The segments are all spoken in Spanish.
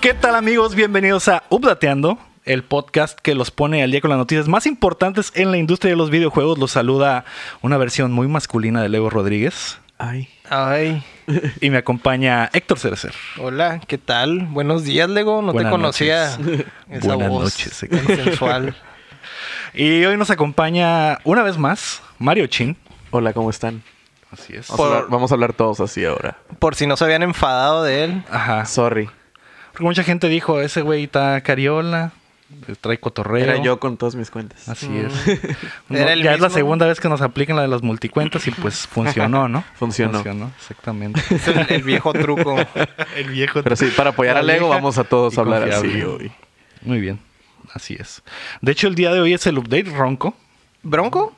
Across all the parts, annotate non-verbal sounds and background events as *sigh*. ¿Qué tal amigos? Bienvenidos a Updateando, el podcast que los pone al día con las noticias más importantes en la industria de los videojuegos. Los saluda una versión muy masculina de Leo Rodríguez Ay. Ay, y me acompaña Héctor Cerecer. hola, ¿qué tal? Buenos días, Lego. No Buenas te conocía noches. esa Buenas voz noches, se tan sensual. Y hoy nos acompaña una vez más Mario Chin. Hola, ¿cómo están? Así es. Vamos, Por- a hablar, vamos a hablar todos así ahora. Por si no se habían enfadado de él. Ajá. Sorry. Porque mucha gente dijo, ese güey está cariola, trae cotorreo. Era yo con todas mis cuentas. Así es. No, Era el ya es la mismo. segunda vez que nos aplican la de las multicuentas y pues funcionó, ¿no? Funcionó. exactamente. Es el, el viejo *laughs* truco. el viejo. Pero sí, para apoyar a Lego vamos a todos y hablar así confiable. hoy. Muy bien. Así es. De hecho, el día de hoy es el update ronco. ¿Bronco?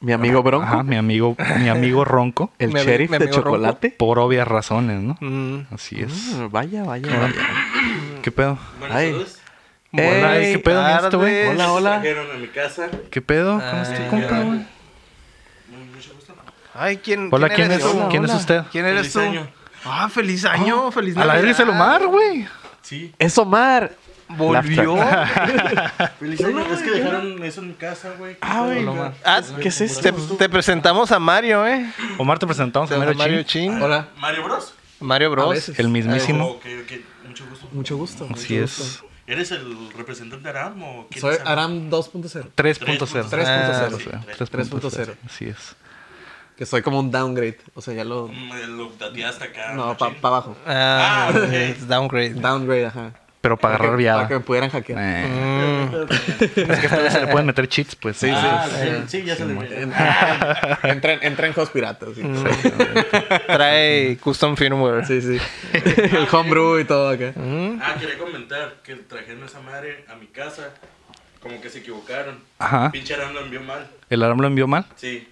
Mi amigo Bronco, Ajá, mi amigo, mi amigo ronco. el Mi ami- sheriff mi de amigo chocolate. Por obvias razones, ¿no? Mm, Así es. Mm, vaya, vaya, vaya. ¿Qué pedo? Ay. Hola, Ey, ¿qué pedo mi esto, güey? tardes. Hola, hola. Trajeron a mi casa. ¿Qué pedo? ¿Cómo estás, Ay, compa, ay. güey? Ay, ¿quién, Hola, ¿quién eres es- tú? quién es usted? ¿Quién eres Feliz tú? año. Ah, feliz año, feliz A la verga es el Navidad. Omar, güey. Sí. Es Omar. Volvió. *laughs* Feliz año. es que dejaron eso en mi casa, güey. Ay, Ah, ¿Qué es te, este? esto? te presentamos a Mario, ¿eh? Omar, te presentamos a A Mario Mario Chin. Chin. Hola. Mario Bros. Mario Bros. El mismísimo. Oh, ok, ok, Mucho gusto. Mucho gusto. Así es. ¿Eres el representante de Aram o quién Soy es Aram 2.0, 3.0. 3.0. Ah, sí. 3.0. 3.0. Así es. que soy como un downgrade. O sea, ya lo. Me Mm, Lo dateaste acá. No, para machín. abajo. Ah, Ah, ok. es downgrade. Downgrade, ajá. Pero para agarrar que- viada. Para que me pudieran hackear. Eh, Mm, Es que a este güey se le pueden meter cheats, pues. Sí, Ah, sí, sí, ya se le Entra, en- entra en juegos piratas. Sí, Mm. *laughs* trae custom firmware. Mm, sí. sí. El homebrew y todo acá. Ah, quería comentar que trajeron esa madre a mi casa. Como que se equivocaron. Ajá. Pinche Aram lo envió mal. ¿El Aram lo envió mal? Sí.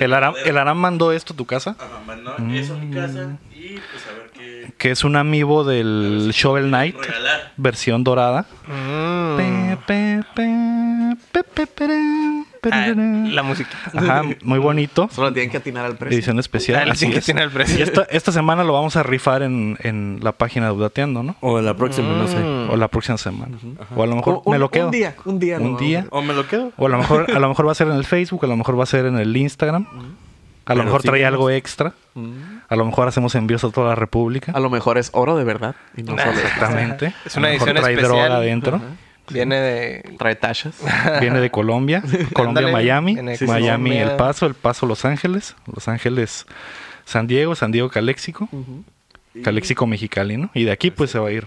¿El Aram, poder- el Aram mandó esto a tu casa? Ajá, mandó eso a mi casa. Y pues a ver qué Que es un amiibo del Shovel Knight, regalar. versión dorada. Mm. Pe, pe, pe, pe, pe, perán, Ah, perán. Ah, la música. Ajá, muy bonito. Solo tienen que atinar al precio. Edición especial. Dale, así sí que es. tiene el precio. Y esta, esta semana lo vamos a rifar en, en la página de Udateando, ¿no? O la próxima, no sé. Mm. O la próxima semana. O a lo mejor Un- me lo quedo. Un día, un día. Un no, día. O me lo quedo. O a lo mejor, a lo mejor va a ser en el Facebook, a lo mejor va a ser en el Instagram. A lo Pero mejor sí trae tenemos- algo extra. Mm. A lo mejor hacemos envíos a toda la República. A lo mejor es oro de verdad. Y no solo Exactamente. Es una A lo mejor edición trae especial. droga adentro. Viene de. trae tachas. *laughs* Viene de Colombia. Colombia, *laughs* Ándale, Miami. en el- Miami, Colombia. El Paso. El Paso, Los Ángeles. Los Ángeles, San Diego. San Diego, Caléxico. Caléxico, Mexicali, ¿no? Y de aquí, pues, se va a ir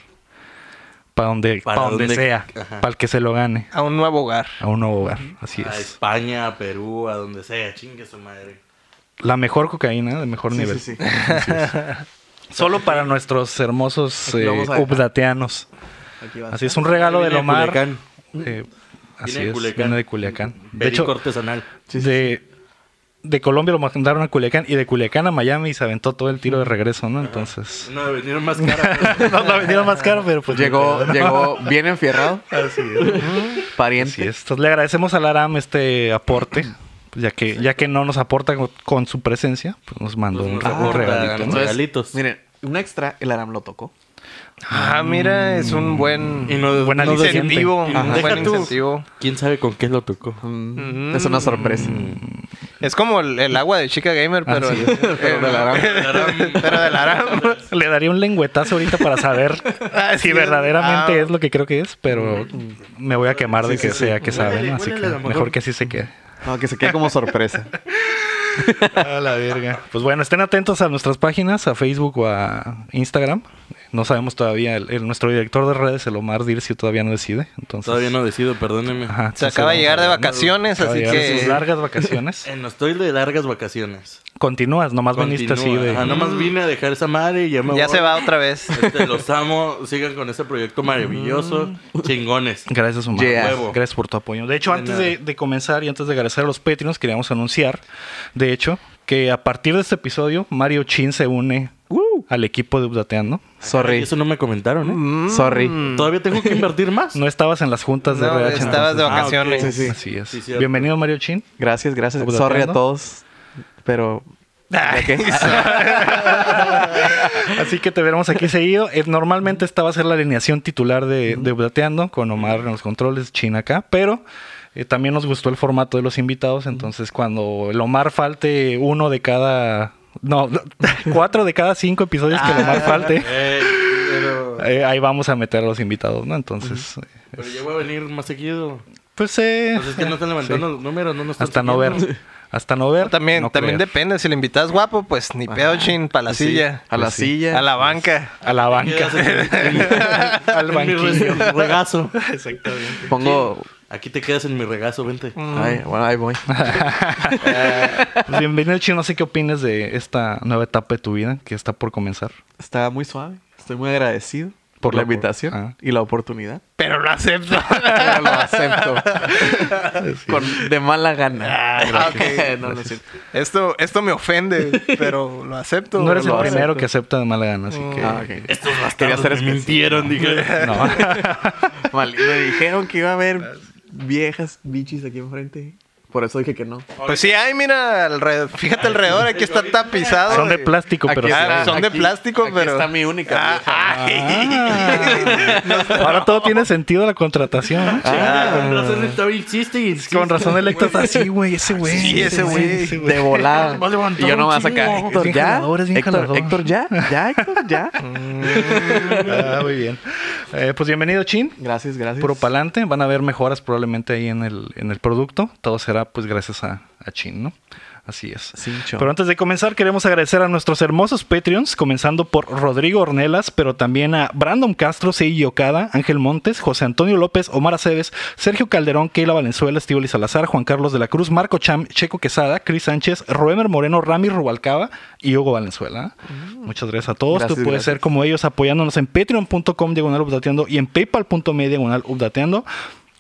para donde, Para pa' donde donde- sea. Para el que se lo gane. A un nuevo hogar. A un nuevo hogar. Así A es. España, a Perú, a donde sea, chingue su madre. La mejor cocaína de mejor nivel. sí, sí. Solo para nuestros hermosos Aquí eh, lo vamos a dejar. updateanos. Aquí va. Así es, un regalo del Viene de Omar. Culiacán. Eh, así de es, Culiacán. viene de Culiacán. De Perico hecho, artesanal. de, de Colombia lo mandaron a Culiacán y de Culiacán a Miami y se aventó todo el tiro de regreso, ¿no? Entonces... *laughs* No, vinieron más cara. no, la vendieron más caro, pero pues... Llegó, *laughs* llegó bien enfierrado. Así es. Pariente. Así es. Entonces, le agradecemos al Aram este aporte. Ya que, ya que no nos aporta con, con su presencia, pues nos mandó Pues un, nos un aporta, regalito. ¿no? entonces- Regalitos. Ah, Miren, un extra, el Aram lo tocó. Ah, mira, es un buen. Y no- Buen no aliciente. decían- incentivo. Ajá. Un buen Deja tú. incentivo. ¿Quién sabe con qué lo tocó? Mm. Es una sorpresa. Es como el, el agua de Chica Gamer, pero. Así el- Pero del Aram. *laughs* pero del *laughs* Aram. Le daría un lengüetazo ahorita para saber si verdaderamente Ah. es lo que creo que es, pero me voy a quemar de que sea que saben, Huélele, así huélele, a que lo mejor. mejor que así se quede. No, que se quede *laughs* como sorpresa. A la verga. Pues bueno, estén atentos a nuestras páginas, a Facebook o a Instagram. No sabemos todavía, el, el- nuestro director de redes, el Omar Dircio, todavía no decide. Entonces, *laughs* Todavía no decido, perdónenme. Ajá, Se entonces acaba de vamos llegar a- de vacaciones, acaba así de llegar de sus que. largas *laughs* vacaciones. Eh, no estoy de largas vacaciones. Continúas, nomás viniste Continúa. así de... Ajá, nomás vine a dejar esa madre y ya me Ya voy. se va otra *laughs* vez. Este, los amo, sigan con ese proyecto maravilloso. Chingones. Gracias, Omar. Yeah. Huevo. Gracias por tu apoyo. De hecho, De antes nada. de, de comenzar y antes de agradecer a los Patreons, queríamos anunciar, de hecho, que a partir de este episodio, Mario Chin se une al equipo de Updateando. Sorry. Eso no me comentaron, ¿eh? Sorry. Todavía tengo que invertir más. No estabas en las juntas de No, RH. estabas de entonces- Ah, ok. vacaciones. Sí, sí. Así es. Sí, cierto. Bienvenido, Mario Chin. Gracias, gracias. Pues, Sorry a ¿no? *laughs* todos. Pero *laughs* *laughs* Así que te veremos aquí seguido. Eh, Normalmente esta va a ser la alineación titular de, de Updateando, con Omar en los controles, China acá, pero eh, también nos gustó el formato de los invitados. Entonces, cuando el Omar falte uno de cada. No, *laughs* no, cuatro de cada cinco episodios que el Omar Ah. falte, *laughs* Ey, pero, eh, ahí vamos a meter a los invitados, ¿no? Entonces, eh, pero ya voy a venir más seguido. pues eh, Pues es que no están levantando los números, no nos están hasta no ver. siguiendo. Hasta no ver. También, no también creer. depende. Si le invitas guapo, pues ni pedo chin, para la Sí, silla. a la Pues sí. silla. A la banca. A la *laughs* banca. Quedas *laughs* en- en- Al en mi banquillo. *laughs* re- regazo. Exactamente. Pongo. Aquí te quedas en mi regazo, vente. Mm. Ay, bueno, ahí voy. Pues bienvenido, Chino. No sé qué opinas de esta nueva etapa de tu vida que está por comenzar. Está muy suave. Estoy muy agradecido Por por, la la opor- invitación Ah. y la oportunidad. Pero lo acepto. Pero lo *laughs* acepto. Con, de mala gana. ok. Ah, no, no es cierto. Esto, esto me ofende, pero lo acepto. No eres el lo acepto. primero que acepta de mala gana, así que. Ah, ok. Estos Quería ser bastardos me *laughs* mintieron, dije. *laughs* No. Mal- me dijeron que iba a haber Viejas bichis aquí enfrente. Por eso dije que no. Pues sí, ay, mira, alre- fíjate alrededor, aquí está tapizado. Son de plástico, pero Aquí sí. Ah, está- son de aquí- plástico, aquí pero. está mi única vieja. Ah. Ah. Ahora todo tiene sentido la contratación. ¿no? Ah. Ah, Con razón estaba insiste y insiste. Con razón el Héctor está así, güey, ese güey. Sí, ese güey. de volada. Más levantado Y yo nomás un chingo. acá. Es Héctor, bien ya. jalador, es bien Héctor, jalador. Héctor, ya. Ya, Héctor, ya. Ah, muy bien. Eh, pues bienvenido, Chin. Gracias, gracias. Puro pa'lante. Van a haber mejoras probablemente ahí en el, en el producto. Todo será pues gracias a, a Chin, ¿no? Así es. Cincho. Pero antes de comenzar, queremos agradecer a nuestros hermosos Patreons, comenzando por Rodrigo Ornelas, pero también a Brandon Castro, Seiji Okada, Ángel Montes, José Antonio López, Omar Aceves, Sergio Calderón, Keila Valenzuela, Estíbal Salazar, Juan Carlos de la Cruz, Marco Cham, Checo Quesada, Cris Sánchez, Roemer Moreno, Rami Rubalcaba y Hugo Valenzuela. Muchas gracias a todos. Gracias, Tú puedes gracias. ser como ellos apoyándonos en patreon.com diagonal updateando y en paypal.me diagonal updateando.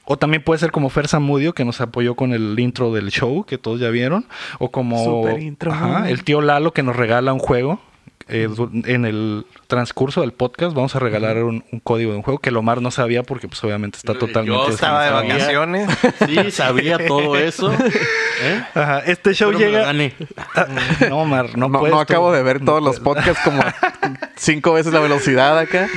O también puede ser como Fer Zamudio, que nos apoyó con el intro del show, que todos ya vieron. O como Super intro. Ajá, el tío Lalo que nos regala un juego. eh, du- en el transcurso del podcast vamos a regalar un, un código de un juego que Lomar no sabía porque pues obviamente está Yo totalmente... Estaba de desconectado. vacaciones. Sí, sabía *laughs* todo eso. ¿eh? Ajá, este show Pero me lo llega... gané. *laughs* No, Omar, no, No, puedes no tú. acabo de ver todos los podcasts *laughs* como cinco veces la velocidad acá.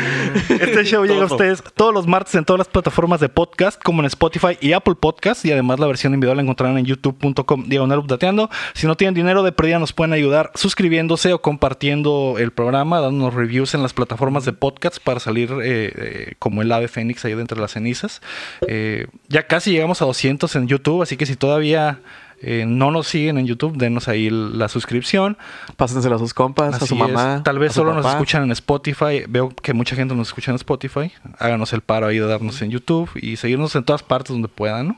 Este show llega a ustedes todos los martes en todas las plataformas de podcast, como en Spotify y Apple Podcast. Y además la versión en video la encontrarán en youtube.com diagonal updateando. Si no tienen dinero de pérdida, nos pueden ayudar suscribiéndose o compartiendo el programa, dándonos reviews en las plataformas de podcast para salir eh, eh, como el ave fénix ahí de entre las cenizas. Eh, ya casi llegamos a 200 en YouTube, así que si todavía... eh, no nos siguen en YouTube, denos ahí la suscripción. Pásenselo a sus compas, a Así su mamá. es. Tal vez a su solo nos papá. escuchan en Spotify. Veo que mucha gente nos escucha en Spotify. Háganos el paro ahí de darnos en YouTube y seguirnos en todas partes donde puedan, ¿no?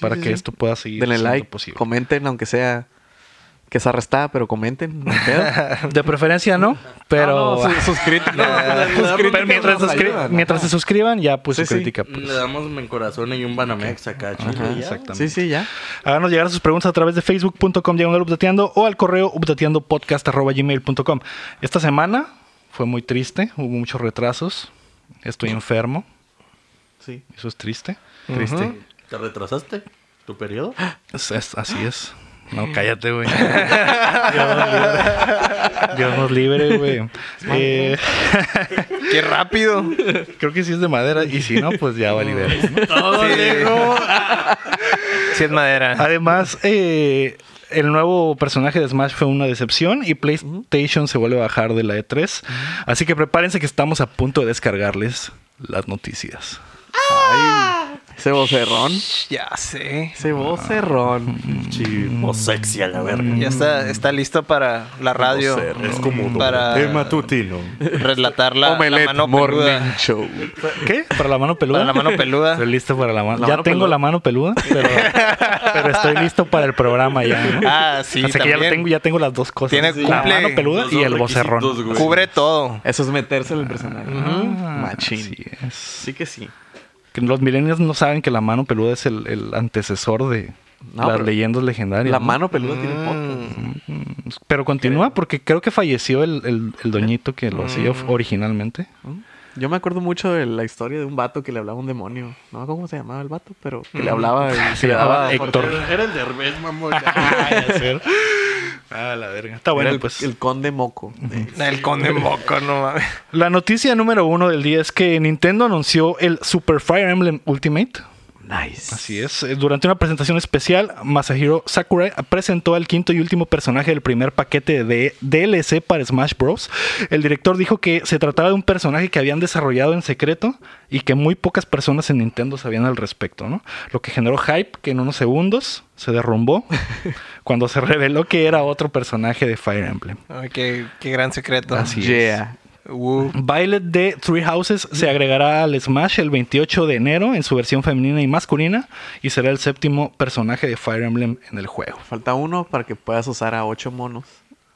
Para que esto pueda seguir Denle siendo like, posible. comenten, aunque sea que se arrestada, pero comenten. no hay pedo. *laughs* De preferencia no, *laughs* pero... Ah, *laughs* No, no, su- sus críticas. sus Pero críticas mientras, nos suscri- ayudan. mientras se suscriban, ya pues Sí, su sí. crítica. pues. Le damos un mencorazón y un Banamex acá, Ajá, chingo, ya. exactamente. Sí, sí, ya. Háganos llegar sus preguntas a través de facebook.com diagonal updateando o al correo updateandopodcast.gmail.com. Esta semana fue muy triste, hubo muchos retrasos. Estoy enfermo, Sí. eso es triste. Triste. ¿Te retrasaste tu periodo? Es- es- así es. No, cállate, güey. Dios nos libre. Dios nos libre, güey. Eh, Qué rápido. *laughs* creo que sí es de madera y si no, pues ya va a liberar. Todo Diego. Sí, es madera. Además, eh, el nuevo personaje de Smash fue una decepción y PlayStation se vuelve a bajar de la E3. Así que prepárense que estamos a punto de descargarles las noticias. Ese vocerrón. Ya sé. Ah. Ese vocerrón. Chivo sexy a la Mm. verga. Ya está, está listo para la radio. Es como para matutino. relatar la, la Omelette mano Morning peluda. Show. ¿Qué? ¿Para la mano peluda? Para la mano peluda. Estoy listo para la mano. La ya mano tengo peluda. la mano peluda, pero, pero estoy listo para el programa ya. ¿no? Ah, sí, Así que ya, lo también. tengo, ya tengo las dos cosas. Tiene- la cumple mano peluda los y dos el vocerrón. requisitos, güey. Cubre todo. Eso es meterse en el personaje. Ah, Machín. así es. Sí que sí. Que Los millennials no saben que la mano peluda es el, el antecesor de No, las pero- leyendas legendarias. La ¿no? mano peluda tiene Mm. podcast. Pero continúa porque creo que falleció el, el- el doñito que lo hacía Mm. of- originalmente. Yo me acuerdo mucho de la historia de un vato que le hablaba a un demonio. No me acuerdo cómo se llamaba el vato, Ah, pero que le hablaba y que Se *laughs* le llamaba daba Héctor. Era el derbez, mamón. Ah, la verga. Está Era bueno, el, pues. el conde moco. de- El conde moco, no mames. La noticia número uno del día es que Nintendo anunció el Super Fire Emblem Ultimate. Nice. Así es. Eh, Durante una presentación especial, Masahiro Sakurai presentó al quinto y último personaje del primer paquete de DLC para Smash Bros. El director dijo que se trataba de un personaje que habían desarrollado en secreto y que muy pocas personas en Nintendo sabían al respecto, ¿no? Lo que generó hype que en unos segundos se derrumbó cuando se reveló que era otro personaje de Fire Emblem. Ay, qué, qué gran secreto. Así es. Yeah. Uh, Violet de Three Houses se agregará al Smash el 28 de enero en su versión femenina y masculina y será el séptimo personaje de Fire Emblem en el juego. Falta uno para que puedas usar a ocho monos.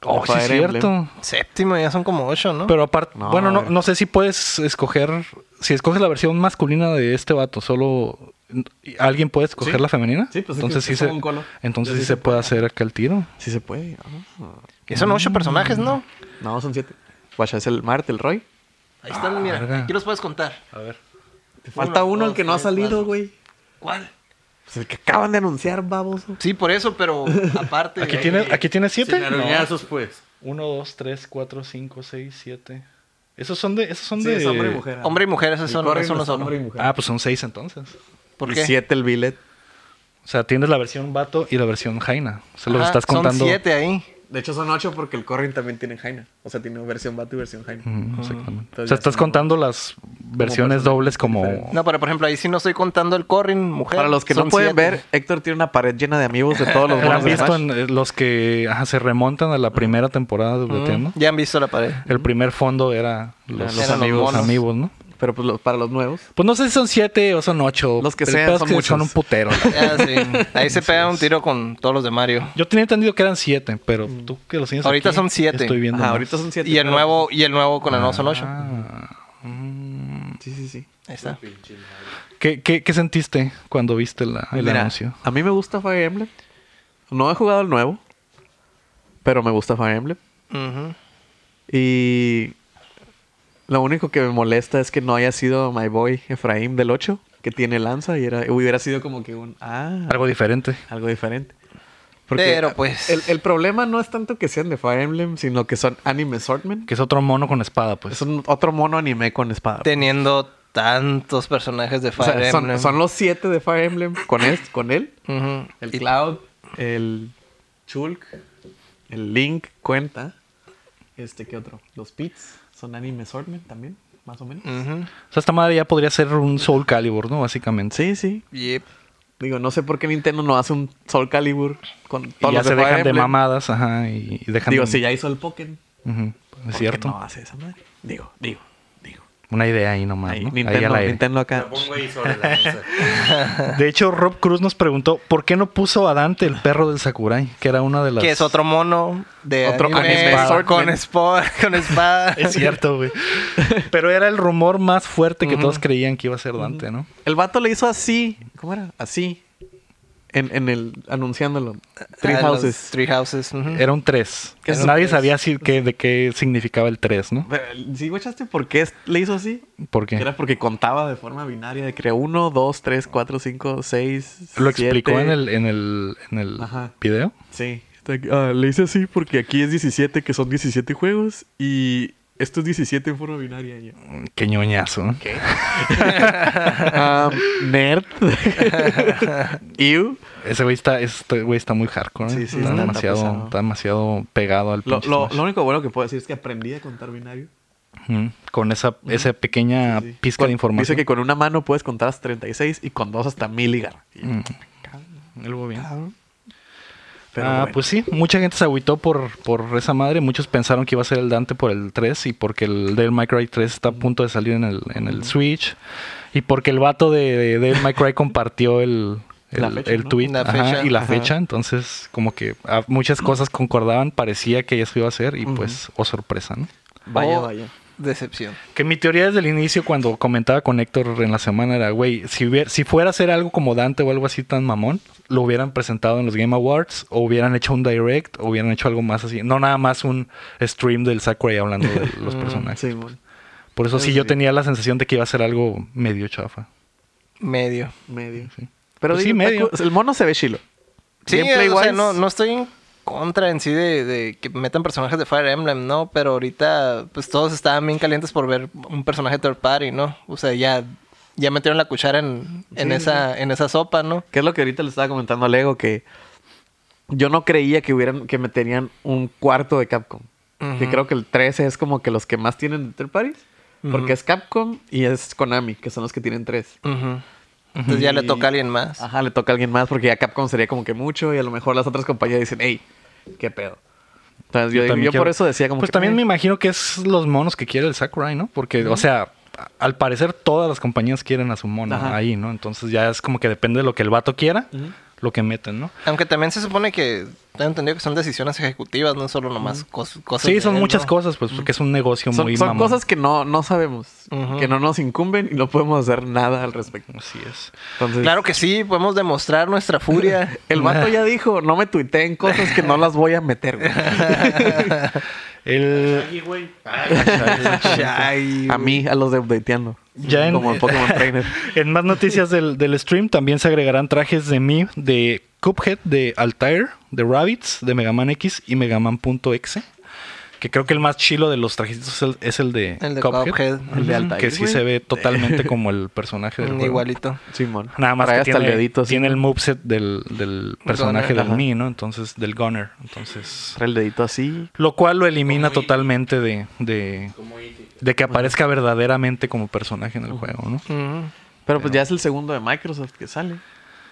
Oh, De sí es Fire Emblem. cierto. séptimo, ya son como ocho, ¿no? Pero aparte, No, bueno, no, eh. no sé si puedes escoger, si escoges la versión masculina de este vato, solo alguien puede escoger Sí. la femenina. Sí, pues es entonces que sí es se, como un colo. entonces Ya sí sí se se puede hacer acá el tiro. Sí se puede. Ah. Y son ocho personajes, ¿no? No, son siete. Guacha, es el Mart, el Roy. Ahí están, mira. verga. Aquí los puedes contar. A ver. Falta Uno, uno, el dos, que no ha tres, salido, cuatro. güey. ¿Cuál? Pues el que acaban de anunciar, baboso. Sí, por eso, *laughs* pero aparte. Aquí tiene, aquí tiene siete. Sin aruñazos, pues. 1, 2, 3, 4, 5, 6, 7. Esos son de. Esos son Sí, de... es hombre y mujer. Hombre y mujer, esos son, Corren esos son los los hombre y hombres. mujer. Ah, pues son seis entonces. ¿Por Y qué? siete el billet. O sea, tienes la versión vato y la versión jaina. Se los Ajá, estás contando. Son siete ahí. De hecho, son ocho porque el Corrin también tiene Jaina. O sea, tiene versión Bato y versión Jaina. Ujú, exactamente. O Entonces sea, ya estás son- contando las versiones personajes dobles como. diferentes. No, pero por ejemplo, ahí sí no estoy contando el Corrin, mujer. Para los que no son pueden siete. ver, Héctor tiene una pared llena de amigos de todos *laughs* los ¿La monos han de visto Smash. en eh, los que ajá, se remontan a la primera temporada de Bleteando? Mm, Ya han visto la pared. El primer fondo era los, los los amigos. amigos, ¿no? Pero pues los- para los nuevos. Pues no sé si son siete o son ocho. Los que pero el sean, pedo es son que muchos. Son un *laughs* putero. la- Ah, sí. Ahí se pega un tiro con todos los de Mario. Yo tenía entendido que eran siete, pero Mm. tú que los tienes Ahorita aquí, son siete. Estoy viendo. Ajá, más. Ah, ahorita son siete. Y el pero- nuevo, y el nuevo con el Ah. no son ocho. Sí, sí, sí. Ahí está. ¿Qué, qué, qué sentiste cuando viste la- el Mira, anuncio? A mí me gusta Fire Emblem. No he jugado el nuevo. Pero me gusta Fire Emblem. Ujú. Y lo único que me molesta es que no haya sido My Boy Efraín del 8, que tiene lanza y era, hubiera sido como que un ah, Algo diferente. algo diferente. Pero, pues. el, el problema no es tanto que sean de Fire Emblem, sino que son anime swordmen. Que es otro mono con espada, pues. Es un otro mono anime con espada. Teniendo tantos personajes de O Fire sea, son, Emblem. son los siete de Fire Emblem con él, con él, Ujú. el Y- Cloud, el Chulk, el Link cuenta. Este qué otro? Los Pits son anime swordmen también, más o menos. ujú. O sea, esta madre ya podría ser un Soul Calibur, ¿no? Básicamente. Sí, sí. Yep. Digo, no sé por qué Nintendo no hace un Soul Calibur con todos Y ya los se Fire dejan de Emblem. mamadas, ajá, y, y dejan Digo, de- si ya hizo el Pokémon. Ujú, ¿por Es qué cierto. No hace esa madre. Digo, digo, digo. Una idea ahí nomás, Ah, Ahí, ¿no? Ahí al Nintendo, aire. Nintendo La acá. pongo ahí sobre *laughs* la mesa. De hecho, Rob Cruz nos preguntó por qué no puso a Dante el perro del Sakurai, que era una de las. Que *laughs* es otro mono de Otro anime swordman. con, espada, *laughs* con espada. *laughs* Es *laughs* cierto, güey. Pero era el rumor más fuerte que todos creían que iba a ser Dante, ¿no? El vato le hizo así. ¿Cómo era? Así. En, en el. anunciándolo. Three Ah, los Houses. Three Houses. ujú. Era un 3. ¿Qué es un Nadie tres? sabía si- qué- de qué significaba el 3, ¿no? Pero, ¿Sí, guachaste por qué es- le hizo así? ¿Por qué? Era porque contaba de forma binaria de que 1, 2, 3, 4, 5, 6. Lo explicó en el, en el, en el Ajá. video. Sí. Está aquí- ah, le hice así porque aquí es 17, que son 17 juegos. Y esto es 17 en forma binaria. *laughs* y yo, Mm, Qué ñoñazo. ¿no? ah, *laughs* nerd. Ew. Ese güey está, este güey está muy hardcore. ¿eh? Sí, sí, está, está demasiado, pesado. está demasiado pegado al Lo, pinche lo- Smash. lo único bueno que puedo decir es que aprendí a contar binario. Ujú. Con esa, esa pequeña Sí. pizca Con- de información. Dice que con una mano puedes contar hasta 36 y con dos hasta mil y garra. Y yo, Mm. Algo bien. cabrón. Ah, Pero ah, bueno. pues sí, mucha gente se agüitó por, por esa madre. Muchos pensaron que iba a ser el Dante por el 3 y porque el Devil May Cry 3 está a punto de salir en el, en el Switch y porque el vato de, de Devil May Cry compartió el, el, La fecha, el ¿no? tweet La ajá, fecha. y la Ajá. fecha. Entonces, como que ah, muchas cosas concordaban, parecía que eso iba a ser y pues, oh sorpresa, ¿no? Vaya, Oh, vaya. Decepción. Que mi teoría desde el inicio, cuando comentaba con Héctor en la semana, era, güey, si, hubiera- si fuera a ser algo como Dante o algo así tan mamón, lo hubieran presentado en los Game Awards, o hubieran hecho un direct, o hubieran hecho algo más así. No nada más un stream del Sakurai hablando *laughs* de los Mm. personajes. Sí, bueno. Por eso sí yo tenía la sensación de que iba a ser algo medio chafa. Medio. Medio. Sí. Pero Pues sí, digo, está medio. cu- El mono se ve chilo. Sí, Gameplay o sea, wise, no, no estoy en contra en sí de, de que metan personajes de Fire Emblem, ¿no? Pero ahorita, pues todos estaban bien calientes por ver un personaje third party, ¿no? O sea, ya, ya metieron la cuchara en, en esa, en esa sopa, ¿no? Que es lo que ahorita le estaba comentando a Lego, que yo no creía que hubieran, que meterían un cuarto de Capcom. Que creo que el 13 es como que los que más tienen de third parties. Porque es Capcom y es Konami, que son los que tienen tres. Ujú. Entonces ya le Y- toca a alguien más. ah. Ajá, le toca a alguien más porque ya Capcom sería como que mucho y a lo mejor las otras compañías dicen, hey, qué pedo. Entonces yo, Yo digo- también yo por quiero- eso decía como Pues que, también "Eh". me imagino que es los monos que quiere el Sakurai, ¿no? Porque, o sea, a- al parecer todas las compañías quieren a su mono Ajá. ahí, ¿no? Entonces ya es como que depende de lo que el vato quiera, lo que meten, ¿no? Aunque también se supone que tengo entendido que son decisiones ejecutivas, no solo nomás cos- cosas. Sí, de son él, muchas ¿no? cosas, pues, porque es un negocio son, muy son mamón. cosas que no, no sabemos, Ujú. que no nos incumben y no podemos hacer nada al respecto. Así es. Entonces, Claro que sí, podemos demostrar nuestra *laughs* furia. el vato ya dijo, no me tuiteen cosas que no las voy a *laughs* meter. güey". El, Ay, güey. Ay, a mí, a los de updateando. Ya en- Como el *laughs* Pokémon Trainer. En más noticias del, del stream también se agregarán trajes de mí, de Cuphead, de Altair, de Rabbids, de Megaman X y Megaman.exe. Que creo que el más chilo de los trajecitos es el, es el de, El de Cuphead. Cuphead. El de Altair, Que sí güey. se ve totalmente como el personaje del juego. Mm, igualito. Simón. Nada más Trae que hasta tiene, el dedito. así, tiene el moveset del, del personaje Gunner, del ajá. mí, ¿no? Entonces, del Gunner. Entonces... Trae el dedito así. Lo cual lo elimina Como- totalmente de, de, Como E.T. de que aparezca verdaderamente como personaje en el juego, ¿no? Ujú. Pero pues ya es el segundo de Microsoft que sale.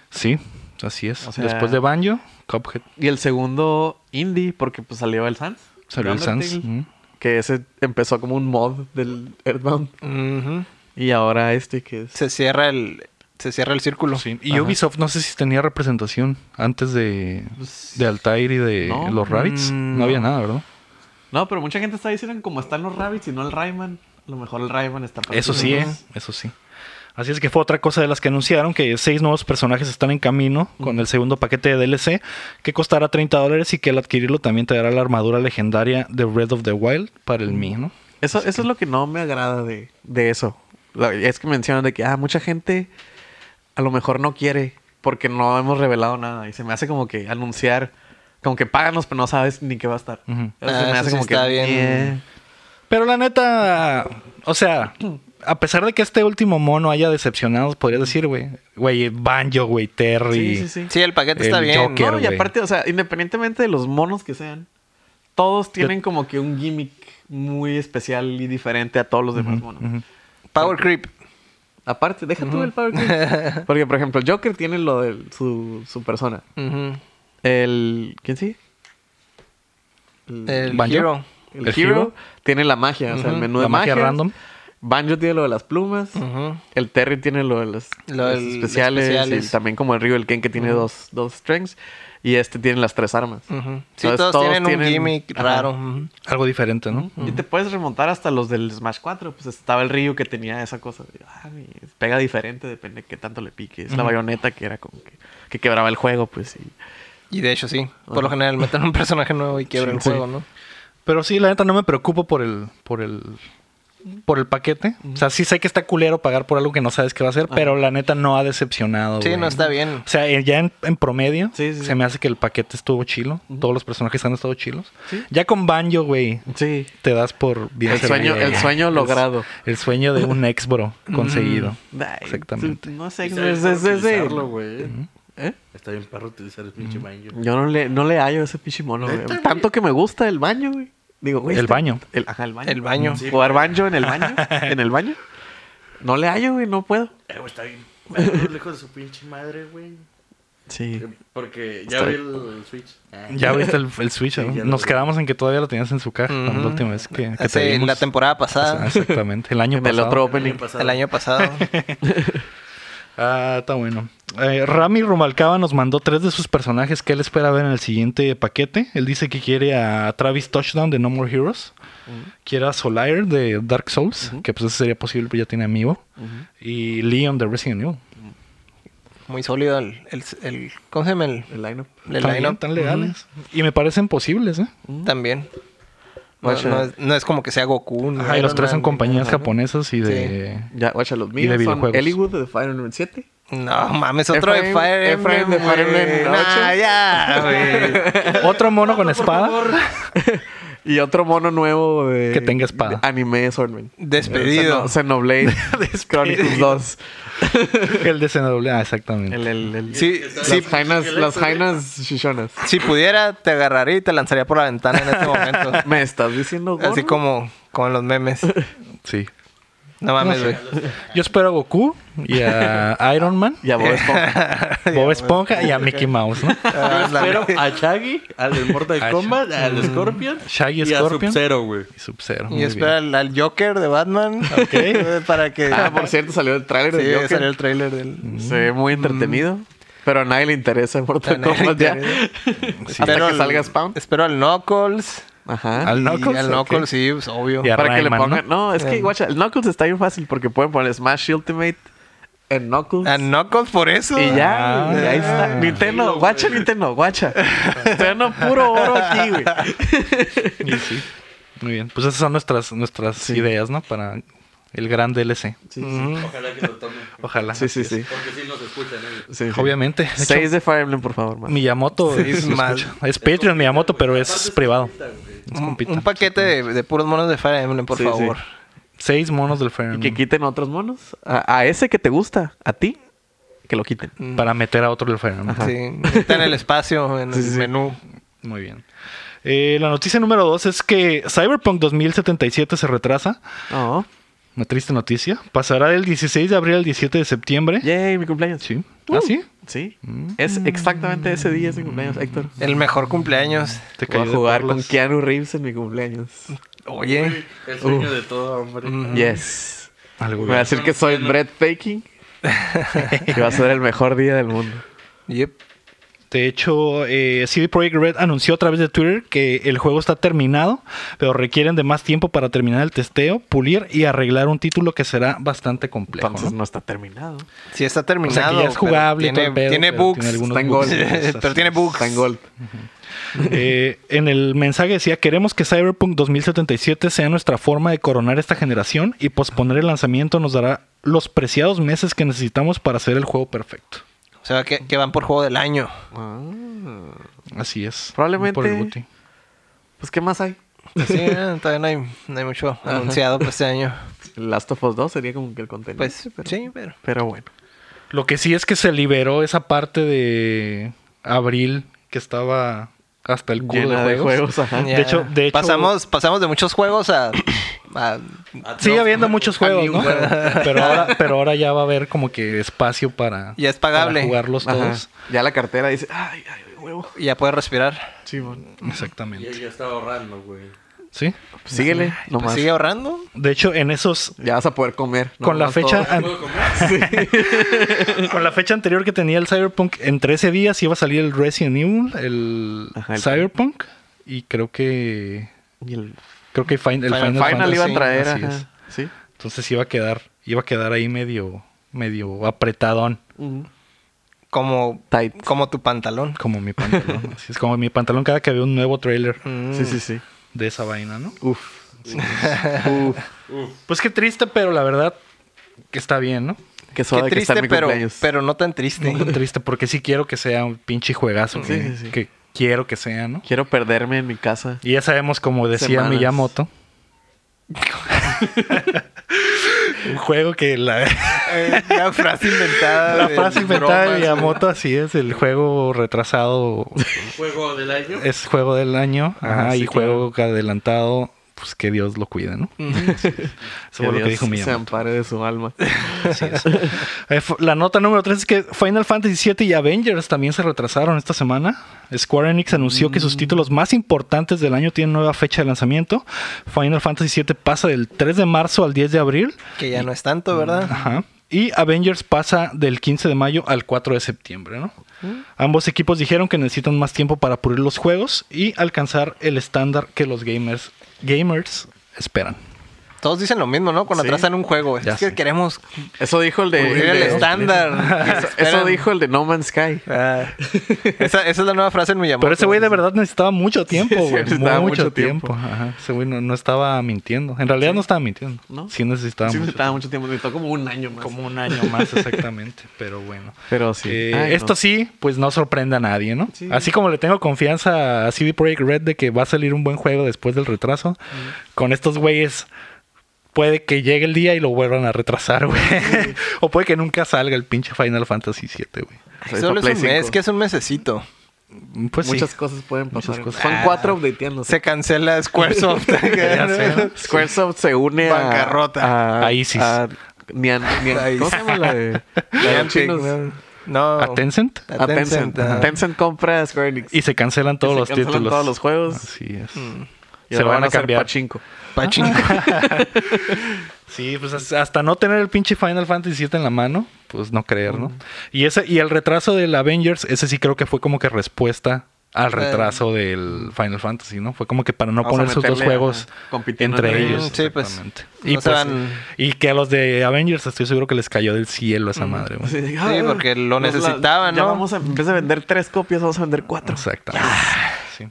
Sí, así es. O sea- Después de Banjo, Cuphead. Y el segundo indie, porque pues salió el Sans. Salió el Sans. Undertale, ujú. Que ese empezó como un mod del Earthbound. Ujú. Y ahora este que es. Se cierra el. Se cierra el círculo. Sí, Y Ajá. Ubisoft no sé si tenía representación antes de, Pues- de Altair y de No. los Rabbits. no había nada, ¿verdad? No, pero mucha gente está diciendo como están los Rabbits y no el Rayman. A lo mejor el Rayman está para Eso los sí, ¿eh? demás. Eso sí. Así es que fue otra cosa de las que anunciaron, que seis nuevos personajes están en camino con el segundo paquete de DLC, que costará 30 dólares y que al adquirirlo también te dará la armadura legendaria de Red of the Wild para el Mii, ¿no? Eso, eso es lo que no me agrada de, de eso. Lo- Es que mencionan de que, ah, mucha gente a lo mejor no quiere porque no hemos revelado nada. Y se me hace como que anunciar, como que páganos, pero no sabes ni qué va a estar. Ujú. Eso Ah, se me eso hace sí como está que. bien. "Eh". Pero la neta, o sea, a pesar de que este último mono haya decepcionado, podrías decir, güey, güey, Banjo, güey, Terry. Sí, sí, sí. Sí, el paquete El está bien. Joker. No, y güey. aparte, o sea, independientemente de los monos que sean, todos tienen como que un gimmick muy especial y diferente a todos los demás monos. ujú. Power Creep. *laughs* Aparte, deja tú el Power *laughs* Creep. Porque, por ejemplo, el Joker tiene lo de su, su persona. Ujú. El. ¿Quién sigue? El Banjo. Hero. El, ¿El Hero, Hero? tiene la magia, o sea, el menú de La magia magias. random. Banjo tiene lo de las plumas. Ujú. El Terry tiene lo de las, Lo las del- especiales. especiales. Y también como el Río, el Ken que tiene dos, dos strings. Y este tiene las tres armas. Ujú. Sí, Entonces, todos, tienen, un gimmick Ajá. raro. Ujú. Algo diferente, ¿no? Y te puedes remontar hasta los del Smash 4. Pues estaba el Río que tenía esa cosa. de, "Ay, pega diferente, depende de qué tanto le pique. Es la bayoneta que era como que, que quebraba el juego, pues. Y, Y de hecho, sí. Por lo general meten un *laughs* personaje nuevo y quiebra el Sí. Ah, juego, ¿no? Pero sí, la neta no me preocupo por el por el por el paquete. O sea, sí sé que está culero pagar por algo que no sabes qué va a ser, pero la neta no ha decepcionado. Sí, güey. no está bien. O sea, eh, ya en, en promedio Sí, sí, se sí. me hace que el paquete estuvo chilo. Todos los personajes han estado chilos. Ya con Banjo, güey, sí. te das por bien El sueño- servido, el güey. sueño El- logrado. Mm. El, sueño de un ex *laughs* bro conseguido. Ay, Exactamente. No sé, Y no sabe es cómo es- es- es- utilizarlo, güey. ¿Eh? Está bien perro utilizar el Mm. pinche banjo. Yo no le, no le hallo a ese pinche mono, güey. ¿Neta, güey? Tanto que me gusta el baño, güey. Digo, güey. El está- baño. El, ajá, el baño. El baño. Sí. Jugar banjo en el baño. en el baño. No le hallo, güey. No puedo. Eh, güey, está bien perro, lejos de su pinche madre, güey. Eh, Sí. Porque ya Está vi el, el Switch. *laughs* Ya abriste el, el Switch, Sí, ¿no? ya lo Ah, Nos abrí. quedamos en que todavía lo tenías en su caja cuando la Ujú. última vez que, que te Hace vimos. la temporada Ah, pasada. Exactamente, el año *laughs* En el pasado. otro El opening. año pasado. El *laughs* año pasado. Ah, está bueno. Eh, Rami Rumalcaba nos mandó tres de sus personajes que él espera ver en el siguiente paquete. Él dice que quiere a Travis Touchdown de No More Heroes. Quiere a Solire de Dark Souls, que pues eso sería posible, pero ya tiene amigo. Y Leon de Resident Evil. Muy sólido el, el, el- ¿Cómo se llama? El, El line el También line-up. tan legales. Y me parecen posibles, ¿eh? Ujú. También. No, Guacha. no es, no es como que sea Goku. ni Ajá, y los Iron tres son Man, ni- compañías ajá. japonesas y de... Ya, guacha, los de míos son videojuegos. Hollywood de Fire Emblem 7. No, mames, otro de Efraín- Fire Efraín Emblem. de Fire güey. Emblem, Nah, ocho. ya, *laughs* güey. Otro mono con espada. Y otro mono nuevo de... Que tenga espada. de anime Swordman. Despedido. Xeno- Xenoblade Chronicles 2. *laughs* El de CNW. Ah, exactamente. El, el, el- Sí, las sí. jainas, las jainas shishonas. Si pudiera, te agarraría y te lanzaría por la ventana en este momento. *laughs* ¿Me estás diciendo gordo? Así como, como en los memes. Sí. No mames, güey. Yo espero a Goku y a Iron Man, Ya vos, Bob Esponja y a Mickey Mouse, ¿no? Ah, Pero a Shaggy, al del *laughs* Mortal A Mm. Kombat, al Scorpion. Shaggy, y a Scorpion. Sub-Zero, güey. Y Sub-Zero. Y muy espera al, al Joker de Batman. *laughs* eh, Ok. Para que. Ah, por cierto, salió el tráiler Sí, de Joker. salió el trailer del. Se ve muy entretenido. Pero a nadie le interesa Mortal A nadie le Kombat ya. *laughs* Hasta Espero que al- salga Spawn. Espero al Knuckles. Ajá. ¿Al Y Knuckles? Al Ok. Knuckles, sí, pues, obvio. Y a Para que le Rayman, pongan. No, es que, Eh. guacha, el Knuckles está bien fácil porque pueden poner Smash Ultimate en Knuckles. A Knuckles por eso. y ya, Ah. y ahí está. Nintendo, guacha, Nintendo, guacha. Nintendo puro oro aquí, güey. bien. Y sí. Muy bien. Pues esas son nuestras, nuestras ideas, ¿no? Para el gran DLC. Mm. Ojalá que lo tomen. Ojalá. Sí, sí, sí. Porque sí nos escuchan ¿eh? ellos. sí, sí. Obviamente. De hecho, Seis de Fire Emblem, por favor, man. Miyamoto es, más- es Patreon Miyamoto, pero es privado. Es Un, compita. un paquete de, de puros monos de Fire Emblem, por Sí, sí. favor. Seis monos del Fire Y que Emblem. quiten otros monos. A, a ese que te gusta, a ti, que lo quiten. Para meter a otro del Fire Emblem. Sí, está en el *laughs* espacio, en el menú. Muy bien. Eh, la noticia número dos es que Cyberpunk 2077 se retrasa. Oh. Una triste noticia. Pasará del 16 de abril al 17 de septiembre. Yay, mi cumpleaños. Sí. Uh. ¿Ah, sí? Sí. Es exactamente ese día, es mi cumpleaños, Héctor. El mejor cumpleaños. Te Voy a de jugar con perlas. Keanu Reeves en mi cumpleaños. Oye, El sueño de todo hombre. Mm. Yes. Algo Me va bien. a decir que soy *laughs* breathtaking. que va a ser el mejor día del mundo. yep. De hecho, eh, CD Projekt Red anunció a través de Twitter que el juego está terminado, pero requieren de más tiempo para terminar el testeo, pulir y arreglar un título que será bastante complejo. Entonces ¿no? no está terminado. Sí está O sea, terminado. que ya es pero jugable. y todo Tiene, el pedo, tiene pero bugs. tiene *laughs* algunos Está *laughs* en bugs. gold. pero tiene bugs. Está en gold. Eh, en el mensaje decía, queremos que Cyberpunk 2077 sea nuestra forma de coronar esta generación y posponer el lanzamiento nos dará los preciados meses que necesitamos para hacer el juego perfecto. O sea, que, que van por juego del año. Así es. Probablemente- Por el Guti. Ah. Pues, ¿qué más hay? *laughs* Sí, eh, todavía no hay, no hay mucho anunciado para este año. El Last of Us 2 sería como que el contenido. Pues sí, pero. Pero bueno. Lo que sí es que se liberó esa parte de abril que estaba hasta el culo Llena de juegos. ajá. Ah, De hecho- de hecho- pasamos, pasamos de muchos juegos a. a- Sigue habiendo muchos juegos, ni un ¿no? juego. *laughs* Pero ahora, pero ahora ya va a haber como que espacio para, Ya es pagable. para jugarlos Ajá. todos. Ya la cartera dice, ay, ay, huevo. ya puedes respirar. Sí, Mm, bueno. Ya, Exactamente. ya está ahorrando, güey. Sí. Pues síguele, Pues nomás. sigue ahorrando. De hecho, en esos Ya vas a poder comer. con la nomás fecha todo. *laughs* an- con la fecha anterior que tenía el Cyberpunk en 13 días iba a salir el Resident Evil el, Ajá, el- Cyberpunk y creo que Y el creo que fin- el Final- Final, final iba a Fantasy, traer, así ajá. es. Sí. entonces iba a quedar iba a quedar ahí medio medio apretadón Como, Tight. como tu pantalón. como mi pantalón así es como mi pantalón cada que había un nuevo trailer Mm, Sí, sí, sí. de esa vaina no Uf. *laughs* Uf. pues qué triste pero la verdad que está bien no Qué Qué suave que está triste, mi pero, cumpleaños. pero no tan triste. Tan triste porque sí quiero que sea un pinche juegazo que, sí, sí. que quiero que sea no Quiero perderme en mi casa. Y ya sabemos, como decía Semanas. Miyamoto. *laughs* un juego que la, *laughs* Eh, Una frase inventada. la de- frase de inventada de bromas, Miyamoto, así es, el juego retrasado Juego del año. es juego del año Ajá, ajá, sí, y juego adelantado, pues que Dios lo cuide, ¿no? *laughs* Eso fue lo que Dios dijo Se Miyamoto. ampare de su alma. así es. Eh, fu- La nota número 3 es que Final Fantasy VII y Avengers también se retrasaron esta semana. Square Enix anunció que sus títulos más importantes del año tienen nueva fecha de lanzamiento. Final Fantasy VII pasa del 3 de marzo al 10 de abril. Que ya no es tanto, ¿verdad? Ajá. Y Avengers pasa del 15 de mayo al 4 de septiembre, ¿no? Ambos equipos dijeron que necesitan más tiempo para pulir los juegos y alcanzar el estándar que los gamers, gamers esperan. Todos dicen lo mismo, ¿no? Cuando Sí. atrasan un juego. Es Ya que sé. queremos Eso dijo el de. cubrir el de- estándar. Eso, eso dijo el de No Man's Sky. Ah, esa, esa es la nueva frase en Miyamoto. Pero ese güey de verdad necesitaba mucho tiempo, Sí, sí, güey. necesitaba mucho, mucho tiempo. tiempo. Ajá. Ese güey no, no estaba mintiendo. En realidad no estaba mintiendo. ¿No? Sí necesitaba Sí, mucho necesitaba mucho tiempo. Necesitó como un año más. Como un año *laughs* más exactamente, pero bueno. Pero sí. Eh, Ay, no. esto sí, pues no sorprende a nadie, ¿no? Así como le tengo confianza a CD Projekt Red de que va a salir un buen juego después del retraso, con estos güeyes puede que llegue el día y lo vuelvan a retrasar, güey. *laughs* o puede que nunca salga el pinche Final Fantasy VII, güey. Ay, Solo es Play un mes, 5. que es un mesecito. Pues Muchas *laughs* sí. cosas pueden pasar. Muchas cosas. Son cuatro updateándose. Se cancela Squaresoft. Ya sé, ¿no? Squaresoft se une a. Bancarrota. A, A ISIS. a- ni a- ni a- A ¿Cómo se llama la de? la de los chinos? no. ¿A Tencent? A Tencent. ah. Tencent compra a Square Enix. Y se cancelan todos se los cancelan títulos. todos los juegos. Mm. Así es. Y Se ahora van a hacer cambiar. Pachinko. Pachinko. Sí, pues as- hasta no tener el pinche Final Fantasy VII en la mano, pues no creer, ¿no? Mm. Y ese y el retraso del Avengers, ese sí creo que fue como que respuesta al retraso del Final Fantasy, ¿no? Fue como que para no Vamos a poner sus dos meterle, juegos ajá, compitiendo entre entre ellos. ellos. Sí, pues, exactamente. no Y, se pues, van- y que a los de Avengers estoy seguro que les cayó del cielo Mm. esa madre, güey. Sí, porque lo Nos la- necesitaban, Ya ¿no? vamos "Ah, a, en vez de vender tres copias, vamos a vender cuatro. Exactamente. Ah. Sí.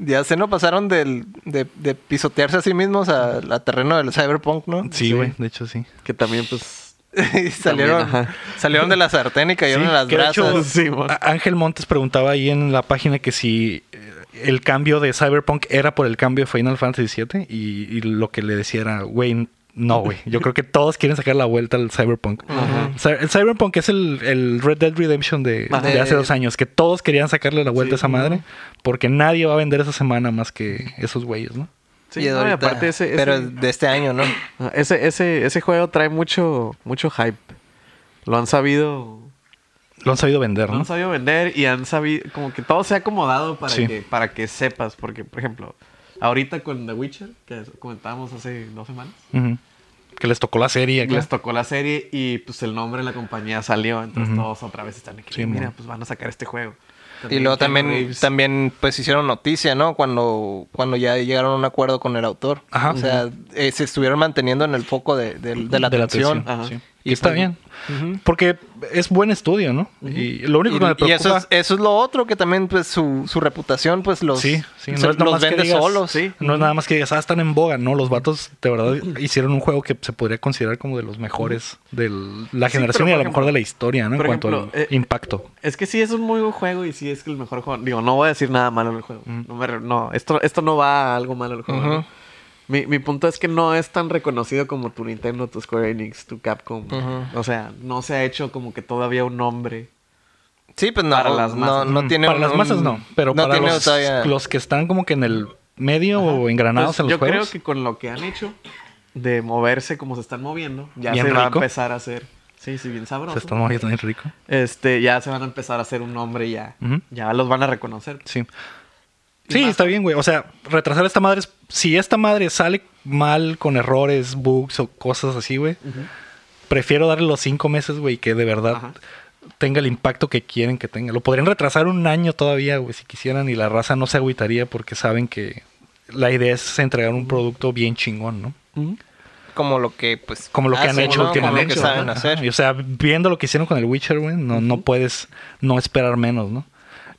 Ya se nos pasaron del, de, de pisotearse a sí mismos a, a terreno del cyberpunk, ¿no? Sí, güey, de hecho sí. Que también, pues. *laughs* y salieron, También, ajá. salieron de la sartén y cayeron Sí, a las que de hecho, brasas. Sí, mon. a- Ángel Montes preguntaba ahí en la página que si eh, el cambio de Cyberpunk era por el cambio de Final Fantasy VII y, y lo que le decía era, güey, no, güey. Yo creo que todos quieren sacar la vuelta al Cyberpunk. O sea, El Cyberpunk es el, el Red Dead Redemption de, Ah, Ajá. de eh. hace dos años, que todos querían sacarle la vuelta a esa madre porque nadie va a vender esa semana más que esos güeyes, ¿no? Sí, Y no, y ahorita- aparte ese, ese- Pero de este año, ¿no? Ah, Ese, ese, ese juego trae mucho, mucho hype. Lo han sabido. Lo han sabido vender, Lo ¿no? han sabido vender y han sabido. Como que todo se ha acomodado para, Sí. que, para que sepas. Porque, por ejemplo, ahorita con The Witcher, que comentábamos hace dos semanas, Ujú. Que les tocó la serie. acá. les tocó la serie y pues el nombre de la compañía salió. Entonces todos otra vez están aquí. Sí, mira, mon. pues van a sacar este juego. Y Keanu luego también, Reeves. también pues hicieron noticia, ¿no? Cuando, cuando ya llegaron a un acuerdo con el autor. Ajá. O sea, eh, se estuvieron manteniendo en el foco de, de- de la atención. Ajá. sí. Y Y está pues- bien. Porque es buen estudio, ¿no? Y lo único que me Y, preocupa... y eso, es, eso es lo otro que también, pues, su, su reputación, pues, los, Sí, sí. se- los nomás que vende digas- solos. sí, No es nada más que digas, ah, están en boga. No, los vatos de *clears throat* verdad hicieron un juego que se podría considerar como de los mejores de la Sí, generación y pero, a por lo mejor ejemplo, de la historia, ¿no? En por cuanto ejemplo, al eh, impacto. Es que sí es un muy buen juego y sí es que el mejor juego. Digo, no voy a decir nada malo del juego. No, me re- no, esto, esto no va a algo malo del juego. ¿no? mi, mi punto es que no es tan reconocido como tu Nintendo, tu Square Enix, tu Capcom. O sea, no se ha hecho como que todavía un nombre. Sí, pues, no. Para las no, masas. no tiene para un- las masas no, pero no para tiene los, todavía- los que están como que en el medio o engranados Entonces, en los Pues yo juegos. creo que con lo que han hecho de moverse como se están moviendo, ya Bien se va a rico. empezar a hacer. Sí, sí, bien sabroso. Se están moviendo bien rico. Este, ya se van a empezar a hacer un nombre y ya. Ujú. Ya los van a reconocer. Sí. Sí, está bien, güey. O sea, retrasar esta madre. es- Si esta madre sale mal con errores, bugs o cosas así, güey, prefiero darle los cinco meses, güey, que de verdad Ajá. tenga el impacto que quieren que tenga. Lo podrían retrasar un año todavía, güey, si quisieran, y la raza no se agüitaría porque saben que la idea es entregar un producto bien chingón, ¿no? como lo que pues Como lo que han hacen, hecho ¿no? últimamente. como lo que saben ¿no? Ajá. hacer Y, O sea, viendo lo que hicieron con el Witcher, güey, no, no puedes no esperar menos, ¿no?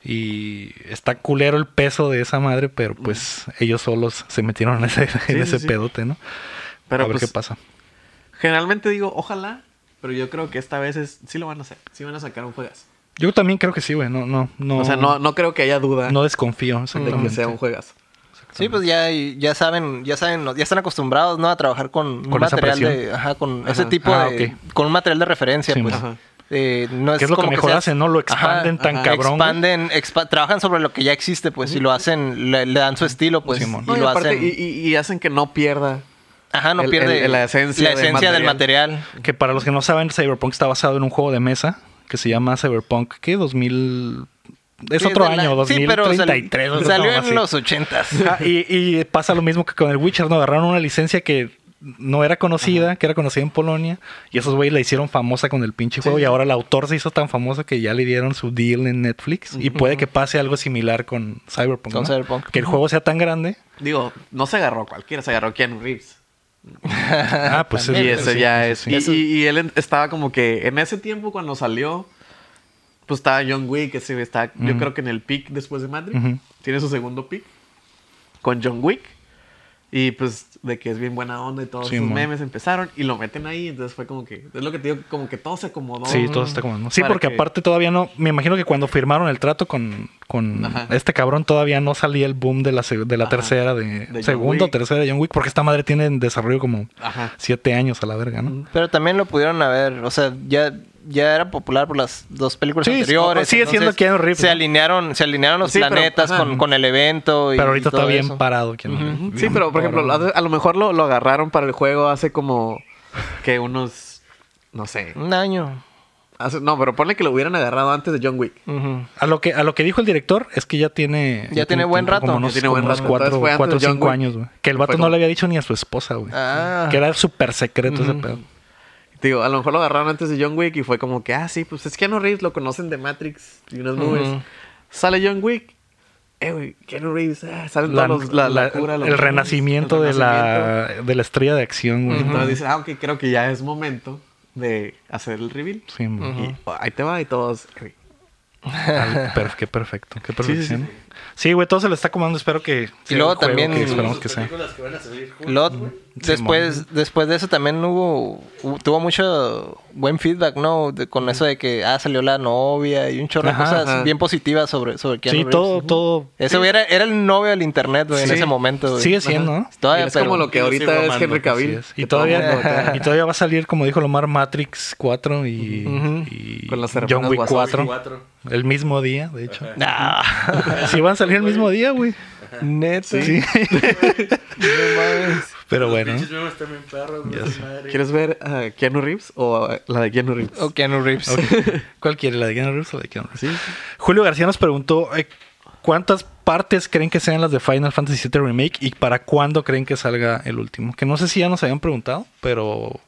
Y está culero el peso de esa madre, pero pues ellos solos se metieron en ese, en sí, ese sí. pedote, ¿no? Pero a ver pues, qué pasa. Generalmente digo, ojalá, pero yo creo que esta vez es, sí lo van a hacer. Sí van a sacar un juegazo. Yo también creo que sí, güey. No, no, no. O sea, no, no creo que haya duda no desconfío. de que exactamente. sea un juegazo. sí pues ya ya saben ya saben ya están acostumbrados no a trabajar con un Con esa material presión. de ajá con ese tipo Ah, de ok. con un material de referencia Sí, pues ajá. Eh, no es Que es lo que como mejor seas- hacen, ¿no? Lo expanden tan cabrón, expanden expa- trabajan sobre lo que ya existe pues y lo hacen le, le dan su estilo pues Simón. y No, y, lo aparte- hacen y- y- y hacen que no pierda ajá no el- pierde el- la esencia la del esencia del material, Que para los que no saben, Cyberpunk está basado en un juego de mesa que se llama Cyberpunk, ¿qué? 2000... Es Sí, otro de la- año, sí, pero sal- 2033. o sea, salió algo en así. los ochentas Ah, y, y pasa lo mismo que con el Witcher, ¿no? Agarraron una licencia que no era conocida, que era conocida en Polonia, y esos güeyes la hicieron famosa con el pinche juego, y ahora el autor se hizo tan famoso que ya le dieron su deal en Netflix, y puede que pase algo similar con Cyberpunk. Con ¿no? Cyberpunk. *laughs* Que el juego sea tan grande. Digo, no se agarró cualquiera, se agarró Keanu Reeves. Ah, pues Y eso ya es. sí, sí, y- sí. Y, y él en- estaba como que en ese tiempo cuando salió, pues estaba John Wick, ese güey está, yo creo que en el pick después de Matrix. Ujú. Tiene su segundo pick con John Wick. Y pues de que es bien buena onda y todos Sí, sus mon. memes empezaron y lo meten ahí. Entonces fue como que, es lo que te digo, como que todo se acomodó. Sí, todo está como. ¿no? Sí, Para porque que- aparte todavía no. Me imagino que cuando firmaron el trato con, con Ajá. este cabrón, todavía no salía el boom de la, se- de la Ajá. tercera, de, John segunda o Wick. tercera de John Wick, porque esta madre tiene en desarrollo como Ajá. siete años a la verga, ¿no? Pero también lo pudieron haber, o sea, ya, ya era popular por las dos películas Sí, anteriores. sigue siendo entonces, Keanu Reeves, Se ¿no? alinearon, se alinearon los Sí, pero, planetas ajá. con, con el evento. Y, Pero ahorita y todo está bien eso. parado. Keanu Reeves. Sí, pero por ejemplo, lo- a lo mejor lo, lo agarraron para el juego hace como que unos, no sé. Un año. hace- no, pero ponle que lo hubieran agarrado antes de John Wick. Ujú. A lo que a lo que dijo el director es que ya tiene Ya tiene buen tiempo, rato. como unos, Ya tiene buen como unos rato. cuatro, Entonces fue antes cuatro o de John cinco Wick. años, güey. Que el vato no Fue como- le había dicho ni a su esposa, güey. Ah. Que era súper secreto ese pedo. Te Digo, a lo mejor lo agarraron antes de John Wick y fue como que, ah, sí, pues es Keanu Reeves, lo conocen de Matrix y unas nubes. Sale John Wick. Eh, güey, Keanu Reeves, ah, salen La- todos los- la, la- locura, los el memes, renacimiento el de renacimiento. la de la estrella de acción, güey. Entonces dice, ah, ok, creo que ya es momento de hacer el reveal. Sí, man. Y oh, ahí te va y todos... eh, Al- per- qué perfecto, *laughs* qué perfección. Sí, güey, todo se lo está comando, espero que sea luego el juego también- que esperamos que Las sea. películas que van a salir juntas, Luego, güey. después, después de eso también hubo, hu- tuvo mucho buen feedback, ¿no? De- con eso de que, ah, salió la novia y un chorro de Ajá, cosas ajá. bien positivas sobre, sobre Keanu Sí, Reeves. todo todo Ese güey era, era el novio del internet, güey, en Sí. ese momento, güey. sigue siendo, ¿no? Todavía, es pero- como lo que Yo lo sigo ahorita es amando, Henry Así Cavill. es. Y que todo el mundo lo *laughs* todavía, tiene. y todavía va a salir, como dijo Lomar, Matrix 4 y, y Con las hermanas John Wick Wazowski. 4. Cuatro. El mismo día, de hecho. Nah. *laughs* Sí, van a salir el mismo día, güey. Neta. Sí. *laughs* Pero Los bueno. pinches memes también perros, güey, esa madre. ¿Quieres ver a Keanu Reeves o a la de Keanu Reeves? O Keanu Reeves. Ok. ¿Cuál quiere? ¿La de Keanu Reeves o la de Keanu Reeves? Julio García nos preguntó eh, cuántas partes creen que sean las de Final Fantasy VII Remake y para cuándo creen que salga el último. Que no sé si ya nos habían preguntado, pero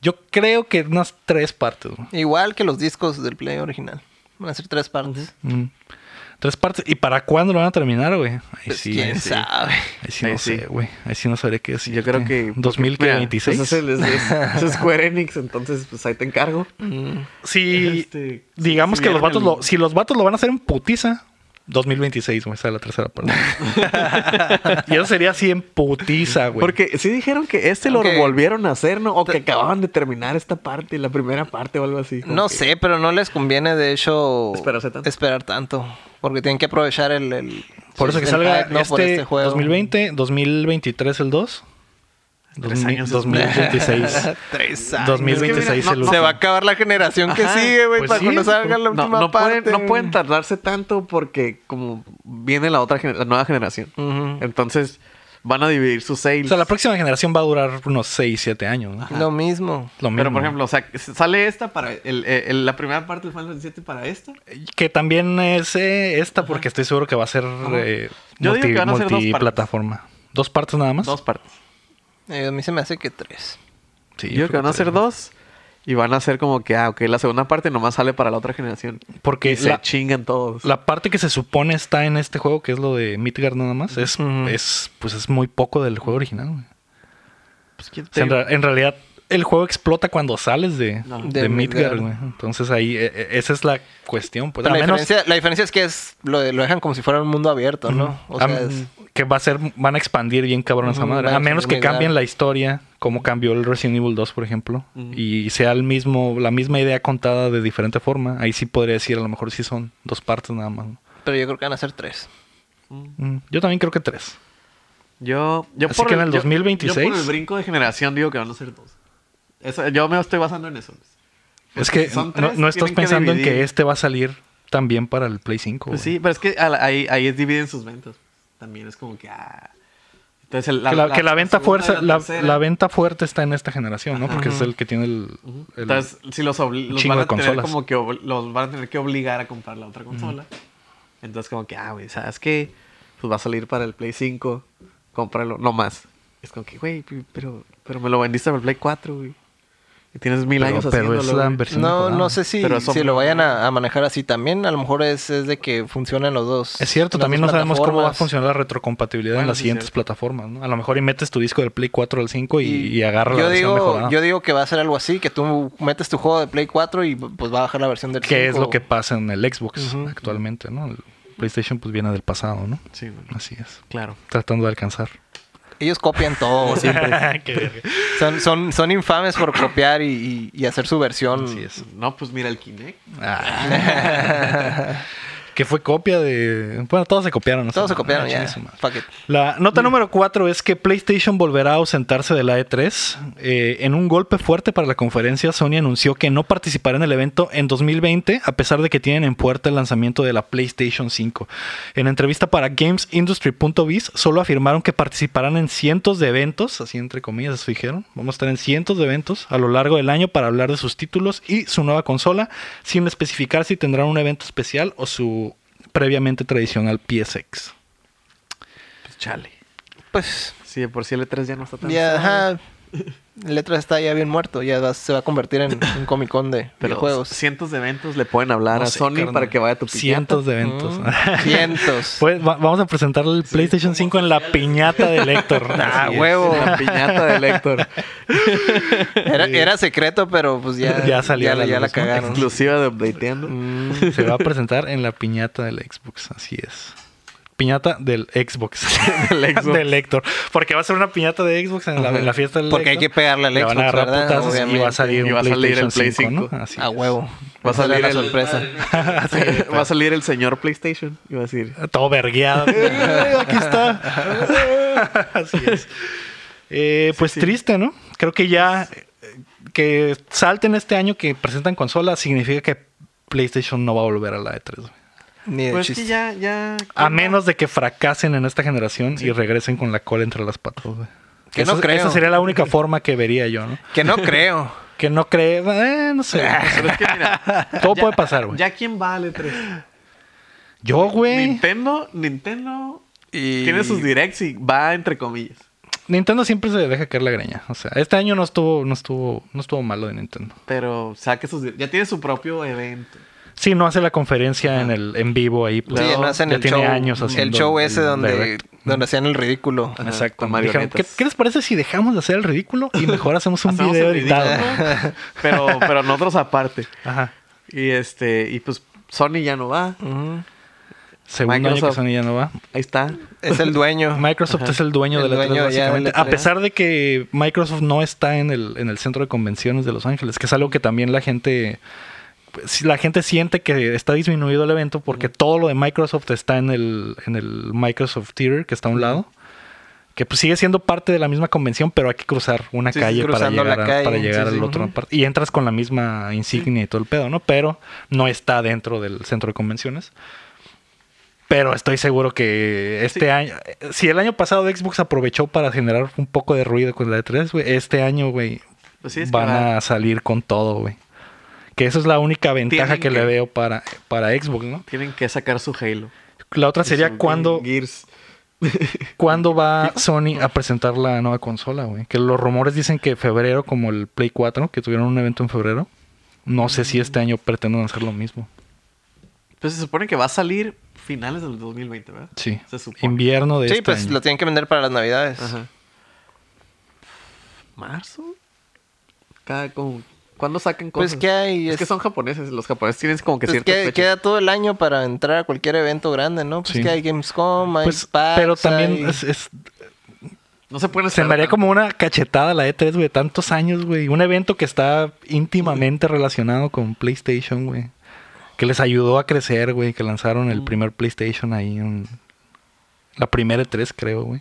yo creo que unas tres partes. güey. Igual que los discos del Play original. Van a ser tres partes. Mm. Tres partes. ¿Y para cuándo lo van a terminar, güey? Ahí Pues, sí, ¿Quién ahí sí. sabe? Ahí sí Ahí no sí. sé, güey. Ahí sí no sabré qué decir. Yo creo que... Mira, 2026. pues es, el- *laughs* es- es- es Square Enix, entonces pues ahí te encargo. Sí, Este, digamos sí, que sí, los vieron vatos el- lo, si los vatos lo van a hacer en putiza, 2026, güey, sale la tercera *laughs* parte. y eso sería así en putiza, güey. Porque sí dijeron que este lo Aunque- volvieron a hacer, ¿no? O que acababan de terminar esta parte, la primera parte o algo así. como No que- sé, pero no les conviene, de hecho, Esperarse tanto. esperar tanto. Porque tienen que aprovechar el... el- por eso el que salga hype, ¿no? este, Por este juego. 2020, 2023 el 2. Tres años es *laughs* 2026. *laughs* Tres años. 2026 no- el no Se último. va a acabar la generación que Ajá, sigue, güey, pues para sí, cuando salga la No, última no parte. pueden, no pueden tardarse tanto porque como viene la otra gener- la nueva generación. Ujú. Entonces van a dividir sus sales. O sea, la próxima generación va a durar unos 6, 7 años. ¿no? Lo mismo. Lo mismo. Pero por ejemplo, o sea, sale esta para el- el- el- la primera parte del Final Fantasy VII para esta. Que también es eh, esta, porque estoy seguro que va a ser eh, Yo digo multi- que van a ser dos partes. multiplataforma. ¿Dos partes nada más? Dos partes. Eh, a mí se me hace que tres. Sí, Yo creo que van a tres, ser ¿no? dos. Y van a ser como que, ah, ok, la segunda parte nomás sale para la otra generación. Porque y se la- chingan todos. La parte que se supone está en este juego, que es lo de Midgard nada más, es, es pues es muy poco del juego original. güey. Pues, ¿quién O sea, en, te- ra- en realidad, el juego explota cuando sales de, Ajá. de De Midgard, Midgard. güey. Entonces ahí, e- e- esa es la cuestión. Pues, Pero a la, menos diferencia, la diferencia es que es lo, de- lo dejan como si fuera un mundo abierto, ¿no? O sea, a- es- que va a ser, van a expandir bien cabrón esa Ujú, madre. van a A menos que expandir cambien Midgard. la historia, como cambió el Resident Evil 2, por ejemplo, y sea el mismo, la misma idea contada de diferente forma. Ahí sí podría decir, a lo mejor sí son dos partes nada más. ¿no? pero yo creo que van a ser tres. Mm, Yo también creo que tres. Yo, yo Así que en el yo- 2026. Yo, por el brinco de generación digo que van a ser dos. Eso- yo me estoy basando en eso. Es que Pues Son no, tres, no estás tienen que pensando en que dividir. este va a salir también para el Play 5. Pues güey. sí, pero es que a la- ahí, ahí es dividen sus ventas. También es como que, ah. Entonces, el- que la, que la venta segunda y fuerza, la, tercera. la venta fuerte está en esta generación, ¿no? Porque es el que tiene el, el- Entonces, si los, obli- los chingo van a de tener consolas. como que ob- los van a tener que obligar a comprar la otra consola. Entonces, como que, ah, güey, ¿sabes qué? Pues va a salir para el Play 5, cómpralo, no más. Es como que, güey, pe- pero, pero me lo vendiste para el Play 4, güey. Y tienes mil años pero es haciéndolo, la güey. versión No, mejorada. no sé si, Pero eso- si lo vayan a, a manejar así también. A lo mejor es, es de que funcionan los dos. Es cierto, las también no dos sabemos cómo va a plataformas. funcionar la retrocompatibilidad en Bueno, las sí, siguientes cierto. plataformas, ¿no? A lo mejor y metes tu disco del Play 4 al 5 y, y agarra la yo versión mejorada. digo, yo digo que va a ser algo así, que tú metes tu juego de Play 4 y pues va a bajar la versión del que es 5. lo que pasa en el Xbox actualmente, ¿no? El PlayStation pues viene del pasado, ¿no? Sí, güey. Así es. Claro. Tratando de *laughs* alcanzar. Ellos copian *laughs* todo siempre. son, son, son infames por copiar y, y- y hacer su versión. Así es. No, pues mira el Kinect. Ah. *laughs* que fue copia de... Bueno, todos se copiaron. ¿no? Todos se copiaron Ah, ya. chingue su madre. Fuck it. La nota número 4 es que PlayStation volverá a ausentarse de la E3. Eh, en un golpe fuerte para la conferencia, Sony anunció que no participará en el evento en 2020, a pesar de que tienen en puerta el lanzamiento de la PlayStation 5. En entrevista para GamesIndustry.biz, solo afirmaron que participarán en cientos de eventos, así entre comillas, eso dijeron. Vamos a estar en cientos de eventos a lo largo del año para hablar de sus títulos y su nueva consola, sin especificar si tendrán un evento especial o su previamente tradicional PSX. Pues chale. Pues Sí, de por sí el E3 ya no está tan... ya, ajá. Letra está ya bien muerto. Ya va- se va a convertir en *laughs* un Comic Con de Pero videojuegos. cientos de eventos le pueden hablar No a sé, Sony carnal. para que vaya a tu piñata. Cientos de eventos. Mm, *laughs* Cientos. Pues, va- vamos a presentar el PlayStation 5 en la piñata de Héctor. *laughs* Ah, Así es. *laughs* huevo. La piñata del Héctor. Era, era secreto, pero pues ya, *laughs* Ya salió a ya, la la, ya la luz, ¿no? cagaron. Exclusiva de Updateando. Mm, Se va a presentar en la piñata del Xbox, así es. Piñata del *laughs* Xbox. *laughs* Del Xbox. Del Héctor. Porque va a ser una piñata de Xbox en la, en la fiesta del Porque hay que Héctor. pegarle al Le van a Xbox, agarrar ¿verdad? putazos y va a Obviamente. salir un Y va a salir PlayStation el Play 5, 5. ¿no? Así A es. huevo. Va a Esa era salir la el- sorpresa. *laughs* *laughs* Va a salir el señor PlayStation y va a decir... Todo vergueado. Eh, Aquí está. *laughs* Así es. Eh, pues triste, ¿no? Creo que ya eh, que salten este año que presentan consola significa que PlayStation no va a volver a la E3. güey. Ni de Pues es chiste. que ya, ya... A menos de que fracasen en esta generación y regresen con la cola entre las patas. güey. Que no Eso- creo. Esa sería la única forma que vería yo, ¿no? Que no creo. *laughs* Que no cree, eh, no sé. *laughs* Pero es que mira... *laughs* Todo ya- puede pasar, güey. ¿Ya quién va al E3? Yo, güey. Nintendo, Nintendo... Y... Tiene sus directs y va entre comillas. Nintendo siempre se deja caer la greña. O sea, este año no estuvo, no estuvo, no estuvo malo de Nintendo. Pero saque sus... dir- Ya tiene su propio evento. Sí, no hace la conferencia en el en vivo ahí. pues, Sí, Luego, no hacen ya el tiene show. años el haciendo show ese el donde, direct. donde hacían el ridículo. Ajá, Exacto. con Dijeron, ¿qué, marionetas. qué les parece si dejamos de hacer el ridículo y mejor *laughs* hacemos un Hacemos video el editado? ridículo, pero, pero nosotros aparte. Ajá. Y este, y pues Sony ya no va. Ujú. Segundo año que Microsoft. Sony ya no va. Ahí está. Es *laughs* el dueño. Microsoft es el dueño El de la dueño ya de la básicamente. A E3. pesar de que Microsoft no está en el, en el centro de convenciones de Los Ángeles, que es algo que también la gente. pues, La gente siente que está disminuido el evento porque todo lo de Microsoft está en el, en el Microsoft Theater, que está a un lado. Que pues sigue siendo parte de la misma convención, pero hay que cruzar una Sí, sí, calle, para cruzando la llegar a- para calle, llegar sí, al sí, otro ujú. parte. Y entras con la misma insignia y todo el pedo, ¿no? Pero no está dentro del centro de convenciones. Pero estoy seguro que este año, si el año pasado Xbox aprovechó para generar un poco de ruido con la E3, güey, este año, güey, Pues sí, es que van va. a salir con todo, güey. Que esa es la única ventaja Tienen que, le que- veo para, para Xbox, ¿no? Tienen que sacar su Halo. La otra Y sería su cuando, Gears. cuando va Sony ah. a presentar la nueva consola, güey. Que los rumores dicen que febrero, como el Play 4, que tuvieron un evento en febrero. No sé si este año pretenden hacer lo mismo. Pues se supone que va a salir finales del 2020, ¿verdad? Sí. Se supone. Invierno de Sí, este pues año. lo tienen que vender para las navidades. Ajá. ¿Marzo? Cada como... ¿Cuándo sacan cosas? Pues que hay. Es que Es- son japoneses. Los japoneses tienen como que pues, ciertas que- fechas. queda todo el año para entrar a cualquier evento grande, ¿no? Pues Sí. que hay Gamescom, hay Pues, PAX, pero también hay- es- es, No se pueden Se esperar me haría tanto. como una cachetada la E3, güey, de tantos años, güey. Un evento que está íntimamente relacionado con PlayStation, güey. Que les ayudó a crecer, güey. Que lanzaron el primer PlayStation ahí en la primera E3, creo, güey.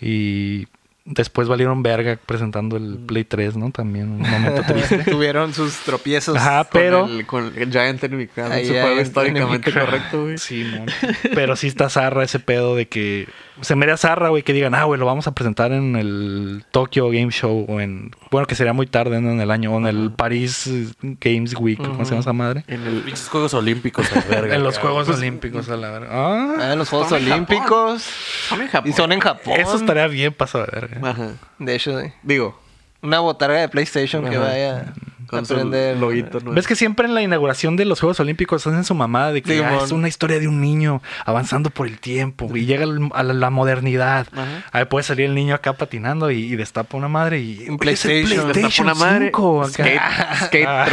Y después valieron verga presentando el Play 3, ¿no? También un momento *laughs* triste. *laughs* Tuvieron sus *laughs* tropiezos. Ajá, Con pero... el, con el Giant Enemy Crown. Ahí, Su juego Giant históricamente Enemy Crown. correcto, güey. Sí, mon. Pero sí está zarra ese pedo de que. Se me haría zarra, güey, que digan, ah, güey, lo vamos a presentar en el Tokyo Game Show o en. Bueno, que sería muy tarde ¿no? en el año, o en el Paris eh, Games Week, ¿cómo se llama esa madre? En el... Pinches Juegos Olímpicos, *laughs* la verga. en los Juegos Olímpicos, a la verga. Ah, Ah, en los Juegos Son en Olímpicos. Son en Japón. Y son en Japón. eso estaría bien pasado de verga. Ajá. De hecho, sí. Digo, Una botarga de PlayStation que Ajá. vaya a Con su aprender. loguito, ¿no? ¿Ves que siempre en la inauguración de los Juegos Olímpicos hacen su mamada de que Sí, "Ah, mon. es una historia de un niño avanzando por el tiempo y llega al- a la, la modernidad? Ahí puede salir el niño acá patinando y, y destapa una madre y Un "Oye, es el PlayStation, Está por la madre. 5 acá". Ah. Skate, Skate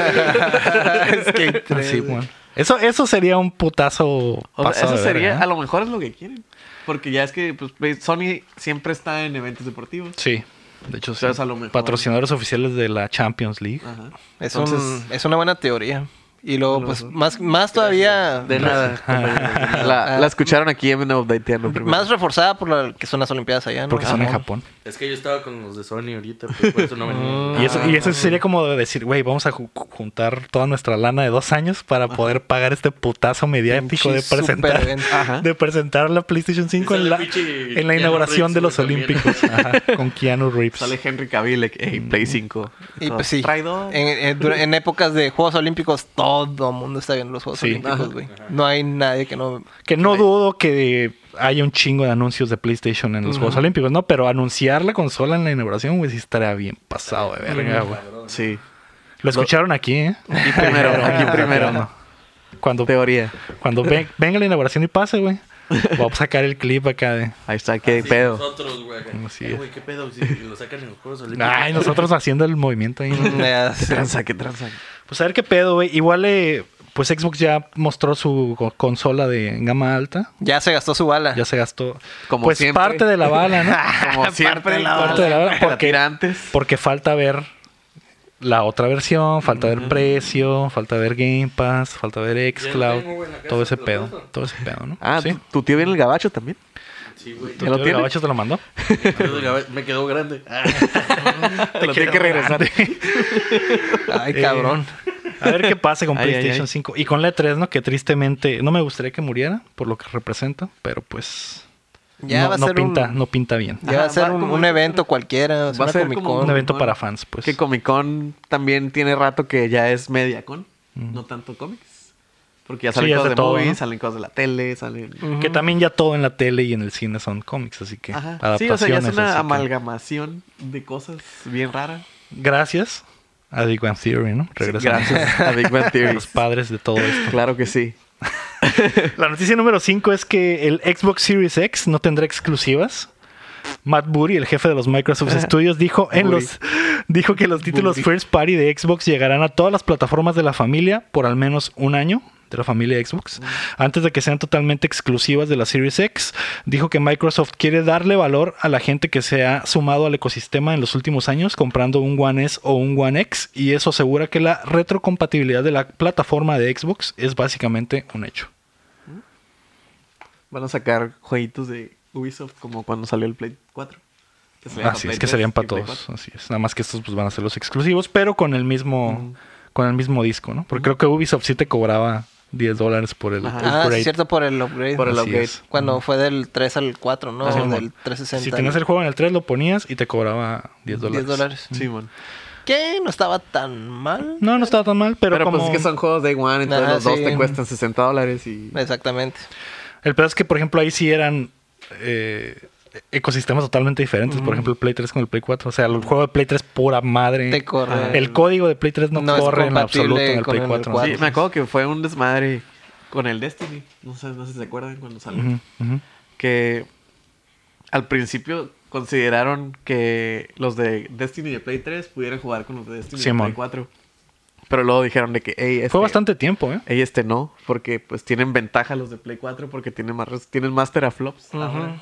*laughs* 3. Skate tres. Así, mon. Eso, eso sería un putazo. O sea, pasado eso de verga, sería, ¿eh? a lo mejor es lo que quieren. Porque ya es que pues, Play- Sony siempre está en eventos deportivos. Sí. De hecho, sí. Entonces, a lo mejor- patrocinadores oficiales de la Champions League. Ajá. Es, Entonces, un- es una buena teoría. Y luego, pues, más, más todavía. de nada. compañero. *laughs* la, la escucharon aquí en Updateando primero. Más reforzada por la que son las Olimpiadas allá, ¿no? Porque son en Ajá. Japón. Es que yo estaba con los de Sony ahorita, pues, por *laughs* eso Mm, no venía. Y Ah, eso, y eso sería como de decir, güey, vamos a ju- juntar toda nuestra lana de dos años para poder pagar este putazo mediático de Pinche presentar, *laughs* superevento. Ajá. de presentar la PlayStation 5 en sale la, pinche en la Keanu inauguración Reeves, de los güey, *laughs* Olímpicos Ajá, con Keanu Reeves. Sale Henry Cavill, like, hey, Mm. Play 5. Y No, pues sí. Trae dos. En, en- dura- en épocas de Juegos Olímpicos, todo el mundo está viendo los Juegos Sí. Olímpicos, güey. No hay nadie que no. Que no dudo que haya un chingo de anuncios de PlayStation en los Juegos Olímpicos, ¿no? Pero anunciar la consola en la inauguración, güey, sí estaría bien pasado de verga, güey. Sí. Lo escucharon aquí, ¿eh? Aquí *laughs* primero, aquí primero. Cuando, Teoría. cuando ven- venga la inauguración y pase, güey. Vamos a sacar el clip acá de... Ahí está, qué Ah, Sí, pedo. Nosotros, güey. acá. Así Eh, es. güey, qué pedo. Si lo sacan en los Juegos Olímpicos. Ay, nosotros haciendo el movimiento ahí. ¿no? Ya, Qué tranza, qué tranza. Pues a ver qué pedo, güey. Igual, eh, pues Xbox ya mostró su co- consola de gama alta. ya se gastó su bala. Ya se gastó. Como pues siempre. parte de la bala, *laughs* ¿no? Como siempre, de la parte de la bala. Porque, antes. porque falta ver la otra versión, falta ver precio, falta ver Game Pass, falta ver Xcloud, tengo, güey, en la casa, todo ese ¿te lo pedo. paso? Todo ese pedo, ¿no? Ah, sí. ¿tu, tu tío viene el gabacho también. Sí, güey. ¿Tu ¿Ya lo tío tiene? Gabacho te lo mandó? Me *laughs* quedó grande. Ah, Te *laughs* lo tiene que regresar. Ay, Eh, cabrón. A ver qué pasa con *laughs* Ay, ay, PlayStation ay. 5 y con la 3, ¿no? Que tristemente no me gustaría que muriera por lo que representa, pero pues Ya no, va a no ser pinta, un. no pinta bien. Ya va a Ajá, ser va un, como- un evento cualquiera. o sea, Va a una ser Comic como Con. Un evento Bueno. para fans, pues. Que Comic Con también tiene rato que ya es media con, no tanto cómics. Porque ya Mm. Sí, salen ya es cosas de de, todo, movies, ¿no? Mm. salen cosas de la tele, salen. Que también ya todo en la tele y en el cine son cómics, así que Ajá. adaptaciones. Sí, o sea, ya es así una que- amalgamación de cosas bien raras. Gracias a Big Bang Theory, ¿no? Sí, Regresamos gracias a Big *laughs* Bang a Theory. los padres de todo esto. claro que sí. La noticia número 5 es que el Xbox Series X no tendrá exclusivas. Matt Booty, el jefe de los Microsoft Studios, dijo en Booty. los dijo que los títulos first party de Xbox llegarán a todas las plataformas de la familia por al menos un año de la familia Xbox antes de que sean totalmente exclusivas de la Series X. Dijo que Microsoft quiere darle valor a la gente que se ha sumado al ecosistema en los últimos años comprando un One S o un One X y eso asegura que la retrocompatibilidad de la plataforma de Xbox es básicamente un hecho. Van a sacar jueguitos de Ubisoft como cuando salió el Play 4. que salían para Así Play Ah, es, que 3 serían y para Play todos. Así es. Nada más que estos pues, van a ser los exclusivos, pero con el Mm. mismo, con el mismo disco, ¿no? Porque creo que Ubisoft sí te cobraba 10 dólares por el Ajá. Ah, sí, upgrade. es cierto, por el upgrade. Por el Así upgrade. es. Cuando fue del 3 al 4, ¿no? Así O es. del Si 360. tenías el juego en el 3, lo ponías y te cobraba 10 10 dólares. dólares. Mm. cuatro. Sí, bueno. Que no estaba tan mal. No, no estaba tan mal, pero, Pero, como... pues es que son juegos Day One, entonces Ajá, los dos sí. te cuestan 60 dólares y... Exactamente. El pedo es que, por ejemplo, ahí sí eran eh, ecosistemas totalmente diferentes. Por ejemplo, el Play 3 con el Play 4. O sea, el juego de Play 3 pura madre. Te corre. El código de Play 3 no, No es corre en compatible absoluto en el con Play el 4. cuatro. pues, Sí, me acuerdo que fue un desmadre con el Destiny. No sé, no sé si se acuerdan cuando salió. Ujú, ujú. Que al principio consideraron que los de Destiny de Play 3 pudieran jugar con los de Destiny de Simón. Play 4. Pero luego dijeron de que, hey, este, Fue bastante tiempo, ¿eh? "Ey, este no, porque pues tienen ventaja los de Play 4 porque tienen más, res- tienen más teraflops. ahora.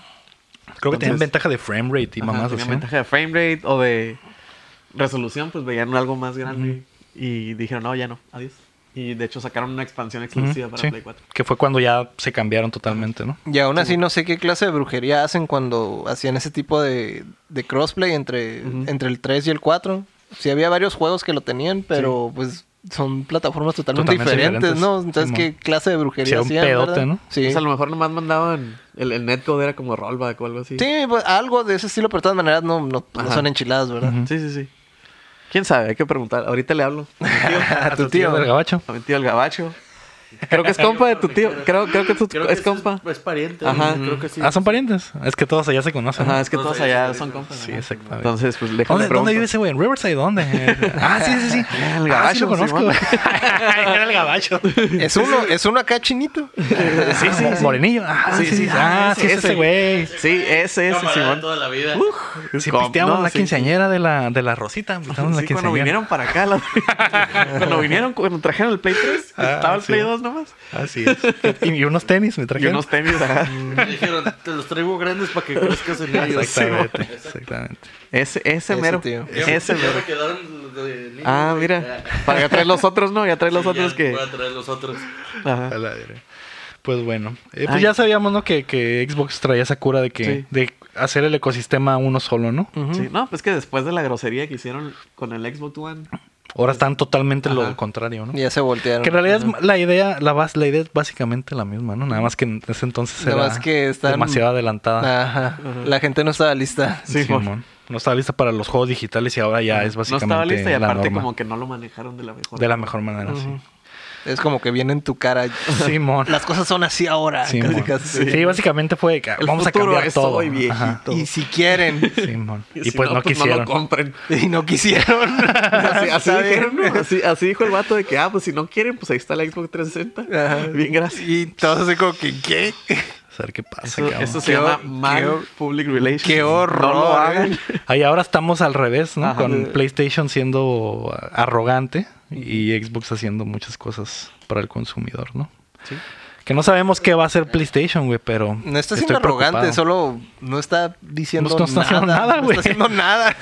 Creo que tenían Entonces- ventaja de frame rate y Ajá, mamás tenían así. ¿no? ventaja de frame rate o de resolución, pues veían algo más grande y dijeron, no, ya no, adiós. Y de hecho sacaron una expansión exclusiva para Sí, Play 4. Que fue cuando ya se cambiaron totalmente, ¿no? Y aún así no sé qué clase de brujería hacen cuando hacían ese tipo de, de crossplay entre, entre el 3 y el 4. Sí había varios juegos que lo tenían, pero pues son plataformas totalmente, Totalmente diferentes, diferentes. ¿no? Entonces, Simón. ¿qué clase de brujería Sí, un hacían, pedote, verdad? ¿no? Sí. O sea, a lo mejor nomás mandaban. El, el netcode era como rollback o algo así. Sí, pues, algo de ese estilo, pero de todas maneras no, no, no Ajá. son enchiladas, ¿verdad? Sí, sí, sí. *laughs* *laughs* ¿Quién sabe? Hay que preguntar. Ahorita le hablo. A mi tío, A tu tío. del gabacho. a mi tío el gabacho. Creo que es compa de tu tío. Creo, creo que, tu- Creo que es compa. pues, Es pariente. Ajá. Creo que sí. Ah, son parientes. Es que todos allá se conocen. ¿no? Ajá, es que No todos sé, allá sí, son sí, compas. Sí, ¿no? exactamente. Entonces, pues déjame ¿Dónde, ¿Dónde preguntar. vive ese güey? ¿En Riverside? ¿Dónde? *laughs* ah, sí, sí, sí. el ah, sí gabacho, lo conozco. Simón. *laughs* Era el *laughs* gabacho. Es uno, es uno acá chinito. *laughs* Sí, sí, Morenillo. Ah, sí, sí. Ah, sí, es ese güey. Sí, ese es Camarada Simón. toda la vida. Sí, Com- pisteamos no, la sí. quinceañera de la, de la Rosita. invitamos la Sí, cuando quinceañera. vinieron para acá, la- *laughs* cuando vinieron, cuando trajeron el Play 3, Ah, estaba el sí. Play 2 nomás. Así es. Y, y unos tenis me Y trajeron. unos tenis. ajá. Me dijeron, te los traigo grandes para que crezcas en ellos. Exactamente, exactamente. Ese, ese Ese mero. tío. Ya me- Ese ya mero. me quedaron los de niño, Ah, güey. mira. Ah, Para que traer los otros, ¿no? Ya traer los sí, otros ya que. Voy a traer los otros. Ajá. A la verga. Pues bueno, Eh, pues Ay. ya sabíamos, ¿no? Que, que Xbox traía esa cura de que Sí. de hacer el ecosistema uno solo, ¿no? Sí, no, pues que después de la grosería que hicieron con el Xbox One. Ahora están totalmente lo Ajá. contrario, ¿no? Ya se voltearon. Que en realidad es la idea, la, bas- la idea es básicamente la misma, ¿no? Nada más que en ese entonces Nada era más que están- demasiado adelantada. Ajá. La gente no estaba lista. Ah, sí, Simón. mon. No estaba lista para los juegos digitales y ahora ya es No básicamente estaba lista y la aparte norma. como que no lo manejaron de la mejor. De la mejor manera, Es como que viene en tu cara. sí. *laughs* *laughs* Simón. Las cosas son así ahora. Sí, casi, mon. casi. Sí, básicamente fue que El vamos a futuro cambiar es todo. hoy, ¿no? Ajá. viejito. Y si *laughs* quieren. Sí, mon. Y, si pues no, quisieron. No lo compren. *laughs* Y *laughs* no quisieron. Así, así Está bien. dijeron, ¿no? Así, así dijo el vato de que, ah, pues si no quieren, pues ahí está la Xbox 360. Ajá. Bien, gracias. Y todos así como que, ¿qué? A ver qué pasa. Eso, cabrón. eso se Qué llama hor- mal qué hor- public relations. qué horror, No lo hagan. eh. Ahí ahora estamos al revés, ¿no? Ajá. Con PlayStation siendo arrogante y Xbox haciendo muchas cosas para el consumidor, ¿no? Sí. Que no sabemos qué va a hacer PlayStation, güey, pero. No está siendo estoy arrogante, preocupado. solo no está diciendo No- no está haciendo nada. nada, no güey. está haciendo *laughs* nada.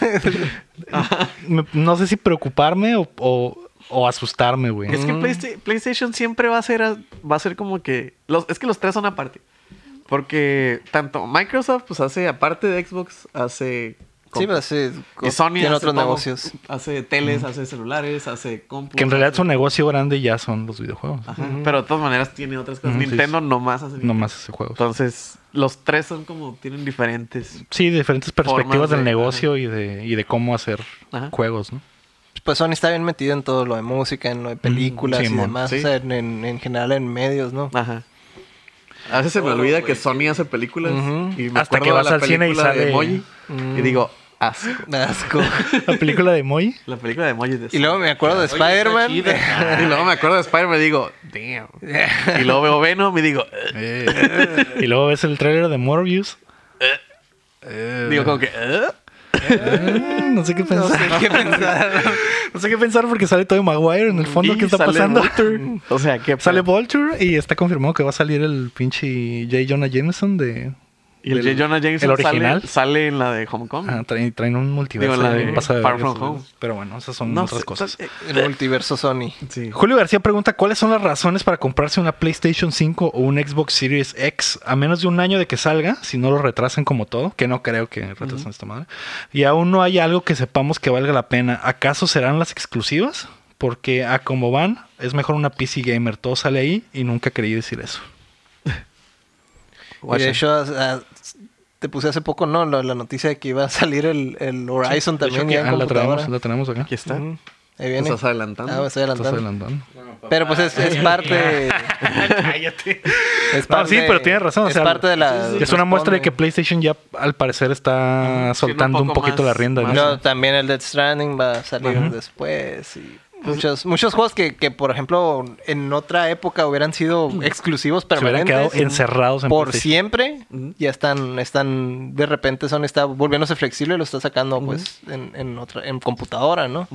Me- no sé si preocuparme o, o- o asustarme, güey. Es que Playsta- PlayStation siempre va a ser, a- va a ser como que... Los, es que los tres son aparte. Porque tanto Microsoft, pues hace, aparte de Xbox, hace... sí, compu. pero sí, Y Sony tiene hace otros todo. negocios. Hace teles, hace celulares, hace compu. Que en realidad su negocio grande ya son los videojuegos. Ajá, Pero de todas maneras tiene otras cosas. Ujú, Mm, sí, Nintendo nomás hace... No más ese juego. Entonces, los tres son como... Tienen diferentes... Sí, diferentes perspectivas Formas de- del negocio y de, y de cómo hacer Ajá. juegos, ¿no? Pues Sony está bien metido en todo lo de música, en lo de películas sí, y mon, demás. sí. O sea, en, en- en general en *laughs* medios, ¿no? Ajá. A veces se me olvida que Sony hace películas. Ujú. y me Hasta acuerdo que de vas la al cine y película de sale- Mm. Emoji. Y digo, asco. *laughs* Asco. La película de Moy. La película de Emoji. de y luego me acuerdo de Oye, está Spider-Man. *laughs* chida. *laughs* Y luego me acuerdo de Spider-Man y digo, damn. Y luego veo Venom y digo, "Eh". y luego ves el tráiler de Morbius. digo como que, "Eh". Ah, no sé qué No pensar. sé qué pensar. No sé qué pensar porque sale Tobey Maguire en el fondo. Y ¿Qué está sale pasando? Vulture. O sea, que *laughs* Sale Vulture y está confirmado que va a salir el pinche J. Jonah Jameson de. Y el del- J. Jonah Jameson el original. Sale, sale en la de Hong Kong. Ah, traen, traen un multiverso. Digo, la de bien pasado de Far vergas, From Home. Pero bueno, esas son otras sé, cosas. eh, El multiverso Sony. Sí. Julio García pregunta: ¿Cuáles son las razones para comprarse una PlayStation 5 o un Xbox Series X a menos de un año de que salga? Si no lo retrasan como todo, que no creo que retrasen esta madre. Y aún no hay algo que sepamos que valga la pena. ¿Acaso serán las exclusivas? Porque a como van, es mejor una PC Gamer. Todo sale ahí y nunca creí decir eso. Y de hecho, ah, te puse hace poco, ¿no? La, la noticia de que iba a salir el, el Horizon De hecho, también. que- ya en ah, la, computadora. traemos, la tenemos acá. Aquí está. Ujú. Ahí viene. Estás adelantando. Ah, me estoy Estás adelantando. adelantando. *laughs* Pero pues *laughs* es, es parte. Cállate. Es No, parte sí, pero tienes razón, o Es sea, parte de la. Es una muestra de que responde. PlayStation ya al parecer está Ujú, siendo soltando un un poco poquito la más- rienda. ¿no? más- No, también el Dead Stranding va a salir Ajá. Pues, después. Y muchos, muchos juegos que, que, por ejemplo, en otra época hubieran sido exclusivos Mm. Se hubieran quedado permanentes. encerrados en por PlayStation. siempre ya están están de repente son está volviéndose flexible y lo está sacando pues en, en otra en computadora no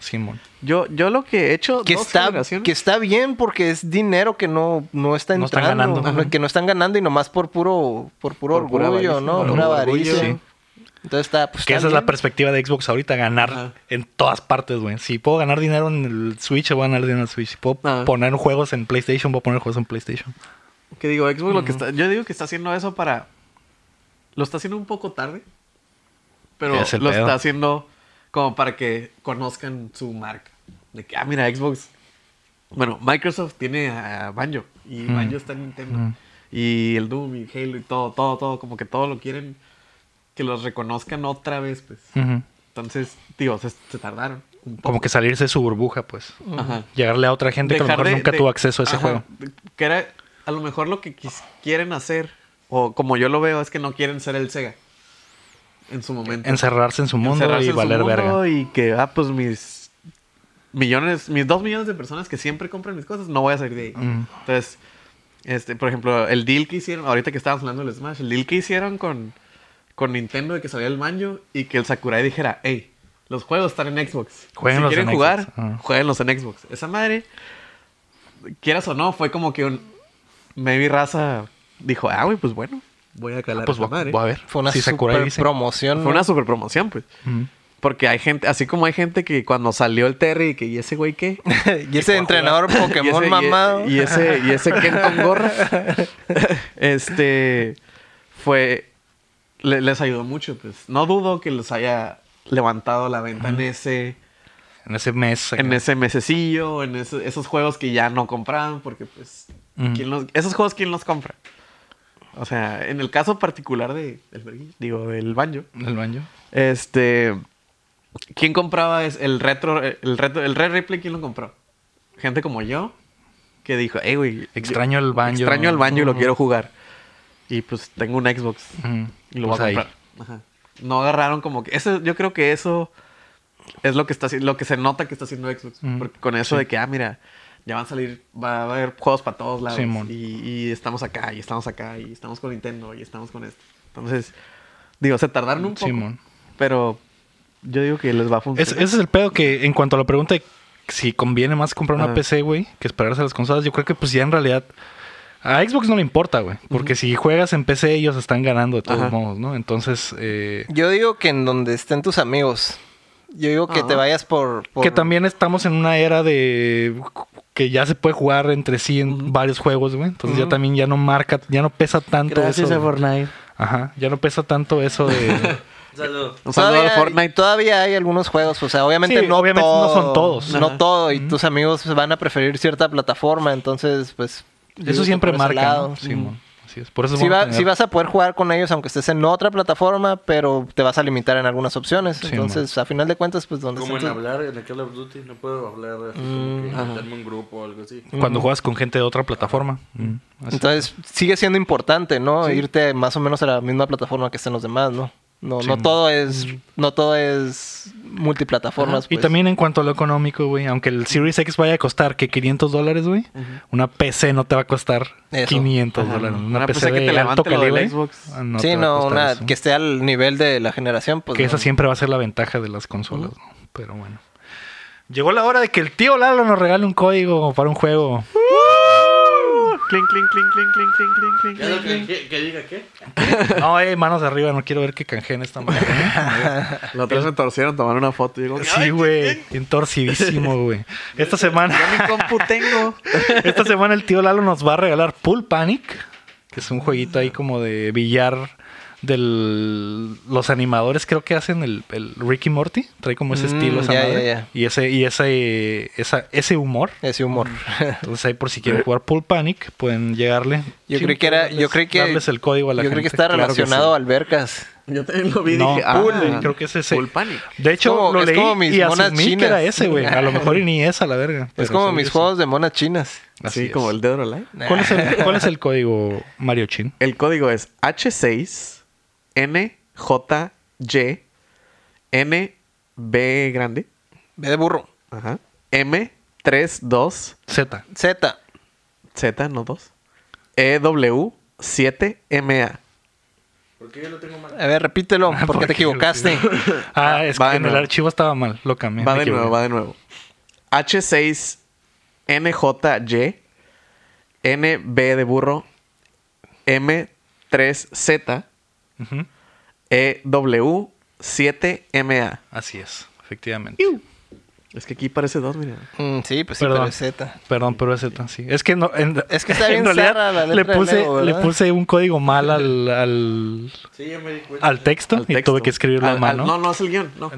Simón. Yo, yo lo que he hecho que dos está generaciones- que está bien porque es dinero que no no está No están entrando ganando. ajá, que no están ganando y nomás por puro por puro Por pura orgullo avaricia, no por una orgullo. avaricia Sí. entonces está pues Que está esa es la bien. perspectiva de Xbox ahorita, ganar Ajá. en todas partes, güey. Si puedo ganar dinero en el Switch, voy a ganar dinero en el Switch. Si puedo Ajá. poner juegos en PlayStation, voy a poner juegos en PlayStation. Que digo, Xbox lo que está... Yo digo que está haciendo eso para... Lo está haciendo un poco tarde. Pero Es el lo pedo. está haciendo como para que conozcan su marca. De que, ah, mira, Xbox... Bueno, Microsoft tiene a Banjo. Y Banjo está en Nintendo. Mm. Y el Doom y Halo y todo, todo, todo. Como que todo lo quieren... Que los reconozcan otra vez, pues. Ujú. Entonces, tío, se, se tardaron. un poco. Como que salirse de su burbuja, pues. Ajá. Llegarle a otra gente que a lo Dejar mejor de- nunca de- tuvo acceso a ese ajá, juego. de- Que era a lo mejor lo que quis- quieren hacer, o como yo lo veo, es que no quieren ser el Sega en su momento. Encerrarse en su mundo Encerrarse y en su valer mundo verga. Y que, ah, pues mis millones, mis dos millones de personas que siempre compran mis cosas, no voy a salir de ahí. Mm. Entonces, este, por ejemplo, el deal que hicieron, ahorita que estábamos hablando del Smash, el deal que hicieron con, con Nintendo de que salía el manjo y que el Sakurai dijera, hey, los juegos están en Xbox. Juéguenlos si quieren en jugar, Xbox, ajá. jueguenlos en Xbox. Esa madre, quieras o no, fue como que un maybe raza dijo, ah, güey, pues bueno. Voy a calar Pues esa voy madre. a ver. Fue una si Sakurai super dice. promoción. Fue ¿no? una super promoción, pues. Mm. Porque hay gente, así como hay gente que cuando salió el Terry y que, ¿y ese güey qué? y *laughs* ese entrenador Y *laughs* Pokémon e- ese- y- e-, mamado. Y, ese, y ese Ken con gorra. *laughs* este. Fue. le- les ayudó mucho, pues. No dudo que les haya levantado la venta en ese. En ese mes. acá. En ese mesecillo, en ese- esos juegos que ya no compraban, porque pues. Ujú. ¿quién los- esos juegos, ¿quién los compra? O sea, en el caso particular de, del Verguillo, digo, del banjo. Del baño. Este. ¿Quién compraba es- el retro, el retro, el Red Ripley? ¿Quién lo compró? Gente como yo que dijo, hey, güey. Extraño yo- el banjo". Extraño el banjo y lo Ujú. quiero jugar. Y pues tengo un Xbox Mm. y lo Pues voy a ahí. comprar. Ajá. No agarraron como que. Eso, yo creo que eso es lo que está haci- lo que se nota que está haciendo Xbox. Ujú. Porque con eso de que, ah, mira, ya van a salir, va a haber juegos para todos lados. Simón. Y, y estamos acá, y estamos acá, y estamos con Nintendo, y estamos con esto. Entonces, digo, se tardaron un poco. Simón. Pero yo digo que les va a Es- funcionar. ese es el pedo que, en cuanto a la pregunta de si conviene más comprar una Ajá. PC, güey, que esperarse a las consolas, yo creo que pues ya en realidad. A Xbox no le importa, güey. Porque si juegas en PC, ellos están ganando de todos Ajá. modos, ¿no? Entonces. eh, Yo digo que en donde estén tus amigos. Yo digo que te vayas por, por- Que también estamos en una era de que ya se puede jugar entre sí en varios juegos, güey. Entonces ya también ya no marca, ya no pesa tanto eso. güey. Fortnite. Ajá, ya no pesa tanto eso *laughs* de Saludos. Un saludo Todavía, al Fortnite. todavía hay algunos juegos, o sea, obviamente, Sí, no, obviamente no todo, son todos. No todo, y tus amigos van a preferir cierta plataforma, entonces, pues. yo digo eso que siempre por ese marca, lado. ¿no? Sí, mon. Así es. Por eso es Sí, bueno va- tener- sí vas a poder jugar con ellos aunque estés en otra plataforma, pero te vas a limitar en algunas opciones. Sí, Entonces, a final de cuentas, pues donde Como en estén tus- hablar, en el Call of Duty, no puedo hablar así como que meterme un grupo o algo así. cuando juegas con gente de otra plataforma. Mm, así. Entonces, sigue siendo importante, ¿no? Irte más o menos a la misma plataforma que estén los demás, ¿no? No, Sí, no mo. todo es no todo es multiplataformas. Y pues. también en cuanto a lo económico, güey, aunque el Series X vaya a costar que 500 dólares, güey, una PC no te va a costar Eso. 500 Ajá. dólares. Una, Una PC, PC Ah, pues que de te levante alto lo del calibre, Xbox. ah, no sí, te va a no, costar una eso. que esté al nivel de la generación, pues. que no. esa siempre va a ser la ventaja de las consolas, ¿no? Pero bueno. Llegó la hora de que el tío Lalo nos regale un código para un *laughs* juego. Uh, Clink, clink, clink, cling, clink, clink, clink, clink, clink, ¿Qué, que, clink. que- que diga qué? No, eh, manos arriba, no quiero ver que canjeen esta madre. ¿eh? *laughs* Los tres me torcieron, tomaron una foto. Y digo, Sí, güey. Entorcidísimo, güey. Esta semana. mi compu tengo. Esta semana el tío Lalo nos va a regalar Pool Panic, que es un jueguito ahí como de billar del los animadores creo que hacen el, el Ricky Morty, trae como ese Mm, estilo esa ya, ya, madre. ya. y ese y ese esa- ese humor. Ese humor. Mm. Entonces ahí por si Eh. quieren jugar Pool Panic pueden llegarle. *laughs* Yo Sí, creí que era, yo darles- creí que, darles el código a la yo creí que gente, está claro que relacionado a albercas. Yo también lo vi y No, dije, ah, Pool, creo que es ese. Pool Panic. De hecho Es como- lo es leí como mis y monas asumí que era chinas. ese, güey. A lo mejor y ni esa la verga. Es pero como según mis yo sí. juegos de monas chinas. Así Así es. como el Dead or Alive. ¿Cuál es el, cuál es el código Mario Chin? El código es H6NJY NB grande. Ve de burro. Ajá. M32 Z. Z. Z, no E 2. EW7MA. ¿Por qué yo lo tengo mal? A *laughs* ver, repítelo, porque ¿por te qué? equivocaste. Ah, es Va que de en el nuevo. archivo estaba mal, lo cambié. Va me de nuevo, equivoqué. va de nuevo. H6NJY NB de burro M3Z Ujú, EW7MA. Así es, efectivamente. Es que aquí parece dos, mira. *laughs* Mm, sí, pues sí, Perdón. pero es Z. Perdón, pero es Z, sí. Es que no. en- Es que está *laughs* en bien realidad zarra la letra le de puse, Lego, le ¿verdad? puse un código mal al, al, Sí, ya me di cuenta. al texto Al y texto. tuve que escribirlo a Al- mano. al- no, no es el guión, no.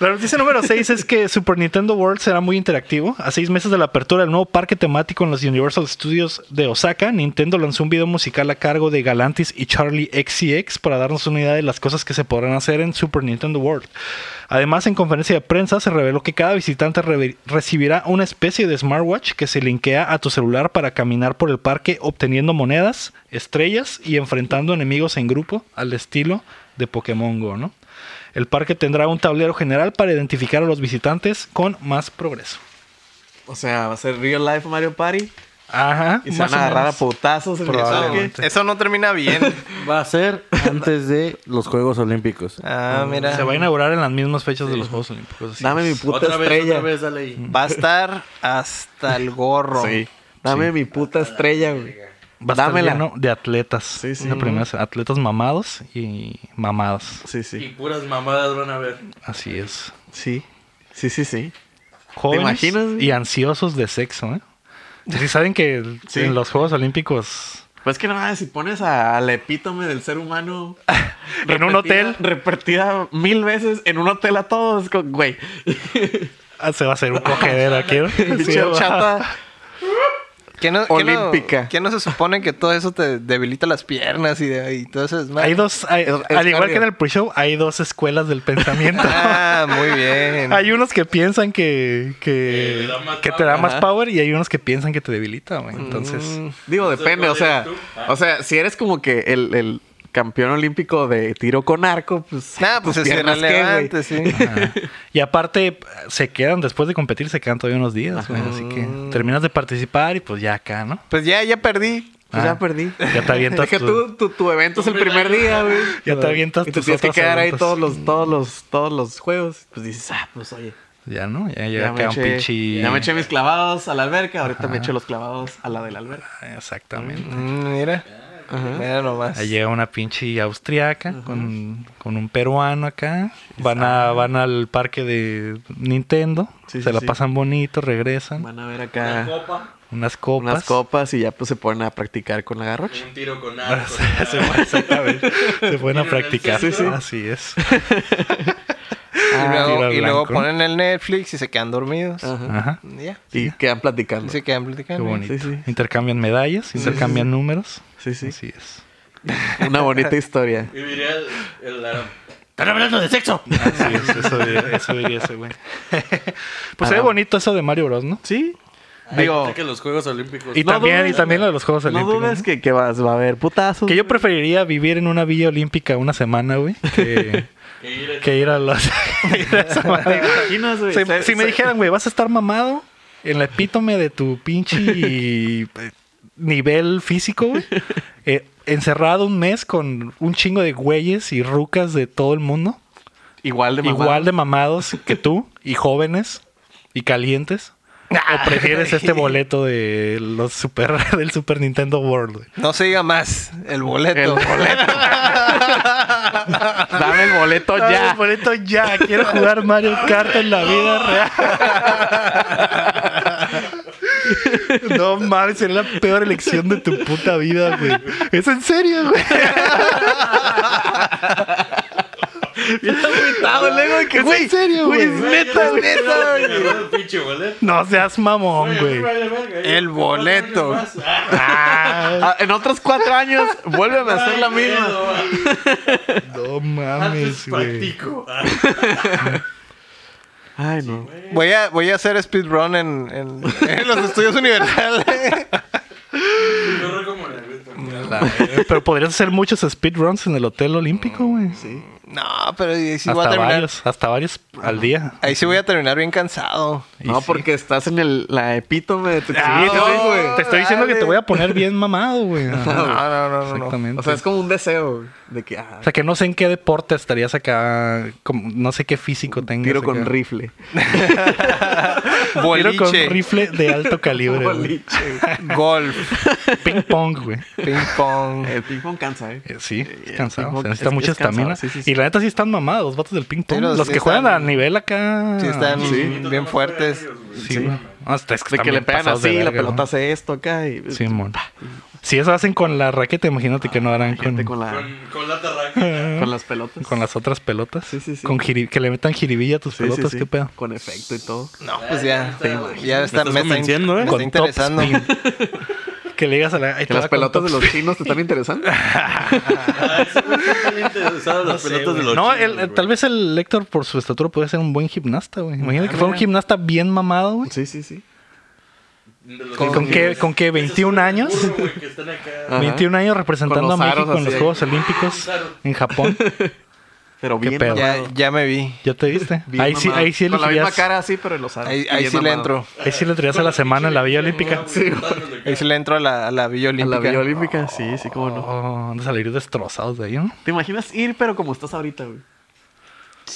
La noticia número 6 es que Super Nintendo World será muy interactivo. A seis meses de la apertura del nuevo parque temático en los Universal Studios de Osaka, Nintendo lanzó un video musical a cargo de Galantis y Charlie XCX para darnos una idea de las cosas que se podrán hacer en Super Nintendo World. Además, en conferencia de prensa se reveló que cada visitante reve- recibirá una especie de smartwatch que se linkea a tu celular para caminar por el parque obteniendo monedas, estrellas y enfrentando enemigos en grupo al estilo de Pokémon Go, ¿no? El parque tendrá un tablero general para identificar a los visitantes con más progreso. O sea, va a ser Real Life Mario Party Ajá. y se más van a o agarrar a menos. potazos en el Probablemente. parque. Exactamente. Eso no termina bien. Va a ser antes de los Juegos Olímpicos. *laughs* Ah, mira. Se va a inaugurar en las mismas fechas de los Juegos Olímpicos. así Dame mi es. puta otra vez, estrella. otra vez, dale ahí. Va a estar hasta el gorro. Sí. Dame mi puta estrella, güey. Va a estar Dámela. lleno de atletas. Sí, sí. Una primera- atletas mamados y mamadas. Sí, Y sí. puras mamadas van a ver. Así es. Sí. Sí, sí, sí. Jóvenes imaginas, güey? y ansiosos de sexo, ¿eh? Si saben que el- Sí. en los Juegos Olímpicos, Pues es que no mames, si pones a- al epítome del ser humano en un repetida- hotel, repetida mil veces en un hotel a todos, co- güey. ah, se va a hacer un cogedero aquí. ¿no? Sí, *laughs* Pinche va. chata. ¿Qué no, qué no- Olímpica. ¿Qué no se supone que todo eso te debilita las piernas y, de, y todo eso es más? Hay dos, hay- Es- es al igual que en cardio. el pre-show, hay dos escuelas del *laughs* pensamiento. Ah, muy bien. Hay unos que piensan que, que, Que le da más que te power. da más power y hay unos que piensan que te debilita, güey. Entonces, Digo, Entonces, depende, o ¿cuál sea, eres tú? Ah. o sea, si eres como que el, el campeón olímpico de tiro con arco, pues Nada, pues tus es piernas, ¿qué, güey? irrelevante, sí. y aparte, se quedan después de competir, se quedan todavía unos días, güey. Así que terminas de participar y pues ya acá, ¿no? Pues ya, ya perdí. Pues Ah. ya perdí. Ya te avientas Es que tu- tú, tu, tu evento es el primer día, güey. Ya te avientas Y te tus tienes que otras quedar ahí eventos. todos los, todos los, todos los juegos. Pues dices, ah, pues oye. Ya, ¿no? Ya, Ya llega me, acá un eché, pinche. ya me eché mis clavados a la alberca, ahorita me echo los clavados a la de la alberca. Exactamente. Mm, mira. Ah. Mira nomás. Ahí llega una pinche austriaca con, con un peruano acá. Van a, van al parque de Nintendo. Ah. Sí, se sí, la sí. pasan bonito, regresan. Van a ver Una acá copa, Unas copas. unas copas y ya pues se ponen a practicar con la garrocha. un tiro con arco. *laughs* Se fue- Exactamente. Se pueden a Miren el practicar. centro. Sí, sí. Así es. y luego, tiro y luego blanco. ponen el Netflix y se quedan dormidos. Ajá. Y Ya. Y quedan Y platicando. se quedan Qué platicando. bonito. sí. Intercambian medallas, intercambian números. Sí, sí. Así es. Una *laughs* bonita historia. Y diría el, el Aram, ¡Están hablando de sexo! Así es. Eso diría, eso diría ese güey. *laughs* Pues se ve Adam. bonito eso de Mario Bros, ¿no? Sí. "Ay, Digo, que los Juegos Olímpicos. Y Pues No también, dudes, y también lo de los Juegos no Olímpicos. dudes ¿no? que, que vas, va a haber putazos. Que yo preferiría vivir en una villa olímpica una semana, güey, que, que ir a- que ir a los. *laughs* que ir a esa madre. imaginas, güey? Si, Se- si me se- dijeran, güey, vas a estar mamado en la epítome de tu pinche *laughs* eh, nivel físico, güey. eh, encerrado un mes con un chingo de güeyes y rucas de todo el mundo. Igual de mamá. Igual de mamados que tú y jóvenes y calientes. Ah, ¿O prefieres este boleto de los super, *laughs* del Super Nintendo World, güey? No se diga más. El boleto. *laughs* Dame el boleto Dame ya. el boleto ya. Quiero jugar Mario Kart en la vida real. No mames, sería la peor elección de tu puta vida, güey. Es en serio, güey. Ah, Es en serio, güey. neta, neta, El pinche boleto. No seas mamón, güey. El boleto. Ah, en otros cuatro *laughs* años, vuélveme a hacer la misma. No mames, Antes güey. practico. Ay, no. Voy a, voy a hacer speedrun en, en, *laughs* en los estudios universales. No recomiendo. La verga. Pero podrías hacer muchos speedruns en el Hotel Olímpico, güey. No, pero ahí sí voy a Hasta terminar. varios, hasta varios al día. Ahí sí voy a terminar bien cansado. Y No, sí. porque estás en el, la epítome de tu Sí, te, exhibición, estoy, Ah, güey. te estoy diciendo que te voy a poner *laughs* bien mamado, güey. No, no, no. *laughs* Exactamente. O sea, es como un deseo güey, de que ah, O sea, que no sé en qué deporte estarías acá, como- no sé qué físico tengas. tiro acá. con rifle. Tiro con Boliche. rifle de alto calibre, güey. Golf. Ping pong, güey. Ping pong. El ping pong cansa, ¿eh? Eh, Sí, es el cansado. ping-pong se es- necesita es mucha cansado, estamina. sí, sí, sí. Y la neta sí están mamados los vatos del ping pong. Sí, los, los- que sí juegan están- a nivel acá. Sí, están Sí, bien fuertes. sí, güey. Hasta es que De están que le bien pegan pues pasados de así, la verga, pelota ¿no? hace esto acá y Sí, mon. Si eso hacen con la raqueta, imagínate que no harán con, gente con, la, Con, con la tarraca. con las pelotas. con las otras pelotas. Sí, sí, sí. Con jiri- que le metan jiribilla a tus Sí, sí, pelotas, sí. qué pedo. Con efecto y todo. No, pues ya. Te imaginas. Ya está, estás me está, convenciendo, me ¿eh? está Con top interesando. *laughs* Que le digas a la. ahí te Que va las con pelotas top de los chinos te *laughs* están interesando. Ah, ese güey está bien interesado en las Sí, pelotas de güey. los No, chinos, el- el- güey. tal vez el Héctor por su estatura puede ser un buen gimnasta, güey. Imagínate que fuera Ah, un gimnasta bien mamado, güey. Sí, sí, sí. De los ¿Con, chinos. qué, ¿Con qué? ¿21 años? Ah, Burro, güey, que están acá. Ajá. 21 años representando a Con los aros México en así los de- Juegos Olímpicos en *laughs* Japón. Pero Qué bien. pedo. mamado, Ya, ya me vi. ¿Ya te viste? bien ahí, sí, mamado. ahí sí Con la misma elegirías. cara así, pero en los aros. Ahí, ahí Bien sí le mamado. entro. Ahí sí le entregas a la semana en la Villa Olímpica. Sí, güey. Ahí sí le entro a la, a la Villa A la Olímpica. Villa Olímpica, sí, sí, cómo no. Oh, andas a salir destrozados de ahí, ¿no? ¿Te imaginas ir, pero como estás ahorita, güey?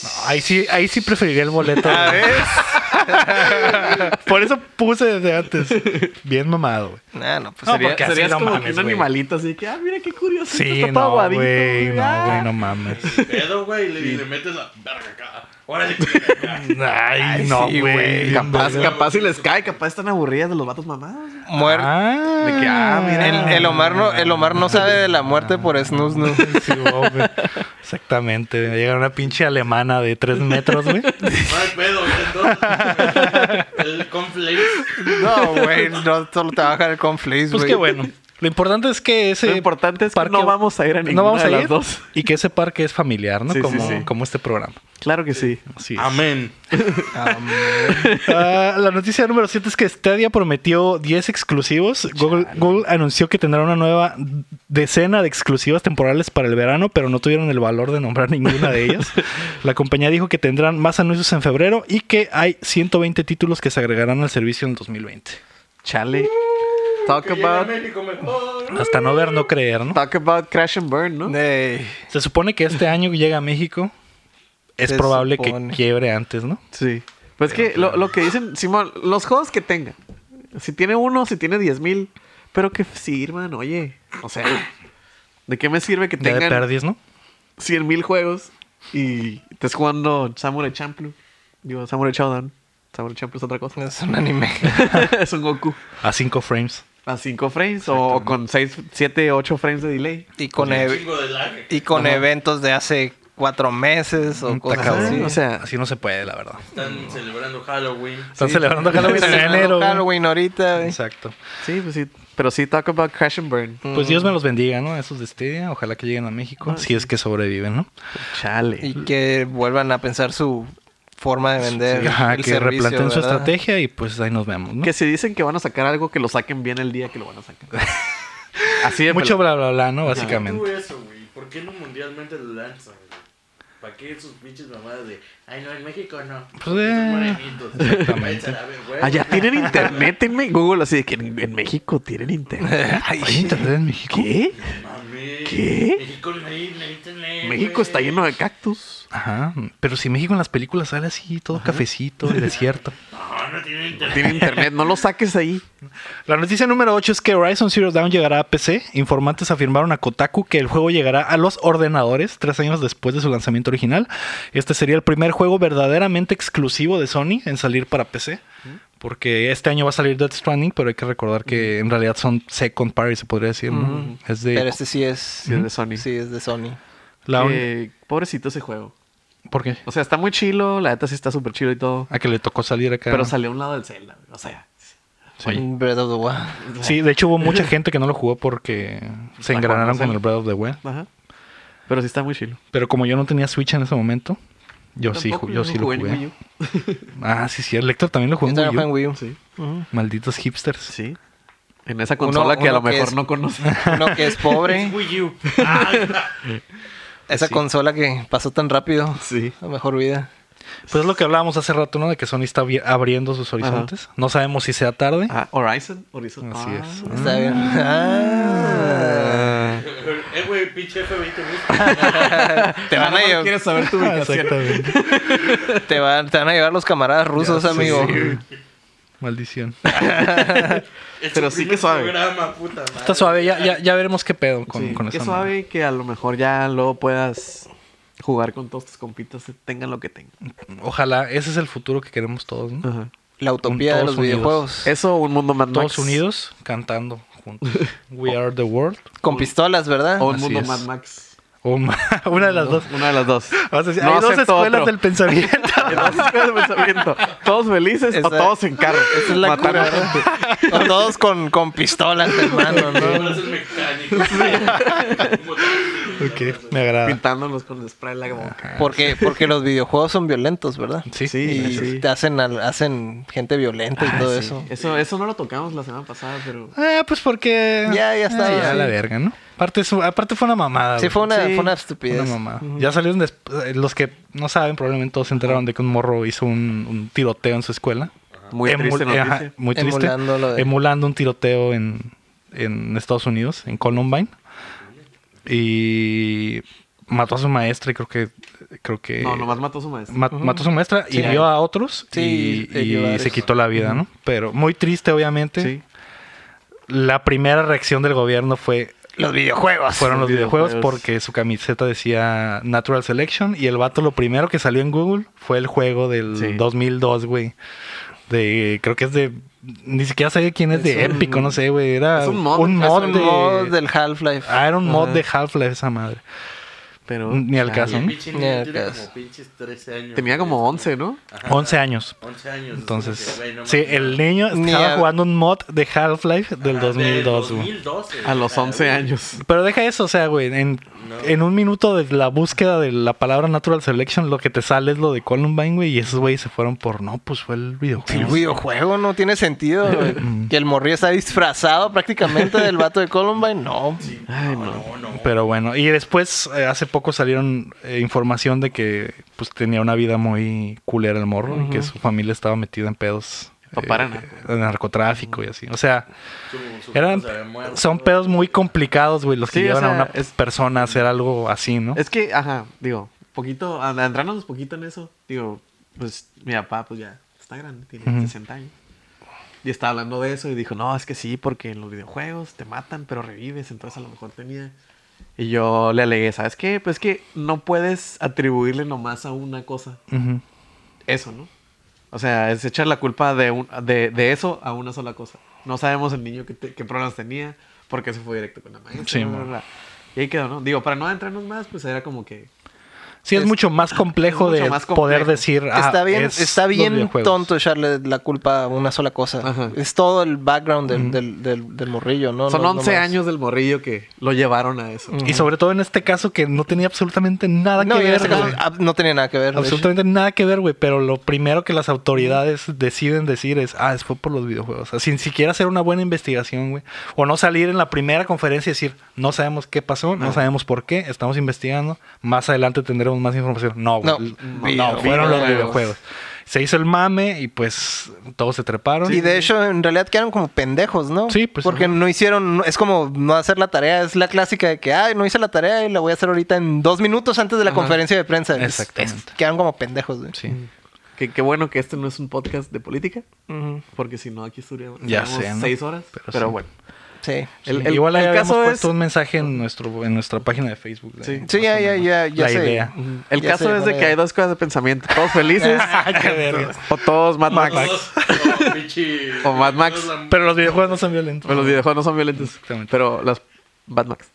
Ah, Ahí sí, ahí sí preferiría el *laughs* boleto. Ah, güey. Por eso puse desde antes. Bien mamado, güey. Nah, no, pues No, sería- porque así Serías no como que mames, un güey. animalito así que, ah, mira qué curioso. Sí, está todo no, aguadito, güey. No, ah. güey, no mames. Pedo, güey, y le, y le metes la verga acá. Órale, culera, acá. Ay, no, sí, güey. güey. Capaz, Verga. capaz si les cae, capaz están aburridas de los vatos mamados. muer- Ah, De que, ah, mira, El, el Omar no, el Omar no sabe de la muerte por snus, no. *laughs* Sí, wow, güey. Exactamente. Llega una pinche alemana de tres metros, *laughs* güey. No hay pedo, güey, entonces. El conflict. No, güey, no solo te va a bajar el conflicto, Pues qué bueno. Lo importante es que ese Lo importante es que parque- no vamos a ir a ninguna no vamos de a las ir, dos. Y que ese parque es familiar, ¿no? Sí, sí, como, sí. como este programa. Claro que sí. Así es. Amén. *laughs* Ah, la noticia número 7 es que Stadia prometió 10 exclusivos. Google, Google anunció que tendrá una nueva decena de exclusivas temporales para el verano, pero no tuvieron el valor de nombrar ninguna de *laughs* ellas. la compañía dijo que tendrán más anuncios en febrero y que hay 120 títulos que se agregarán al servicio en el 2020. Chale. Talk Que llega a about, México mejor. Hasta no ver, no creer, ¿no? talk about Crash and Burn, ¿no? Ey, Se supone que este año llega a México. Es Se probable supone. que quiebre antes, ¿no? Sí. Pues es que lo, lo que dicen, Simón, los juegos que tenga. Si tiene uno, si tiene diez mil. Pero que sirvan, oye. O sea, ¿de qué me sirve que Ya de tengan perdis, ¿no? cien mil juegos y estés jugando Samurai Champloo? Digo, Samurai Showdown. Samurai Champloo es otra cosa. Pues- es un anime. *laughs* es un Goku. A 5 frames. A 5 frames o con 6, 7, 8 frames de delay. Y con, Un ev- chingo de lag. y con eventos de hace cuatro meses o Está cosas cabrón. así. O sea, Así no se puede, la verdad. Están celebrando Halloween. Están celebrando Halloween en Estrenando enero. güey. Halloween ahorita, güey. Exacto. sí, pues sí. Pero sí, talk about Crash and Burn. Pues Dios me los bendiga, ¿no? Esos de Stadia. Ojalá que lleguen a México. si es que sobreviven, ¿no? Chale. Y que vuelvan a pensar su forma de vender. Ajá, el que servicio, replanteen su ¿verdad? estrategia y pues ahí nos vemos, ¿no? Que si dicen que van a sacar algo, que lo saquen bien el día que lo van a sacar. *laughs* Así de Mucho pelado. bla, bla, bla, ¿no? Tú Básicamente. eso, güey. ¿Por qué no mundialmente lo lanzan, güey? ¿Para qué esos pinches mamadas de. Ay, no, en México no. Pues, eh, exactamente. Allá Ah, tienen internet en Me- Google, así de que en, en México *laughs* tienen internet. ¿Hay internet en México? ¿Qué? ¿Qué? ¿Qué? México no hay no hay internet. México güey. está lleno de cactus. Ajá. Pero si México en las películas sale así, todo cafecito y desierto. No, no tiene internet. Tiene internet, no lo saques ahí. La noticia número 8 es que Horizon Zero Dawn llegará a PC. Informantes afirmaron a Kotaku que el juego llegará a los ordenadores tres años después de su lanzamiento original. Este sería el primer juego verdaderamente exclusivo de Sony en salir para PC. Porque este año va a salir Death Stranding, pero hay que recordar que en realidad son second party, se podría decir, ¿no? Es de... Pero este sí es. es de Sony. Sí, es de Sony. la un- Eh, pobrecito ese juego. ¿Por qué? O sea, está muy chilo, la neta sí está súper chilo y todo. A que le tocó salir acá. Pero salió a un lado del Zelda. güey. O sea, sí. Breath of the Wild. Sí, de hecho hubo mucha gente que no lo jugó porque se Ajá, engranaron no sé. con el Breath of the Wild. ajá. Pero sí está muy chilo. Pero como yo no tenía Switch en ese momento, yo sí, Tampoco ju- yo no sí lo en jugué. Wii U. Ah, sí, sí, el Lector también lo jugó Yo en también Wii juego U. en Wii U. Sí. Malditos hipsters. Sí. En esa consola que a uno lo que mejor es- no conoce. *laughs* Uno que es pobre. *laughs* Es Wii *laughs* U. Esa consola que pasó tan rápido. Sí. La mejor vida. Pues es lo que hablábamos hace rato, ¿no? De que Sony está abri- abriendo sus horizontes. No sabemos si sea tarde. Ah, Horizon. Horizon. Así Ah. es. Está bien. Ah. Eh, güey, pinche F20 mil. Te van a llevar. ¿Quieres *laughs* saber tu ubicación? Exactamente. *laughs* Te van, te van a llevar los camaradas rusos, amigo. Maldición. *laughs* Pero su sí primer que suave. programa, *laughs* puta madre. Está suave, ya, ya, ya veremos qué pedo con, Sí, con que esa madre. suave que a lo mejor ya luego puedas jugar con todos tus compitas, eh, tengan lo que tengan. Ojalá, ese es el futuro que queremos todos, ¿no? La utopía de Todos los unidos. videojuegos. Eso, un mundo Mad Max. Todos unidos cantando *laughs* juntos. We are the world. Con pistolas, ¿verdad? O un Así mundo es. Mad Max. O ma- *laughs* una de las dos. Una de *laughs* las dos. Vas a decir, No hay dos acepto escuelas otro. del pensamiento. *laughs* Dos escuelas de pensamiento. Todos felices Esa- o todos en carro. Esa es la Matar cura, a ¿verdad? gente. O Todos *laughs* con, con pistolas, hermano, Ahora ¿no? es el mecánico. Un motor. ok, me agrada. *laughs* Pintándolos con el spray en la boca. Porque, porque los videojuegos son violentos, ¿verdad? Sí, Sí, Y sí. Ah, te hacen, al- hacen gente violenta y todo Sí. eso. eso. Eso no lo tocamos la semana pasada, pero... Ah, pues porque. Ya, ya está, Ah, ya sí. la verga, ¿no? Aparte, su- aparte fue una mamada. Sí, güey. fue una, Sí, fue una Una estupidez. mamada. Ya salieron desp- los que no saben, probablemente todos se enteraron de que un morro hizo un, un tiroteo en su escuela. Muy Emul- triste noticia. Em, ajá, muy triste. Emulando lo de- Emulando un tiroteo en, en Estados Unidos, en Columbine. Y mató a su maestra y creo que... Creo que No, nomás mató a su maestro. ma- mató a su maestra, y hirió a otros Sí, y- y, hirió a se varios. quitó la vida, ¿no? Pero muy triste, obviamente. Sí. La primera reacción del gobierno fue Los videojuegos. fueron los videojuegos, videojuegos. porque su camiseta decía Natural Selection y el vato lo primero que salió en Google fue el juego del Sí. 2002, güey. De creo que es de ni siquiera sé quién es, de Epic, o no sé, güey, era es un mod, es Un de- mod del Half-Life. Ah, era un mod de Half-Life esa madre. Pero... Ni al Ah, caso, Y el ¿no? pinche niño Ya, tiene cas. como pinches 13 años. Tenía como 11, ¿no? 11 años. 11 años. es como Entonces, que, güey, no Ah, sí, mames. el niño Ni estaba a- jugando un mod de Half-Life del Ajá, 2002, güey. 2012. A los o sea, 11 güey. años. Pero deja eso, o sea, güey, en, en un minuto de la búsqueda de la palabra Natural Selection, lo que te sale es lo de Columbine, güey, y esos güeyes se fueron por, no, pues fue el El videojuego. videojuego no tiene sentido. *laughs* güey. que el morrillo está disfrazado prácticamente del vato de Columbine. No. Ay, no. Pero bueno, y después, eh, hace poco salieron eh, información de que, pues, tenía una vida muy culera el morro, y que su familia estaba metida en pedos. Papá era eh, narco. de narcotráfico y así. O sea, Su- su- eran, se había muerto. son pedos muy complicados, güey, los que Sí, o llevan a sea, una es- persona a hacer algo así, ¿no? Es que, ajá, digo, poquito, a- adentrándonos poquito en eso, digo, pues mi papá, pues ya está grande, tiene Ujú. 60 años. Y estaba hablando de eso y dijo, no, es que sí, porque en los videojuegos te matan, pero revives, entonces a lo mejor tenía. Y yo le alegué, ¿sabes qué? Pues que no puedes atribuirle nomás a una cosa Ujú. eso, ¿no? O sea, es echar la culpa de, un- de, de eso a una sola cosa. No sabemos el niño qué, te- qué problemas tenía, por qué se fue directo con la maestra. Sí, bla, bla, mo. bla. Y ahí quedó, ¿no? Digo, para no adentrarnos más, pues era como que Sí, es, Es- mucho más complejo es mucho de más poder complejo. decir. ah, está bien, es está los bien videojuegos. tonto echarle la culpa a una sola cosa. Ajá. Es todo el background del, del, del, del morrillo, ¿no? Son No- no 11 más. años del morrillo que lo llevaron a eso. Y sobre todo en este caso que no tenía absolutamente nada No, que y en ver. este caso, güey. ab- no tenía nada que ver. de hecho. absolutamente nada que ver, güey. Pero lo primero que las autoridades deciden decir es, ah, es fue por los videojuegos. O sea, sin siquiera hacer una buena investigación, güey. O no salir en la primera conferencia y decir, no sabemos qué pasó, no, sabemos por qué, estamos investigando. Más adelante tendremos más información. No, güey. No, L- No, videojuegos. fueron los videojuegos. Se hizo el mame y pues todos se treparon. Y de hecho, en realidad quedaron como pendejos, ¿no? Sí, pues, Porque ajá. no hicieron, no- es como no hacer la tarea, es la clásica de que, ay, no hice la tarea y la voy a hacer ahorita en dos minutos antes de la conferencia de prensa. Es- Exactamente. es- quedaron como pendejos, güey. Sí. Que qué bueno que este no es un podcast de política, porque si no aquí estuviéramos Ya estuviéramos sé, ¿no? seis horas. Pero Pero, sí. bueno, Sí. el, Sí, el- Igual ahí el habíamos caso es, puesto un mensaje en, nuestro, en nuestra página de Facebook. de- Sí. Sí, ya, ya, ya, ya La sé. idea. Ujú. el Mm, Ya sé, caso es de buena que hay idea. dos cosas de pensamiento, *laughs* todos felices Ah, qué verga. o todos Mad Max. Todos- todos pinche- O Mad Max. todos la- Pero los videojuegos no son violentos. Pero los videojuegos no son violentos, Exactamente. pero las Mad Max.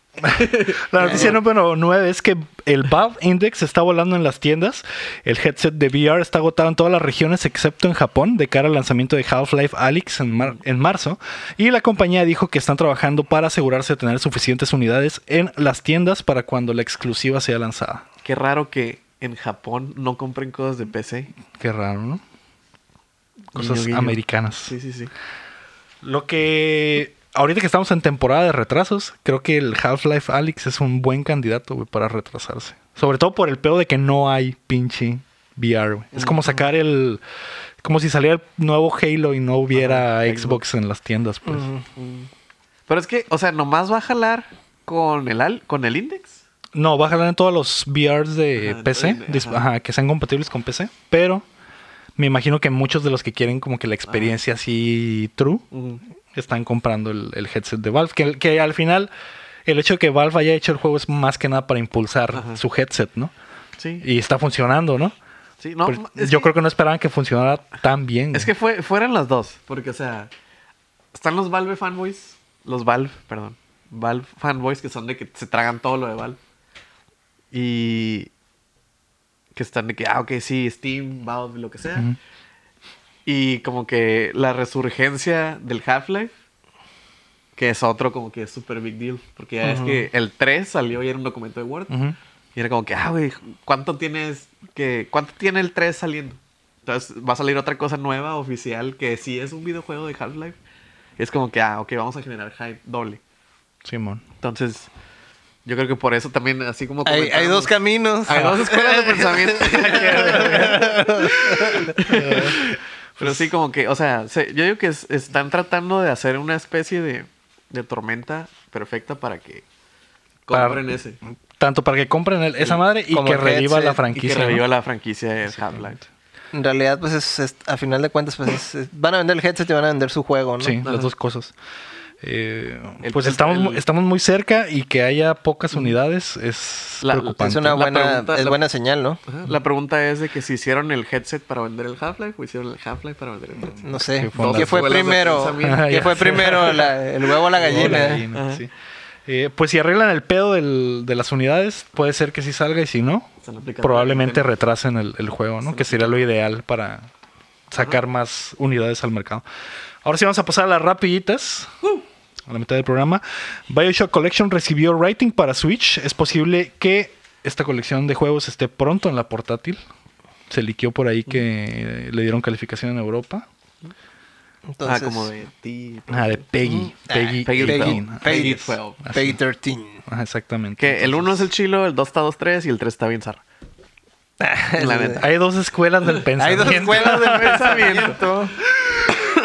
La noticia número 9 es que el Valve Index está volando en las tiendas. El headset de VR está agotado en todas las regiones excepto en Japón de cara al lanzamiento de Half-Life Alyx en, mar- en marzo. Y la compañía dijo que están trabajando para asegurarse de tener suficientes unidades en las tiendas para cuando la exclusiva sea lanzada. Qué raro que en Japón no compren cosas de PC. Qué raro, ¿no? Cosas Guiño, guiño. americanas. Sí, sí, sí. Lo que. Ahorita que estamos en temporada de retrasos, creo que el Half-Life Alyx es un buen candidato, güey, para retrasarse. Sobre todo por el pedo de que no hay pinche VR. güey. Es como sacar el. Como si saliera el nuevo Halo y no hubiera Xbox en las tiendas, pues. Pero es que, o sea, nomás va a jalar con el, al- con el index. No, va a jalar en todos los VRs de Ajá, PC, de- dis- ajá. ajá, que sean compatibles con PC, pero me imagino que muchos de los que quieren como que la experiencia así true están comprando el, el headset de Valve, que, que al final el hecho de que Valve haya hecho el juego es más que nada para impulsar su headset, ¿no? Sí. Y está funcionando, ¿no? Sí, no. Pero es yo creo que no esperaban que funcionara tan bien. Es güey. que fue, fueron las dos. Porque, o sea, Están los Valve fanboys. Los Valve, perdón. Valve fanboys que son de que se tragan todo lo de Valve. Y. Que están de que, ah, ok, sí, Steam, Valve, lo que sea. Ujú. Y como que la resurgencia del Half-Life. Que es otro como que es super big deal. Porque ya es que el 3 salió y era un documento de Word. Ujú. Y era como que, ah, güey, ¿cuánto tienes que, cuánto tiene el 3 saliendo? Entonces va a salir otra cosa nueva, oficial, que sí es un videojuego de Half-Life. Es como que, ah, ok, vamos a generar hype doble. Simón. Entonces, yo creo que por eso también, así como... Hay, hay comentábamos- dos caminos. Hay dos escuelas de pensamiento. *laughs* Pero sí, como que, o sea, se- yo digo que es- están tratando de hacer una especie de, de tormenta perfecta para que Para- compren ese. Tanto para que compren el- esa madre y Como que el reviva headset la y que Y que franquicia. ¿no? reviva la franquicia de Half-Life. En realidad, pues es, es- a final de cuentas, pues es- es- van a vender el headset y van a vender su juego, ¿no? Sí, las dos cosas. Eh, El- pues el- estamos, mu- el- estamos muy cerca y que haya pocas unidades es La- Es preocupante. una La buena, pregunta- es la- buena señal, ¿no? Ajá. La pregunta es de que si hicieron el headset para vender el Half-Life o hicieron el Half-Life para vender el headset. No sé. Que fue una- ¿Qué fue Dos escuelas de primero? pensamiento. ¿Qué Ya fue sé. *laughs* primero? la- ¿El huevo o la gallina? Ajá. sí. Eh, pues si arreglan el pedo del- de las unidades, puede ser que sí salga y si no, Están aplicando probablemente la- retrasen el, el juego, ¿no? Que sería lo ideal para sacar más unidades al mercado. Ahora sí vamos a pasar a las rapiditas. A la mitad del programa. Bioshock Collection recibió writing para Switch. Es posible que esta colección de juegos esté pronto en la portátil. Se liqueó por ahí que eh, le dieron calificación en Europa. Entonces, ah, como de ti. Ah, de Peggy. Peggy. Peggy 18. Peggy. Peggy Peggy 12. Pay 13. Ajá, exactamente. Que el 1 es el chilo, el 2 está 2, 3 y el 3 está bien zarra. *laughs* La neta. Hay dos escuelas del Hay pensamiento. dos escuelas de *laughs* pensamiento.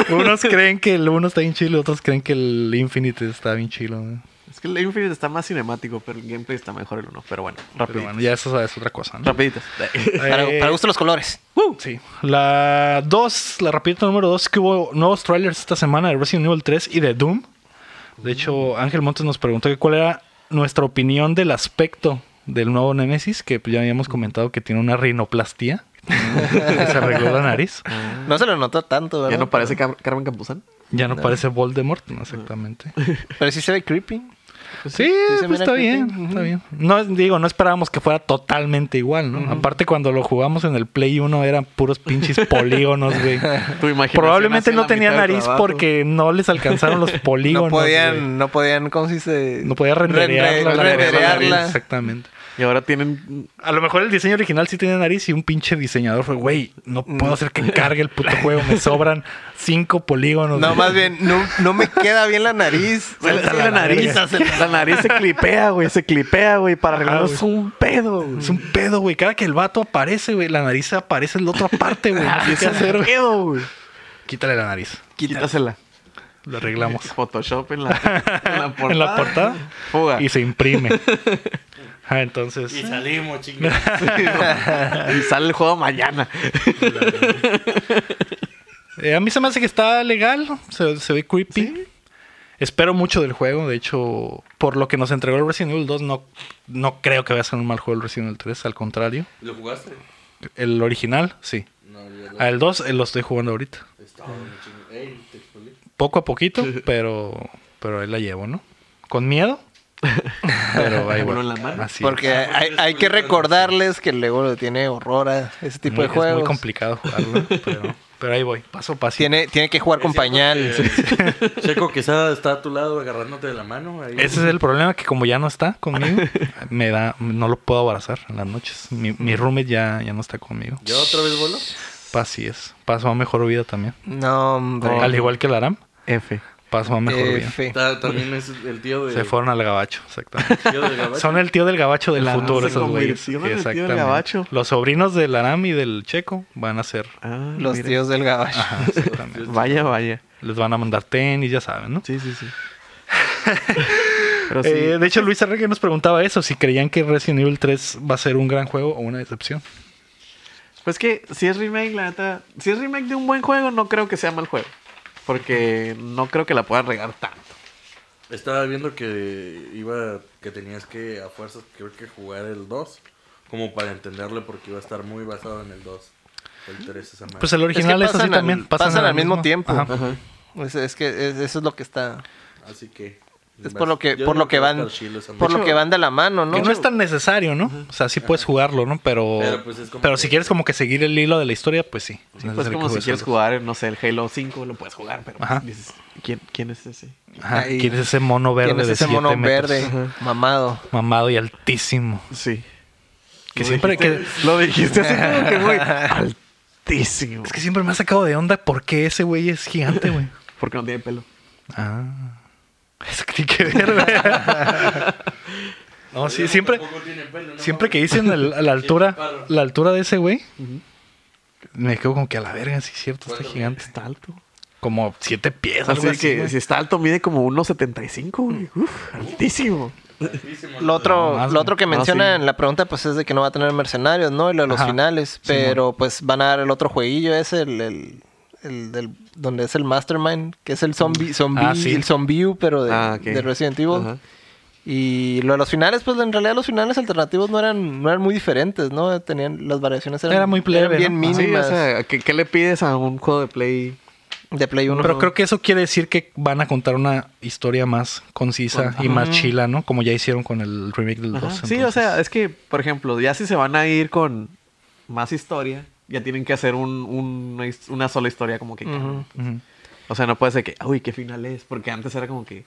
Unos creen que el uno está bien chilo, otros creen que el Infinite está bien chilo. ¿no? Es que el Infinite está más cinemático, pero el gameplay está mejor el 1. Pero bueno, Pero rapidito. bueno, ya eso es otra cosa. ¿no? Rapidito. Para, Eh, para gusto los colores. Sí. La 2, la rapidita número 2, que hubo nuevos trailers esta semana de Resident Evil 3 y de Doom. De hecho, Ángel Montes nos preguntó que cuál era nuestra opinión del aspecto del nuevo Nemesis, que ya habíamos comentado que tiene una rinoplastía. *laughs* que se arregló la nariz. No se lo notó tanto, Ya ¿verdad? no parece Car- Carmen Campuzán. Ya no parece Voldemort, no exactamente. Pero sí se ve creepy. Sí, se pues mira está creepy. bien, está bien. No, digo, no esperábamos que fuera totalmente igual, ¿no? Aparte cuando lo jugamos en el Play 1 eran puros pinches polígonos, güey. Tu imaginación Probablemente hace no la tenía mitad del nariz trabajo. porque no les alcanzaron los No polígonos. güey. podían, no podían, ¿cómo se dice? No podía renderearla. la Ren- nariz. renderearla. Exactamente. Y ahora tienen. A lo mejor el diseño original sí tenía nariz y un pinche diseñador fue, güey, no puedo hacer que cargue el puto juego, me sobran cinco polígonos. No, güey". más bien, no, no me queda bien la *laughs* nariz. Suéltala la verga. La nariz se clipea, güey. Se clipea, güey. Para arreglarlo güey. es un pedo, güey. Es un pedo, güey. Cada que el vato aparece, güey, la nariz aparece en la otra parte, *laughs* güey. No sé Es ¿Qué hacer, un güey. pedo, güey. Quítale la nariz. Quítasela. Lo arreglamos. Photoshop en la, en *laughs* la portada. En la portada. Fuga. Y se imprime. Ah, entonces. Y salimos, chingados. *laughs* Y sale el juego mañana. Eh, a mí se me hace que está legal. Se, se ve creepy. Espero mucho del juego. De hecho, por lo que nos entregó el Resident Evil 2, no, no creo que vaya a ser un mal juego el Resident Evil 3. Al contrario. ¿Lo jugaste? El original, sí. No, yo lo Al 2 eh, lo estoy jugando ahorita. Ah. estaba en chingo. Ey, te expolié. Poco a poquito, pero, pero ahí la llevo, ¿no? Con miedo. Pero ahí Uno va. en la mano. Así es. Porque hay, hay que recordarles que luego le tiene horror a ese tipo Muy- de Es muy juegos. complicado *laughs* jugarlo, pero, pero ahí voy, paso a paso. tiene, tiene que jugar con pañal. Eh, Checo quizá está a tu lado agarrándote de la mano. Ahí. Ese es el problema, que como ya no está *laughs* conmigo, me da, no lo puedo abrazar en las noches. Mi, mi roommate ya, ya no está conmigo. ¿Ya otra vez voló? Así es. Pasó a mejor vida también. No, hombre. Eh, Al igual que el Aram. F. pasó a Eh, mejor vida. F. Ta- También es el tío de. Se fueron al gabacho, *laughs* exactamente. tío de Gabacho. Son el tío del gabacho del La- futuro, se esos güeyes. convirtió en el tío del Exactamente. gabacho. Los sobrinos del Aram y del Checo van a ser. Ah, Los mira. tíos del gabacho. Ajá, *laughs* exactamente. Vaya, vaya. Les van a mandar tenis, ya saben, ¿no? Sí, sí, sí. *laughs* Ah, Pero sí. Eh, de hecho, Luis Arregue nos preguntaba eso, si creían que Resident Evil 3 va a ser un gran juego o una decepción. Pues que si es remake, la neta. Si es remake de un buen juego, no creo que sea mal juego. Porque no creo que la puedan regar tanto. Estaba viendo que iba que tenías que a fuerzas creo que jugar el 2 como para entenderle porque iba a estar muy basado en el 2. El 3 esa madre. Pues el original es, pasan así al- también. Pasan, pasan al mismo tiempo. Ajá. Pues es que es- eso es lo que está. Así que Es por lo que, Yo por digo lo que va a van, estar chido esa por madre. lo que van de la mano, ¿no? Que no es tan necesario, ¿no? O sea, sí puedes jugarlo, ¿no? Pero, pero, Pero, pues, es como que- si quieres como que seguir el hilo de la historia, pues sí. Es pues necesario que como si juegues quieres algo. jugar, no sé, el Halo 5, lo puedes jugar, pero pues, Ajá. dices, ¿quién, ¿quién es ese? Ajá, Ahí. ¿Quién es ese mono verde ¿Quién es de ese siete mono metros? verde mamado? Mamado y altísimo. Sí. Que siempre que, Lo dijiste así como que muy altísimo. es que siempre me ha sacado de onda por qué ese güey es gigante, *laughs* güey. Porque no tiene pelo. Ah. Eso que tiene que ver, güey. *laughs* No, sí, siempre, Tampoco tiene pelo, ¿no? siempre que dicen el- la *laughs* altura, la altura de ese güey, me quedo como que a la verga, sí es cierto, está gigante. Está alto. Como siete pies, algo Así, así, que güey. Mm. si está alto, mide como 1,75, güey. Uf, altísimo. Altísimo, Lo otro, No, más, lo otro que no, menciona sí. en la pregunta, pues es de que no va a tener mercenarios, ¿no? Y lo de los Ajá, finales. Pero pues van a dar el otro jueguillo, es el, el, el del- donde es el Mastermind, que es el zombie, zombie Ah, sí. el zombie, pero de, Ah, ok. de Resident Evil. Ajá. Y lo de los finales, pues en realidad los finales alternativos no eran, no eran muy diferentes, ¿no? Tenían, las variaciones eran, Era muy plebe, eran bien ¿no? Sí, o mínimas sea, ¿qué, qué le pides a un juego de Play? de Play 1. Pero creo que eso quiere decir que van a contar una historia más concisa y más chila, ¿no? Como ya hicieron con el remake del 2. Ajá. Sí, o entonces. sea, es que, por ejemplo, ya si se van a ir con más historia, ya tienen que hacer un, un- una his- una sola historia como que... canon. Ujú. O sea, no puede ser que, uy, qué final es, porque antes era como que,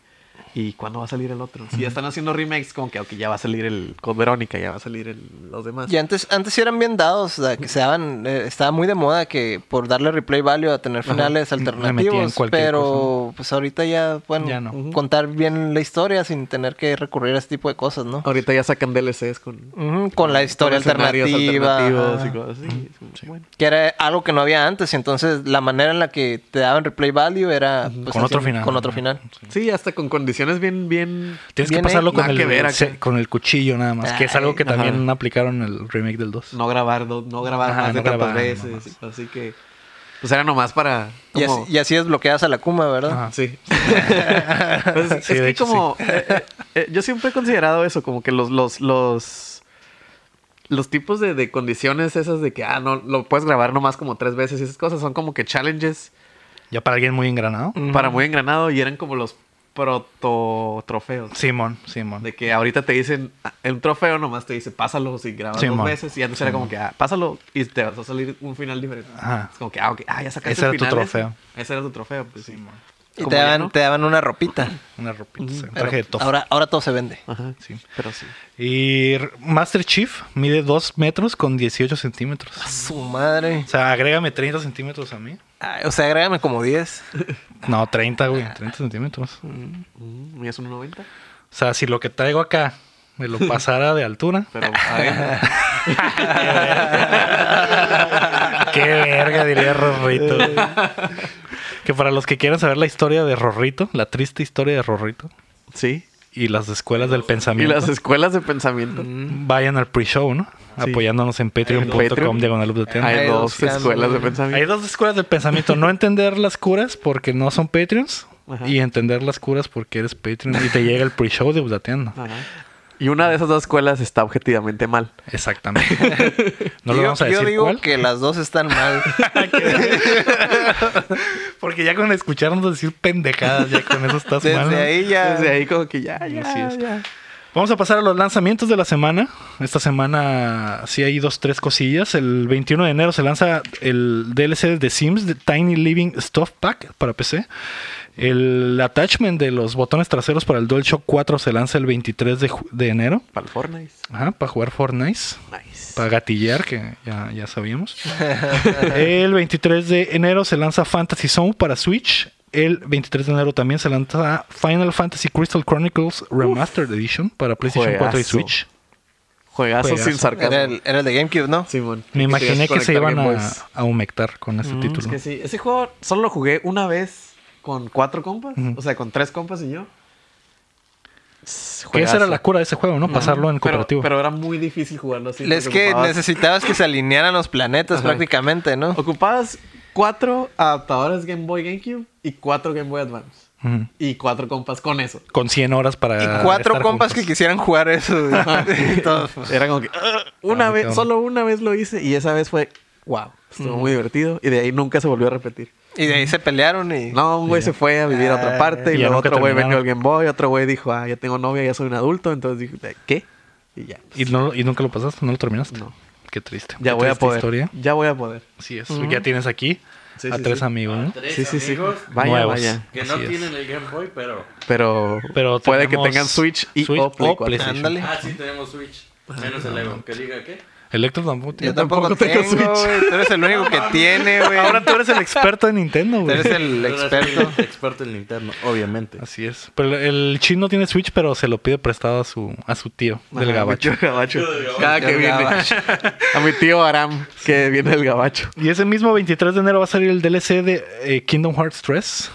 ¿y cuándo va a salir el otro? Si ya están haciendo remakes, como que, ok, ya va a salir el con Verónica, ya va a salir el- los demás. Y antes, antes sí eran bien dados, o sea, que se daban, eh, estaba muy de moda que por darle replay value a tener finales Me metía en alternativos, cualquier pero cosa, pues ahorita ya pueden Ya no. contar bien la historia sin tener que recurrir a ese tipo de cosas, ¿no? Ahorita ya sacan DLCs con... Ujú, con la historia con escenarios alternativa, alternativos ajá, y cosas así. Es como, bueno. que era algo que no había antes, y entonces la manera en la que te daban replay value era pues, Con así, otro final. Con otro final. Sí, hasta con condiciones bien, bien... Tienes que Viene- pasarlo con nada el, que ver acá. se- con el cuchillo nada más, que es algo que Ay, también ajá. aplicaron en el remake del 2. no grabar, do- no grabar Ajá, más no de tantas grabar, veces. no Así que. Pues era nomás para. Y como- así, y así desbloqueas a la Kuma, ¿verdad? Ajá. *laughs* Sí. Pues es Sí, es de que hecho, como. eh, eh, eh, yo siempre he considerado eso, como que los. los, los los tipos de, de condiciones esas de que, ah, no, lo puedes grabar nomás como tres veces y esas cosas son como que challenges Ya para alguien muy engranado. para muy engranado y eran como los proto trofeos. Simón, Simón. De que ahorita te dicen, ah, un trofeo nomás te dice, pásalo si grabas Sí, dos mon. veces. Y antes era como que, ah, pásalo y te vas a salir un final diferente. Ajá. Es como que, ah, ok, ah, ya sacaste Ese el era tu final trofeo. Ese, Ese era tu trofeo, pues sí. Y Como te ya daban, no. te daban una ropita. Una ropita. un Pero traje de tofu. ahora, ahora todo se vende. Ajá, Sí. pero sí. Y R- Master Chief mide 2 metros con 18 centímetros. Su madre. O sea, agrégame 30 centímetros a mí. Ay, o sea, agrégame como 10. No, 30, güey. 30 centímetros. Mm, y es un 90, O sea, si lo que traigo acá me lo pasara de altura. *laughs* pero adentro. *laughs* Qué verga, diría Rorrito. que para los que quieran saber la historia de Rorrito, la triste historia de Rorrito sí. y las escuelas del Y pensamiento, las escuelas de pensamiento. Mm. vayan al pre-show, ¿no? Apoyándonos en patreon.com Patreon. diagonal updateando. Hay, Hay dos, dos cambios. escuelas de pensamiento. Hay dos escuelas del pensamiento. No entender las curas porque no son Patreons. Ajá. Y entender las curas porque eres Patreon y te llega el pre-show de Updateando. Ajá. Y una de esas dos escuelas está objetivamente mal. Exactamente. No lo yo, vamos a yo decir digo cuál. que las dos *laughs* están mal. Porque ya con escucharnos decir pendejadas, ya con eso estás Desde mal. ¿no? ahí ya. Desde ahí como que ya, ya, Así es. ya. Vamos a pasar a los lanzamientos de la semana. Esta semana sí hay dos, tres cosillas. El 21 de enero se lanza el DLC de Sims, de Tiny Living Stuff Pack para PC. El attachment de los botones traseros para el DualShock 4 se lanza el 23 de, ju- de enero. Para el Fortnite. Ajá, para jugar Fortnite. Nice. Para gatillar, que ya, *laughs* ya sabíamos. el 23 de enero se lanza Fantasy Zone para Switch. el 23 de enero también se lanza Final Fantasy Crystal Chronicles Remastered Edition para PlayStation 4 y Juegazo. Switch. Juegazo, Juegazo. sin sarcasmo. Era el, era el de GameCube, ¿no? Simón. Me imaginé que se iban Conectar Game a, Boys. Mm, a humectar con este título. Es que sí, ese juego solo lo jugué una vez con cuatro compas, Ujú. o sea, con tres compas y yo. Que esa era la cura de ese juego, ¿no? Pasarlo en cooperativo. Mm, Pero, pero era muy difícil jugarlo así. Es porque que ocupabas- necesitabas que se alinearan los planetas Ajá. prácticamente, ¿no? Ocupabas cuatro adaptadores Game Boy GameCube y cuatro Game Boy Advance. Ujú. Y cuatro compas con eso. Con 100 horas para. Y cuatro Ah, estar compas que juntos. quisieran jugar eso. güey. *laughs* *laughs* Y todos, pues, Era como que "Ah", una Ah, qué vez, bueno. solo una vez lo hice y esa vez fue wow, estuvo muy divertido y de ahí nunca se volvió a repetir. y de ahí se pelearon y... No, un güey se fue a vivir a otra parte ah, y y ya luego nunca otro güey vendió terminaron. el Game Boy, otro güey dijo, ah, ya tengo novia, ya soy un adulto, entonces dije, ¿qué? Y ya. ¿Y, no- y nunca lo pasaste, no lo terminaste. Qué triste. Qué Ya voy a triste poder. historia. Ya voy a poder. Así es. Ya tienes aquí a tres amigos, ¿no? Tres Sí, Ah, sí, sí. amigos Vaya, Nuevos. vaya. que no Así es. tienen el Game Boy, pero... Pero, Pero puede que tenemos tengan Switch y Switch o Play o 4. PlayStation. Ándale. Ah, sí, tenemos Switch. Menos el Evo. Que diga, ¿qué? Electro tampoco Yo tiene. tampoco, tengo, güey. Tú eres *laughs* el único que tiene, güey. Ahora tú eres el experto de Nintendo, Tú güey. eres el Ahora soy experto. el *laughs* Experto en Nintendo, obviamente. Así es. Pero el chino tiene Switch, pero se lo pide prestado a su, a su tío del Ajá, gabacho. del gabacho. Cada que viene. *laughs* A mi tío Aram, que viene del gabacho. Y ese mismo 23 de enero va a salir el DLC de eh, Kingdom Hearts 3,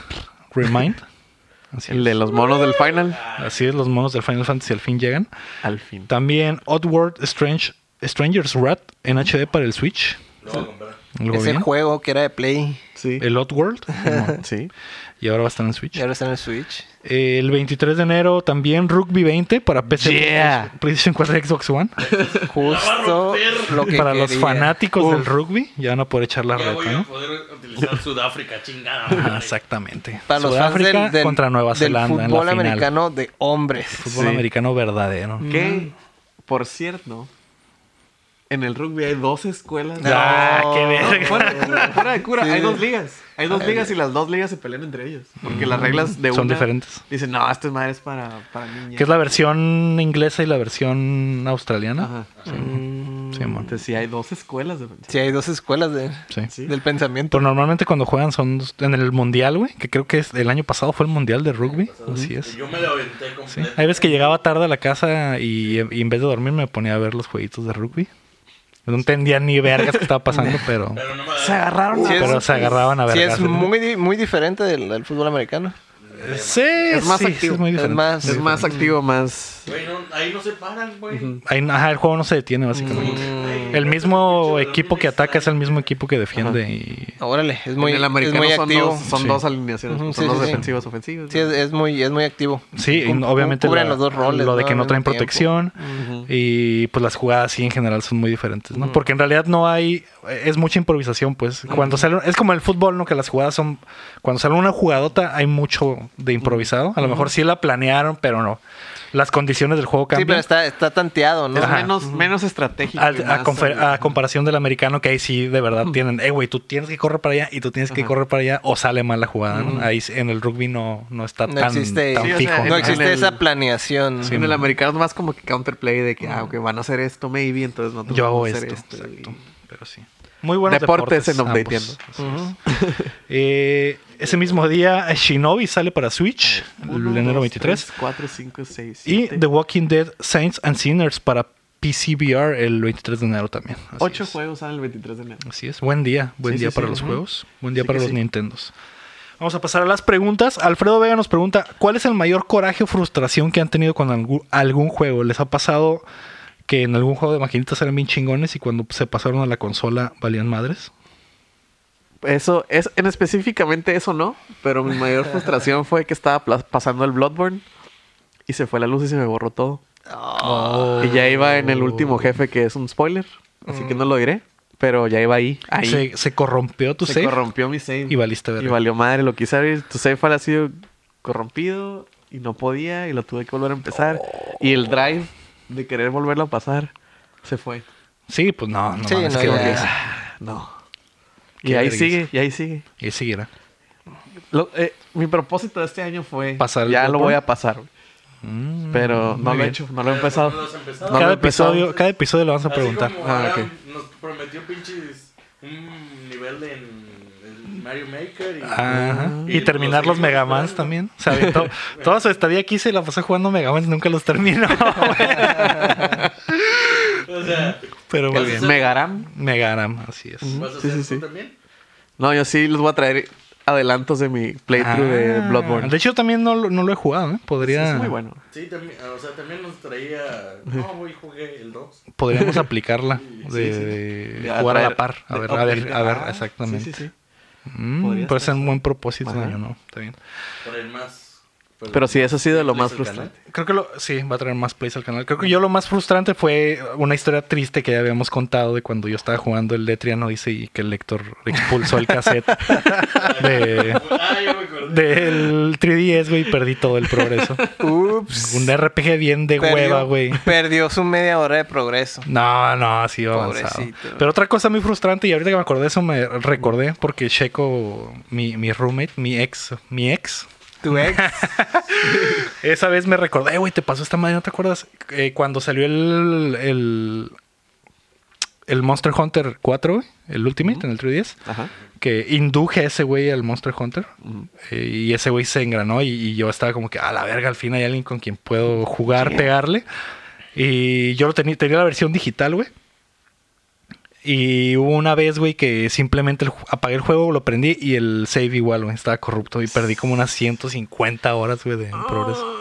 Remind. *laughs* Así El es. de los monos del final. Así es, los monos del Final Fantasy al fin llegan. Al fin. También Oddworld Strange, Stranger's Wrath en HD para el Switch. Lo voy a comprar. Algo Ese bien. juego que era de Play Sí. El Oddworld. *laughs* Simón. Sí. y ahora va a estar en Switch. y ahora está en el Switch. Eh, El 23 de enero también Rugby 20 para PC, Yeah. PlayStation 4 y Xbox *laughs* One. Justo lo que para los quería. fanáticos del rugby ya van a poder echar la Ya voy reta, a ¿no? poder *laughs* utilizar Sudáfrica, *laughs* chingada. Ah, madre. exactamente. Para los fans Sudáfrica del, del- contra Nueva del Zelanda en la fútbol final. americano Mm. de hombres. Fútbol americano verdadero. Que, por cierto, en el rugby hay dos escuelas. Ah, No. qué verga. Fuera de cura, fuera de cura. Sí. Hay dos ligas. Hay dos ligas y las dos ligas se pelean entre ellos. Porque las reglas de Mm, Son una diferentes. Dicen, no, esta madre es para, para niñas. Que es la versión inglesa y la versión australiana. Ajá. Sí, mon. Entonces, sí, hay dos escuelas. De... Sí, hay dos escuelas de- Sí. del pensamiento. Pero normalmente cuando juegan son en el mundial, güey, que creo que es- el año pasado fue el mundial de rugby. Así es. Yo me lo aventé Sí. completo. Hay veces que llegaba tarde a la casa y, y en vez de dormir me ponía a ver los jueguitos de rugby. No entendía ni vergas qué estaba pasando, pero, Pero no me Se agarraron. Sí, pero es- se agarraban a Sí, vergas. ¿eh? es muy, di- muy diferente del, del fútbol americano. Sí, Es más sí, sí, activo. es muy Es diferente. más- Es más activo, más... Güey, no, ahí no se paran, güey. Ahí no- ajá, el juego no se detiene básicamente. El mismo equipo que ataca es el mismo equipo que defiende y Órale, es muy, en el es americano muy son, activo. dos, son Sí. dos alineaciones. Ujú, son sí, dos sí, sí. defensivos, ofensivos. Sí, es, es muy, es muy activo. Sí, y Cum- no- obviamente Cubren la- los dos roles. lo de que no Al traen mismo tiempo. protección y pues las jugadas sí en general son muy diferentes, ¿no? Porque en realidad no hay es mucha improvisación, pues. Cuando sale es como el fútbol, ¿no? Que las jugadas son cuando sale una jugadota hay mucho de improvisado. A lo mejor sí la planearon, pero no. Las condiciones del juego Sí, pero cambian. está, está tanteado, ¿no? Es Ajá. menos, menos estratégico. Al- y a, más- confer- a comparación del americano, que ahí sí de verdad tienen, eh, güey, tú tienes que correr para allá y tú tienes que correr para allá o sale mal la jugada. ¿no? Ahí sí, en el rugby no, no está No tan, existe, tan Sí, o sea, fijo. en- no Ajá. existe en el- esa planeación. en Mm. el americano es más como que counterplay de que, ah, ok, van a hacer esto, maybe, entonces no Yo hago hacer esto. esto, y- Exacto. Pero sí. Muy buenos Deportes deportes. en donde ambos. entiendo. Así es. *laughs* Eh, ese mismo día, Shinobi sale para Switch, el enero 23. 4, 5, 6. Y The Walking Dead Saints and Sinners para PCVR el 23 de enero también. Así 8 es. juegos salen el 23 de enero. Así es. Buen día. Buen Sí, día sí, para sí. los Ujú. juegos. Buen día Sí para que los sí. Nintendos. Vamos a pasar a las preguntas. Alfredo Vega nos pregunta: ¿Cuál es el mayor coraje o frustración que han tenido con algú- algún juego? ¿Les ha pasado que en algún juego de maquinitas eran bien chingones y cuando se pasaron a la consola valían madres? Eso es, en específicamente eso no, pero mi mayor frustración fue que estaba plas- pasando el Bloodborne y se fue la luz y se me borró todo. Oh. Y ya iba en el último jefe que es un spoiler, así que no Mm. lo diré, pero ya iba ahí, ahí. Se, se corrompió tu se save corrompió mi save. y valiste Y verga. valió madre, lo quise abrir. Tu save file ha sido corrompido y no podía y lo tuve que volver a empezar. Y el drive de querer volverlo a pasar se fue. Sí, pues no, no Sí, mames, no, qué ya. vergüenza. No. Qué Y ahí vergüenza. sigue, y ahí sigue. Y siguiera. Lo- eh, mi propósito de este año fue Pasar el ya lo Bloodborne. voy a pasar. güey. pero no lo bien. he hecho, no lo he empezado. no lo has empezado. No lo cada, he empezado. episodio, cada episodio lo vamos a Así preguntar. como Ah, Aram ok. Nos prometió pinches un nivel de en, en Mario Maker y... Ajá. Y terminar los Mega Mans también. O sea, aventó- toda su estadía aquí se la pasó jugando Mega Mans y nunca los terminó. O sea, Pero muy bien. Megaram. Megaram, así es. ¿vas a Sí, hacer sí, eso sí. también? No, yo sí les voy a traer adelantos de mi playthrough de Ah, Bloodborne. De hecho, también no, lo- no lo he jugado, ¿eh? Podría, es muy bueno. Sí, también, o sea, también nos traía... No, hoy jugué el 2. podríamos aplicarla. De, de De jugar a atraer- la par. A de ver, a ver, upgrade. a ver, Ah, exactamente. Sí, sí, sí. Mm, Podría puede estar ser un buen propósito de Ajá. año, ¿no? Está bien. Por el más... por el- Pero sí, eso ha sido lo ¿Traes más el frustrante. canal? Creo que lo, sí, va a traer más plays al canal. Creo que yo lo más frustrante fue una historia triste que ya habíamos contado de cuando yo estaba jugando el Letrian Odyssey y que el lector expulsó el cassette de, Ah, ya me acordé. del 3DS, güey, y perdí todo el progreso. Ups. Un RPG bien de hueva, güey. Perdió su media hora de progreso. No, no, así iba avanzado. Pobrecito. Pero otra cosa muy frustrante, y ahorita que me acordé de eso, me recordé porque Checo, mi, mi roommate, mi ex, mi ex, Tu ex. *laughs* Esa vez me recordé, "Eh, güey, te pasó esta madre, ¿no te acuerdas? Eh, cuando salió el, el, el Monster Hunter 4, güey, el Ultimate en el 3DS, Ajá. que induje a ese güey al Monster Hunter. Eh, y ese güey se engranó y, y yo estaba como que, a la verga, al fin hay alguien con quien puedo jugar, pegarle. Y yo lo tenía, tenía la versión digital, güey. Y hubo una vez, güey, que simplemente el ju- apagué el juego, lo prendí y el save igual, güey, estaba corrupto y perdí como unas 150 horas, güey, de progreso.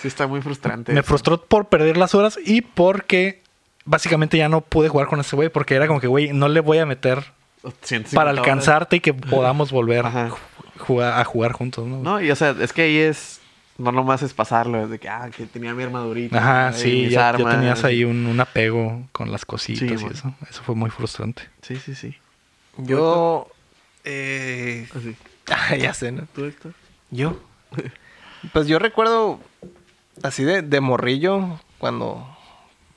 Sí, está muy frustrante. Me eso. frustró por perder las horas y porque básicamente ya no pude jugar con ese güey porque era como que, güey, no le voy a meter 150 para horas. alcanzarte y que podamos volver Ajá. ju- jugar- a jugar juntos, ¿no? No, y o sea, es que ahí es. No nomás es pasarlo, es de que, ah, que tenía mi armadurita. Ajá, y sí, mis ya, ya armas. tenías ahí un, un apego con las cositas y Sí, bueno. eso. Eso fue muy frustrante. Sí, sí, sí. Yo. Eh... Así. *laughs* ah, ya sé, ¿no? ¿Tú, Héctor? Yo. Pues yo recuerdo así de, de morrillo, cuando,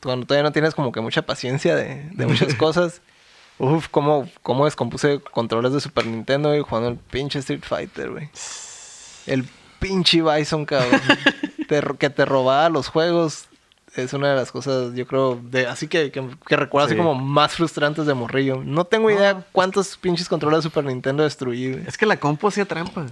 cuando todavía no tienes como que mucha paciencia de, de muchas cosas. Uf, cómo, cómo descompuse controles de Super Nintendo y jugando el pinche Street Fighter, güey. El pinche Bison, cabrón. Te ro- que te robaba los juegos. Es una de las cosas, yo creo, de, así que, que, que recuerdo así Sí. como más frustrantes de morrillo. No tengo idea cuántos pinches controles de Super Nintendo destruí, güey. Es que la compu *laughs* hacía *laughs* trampa.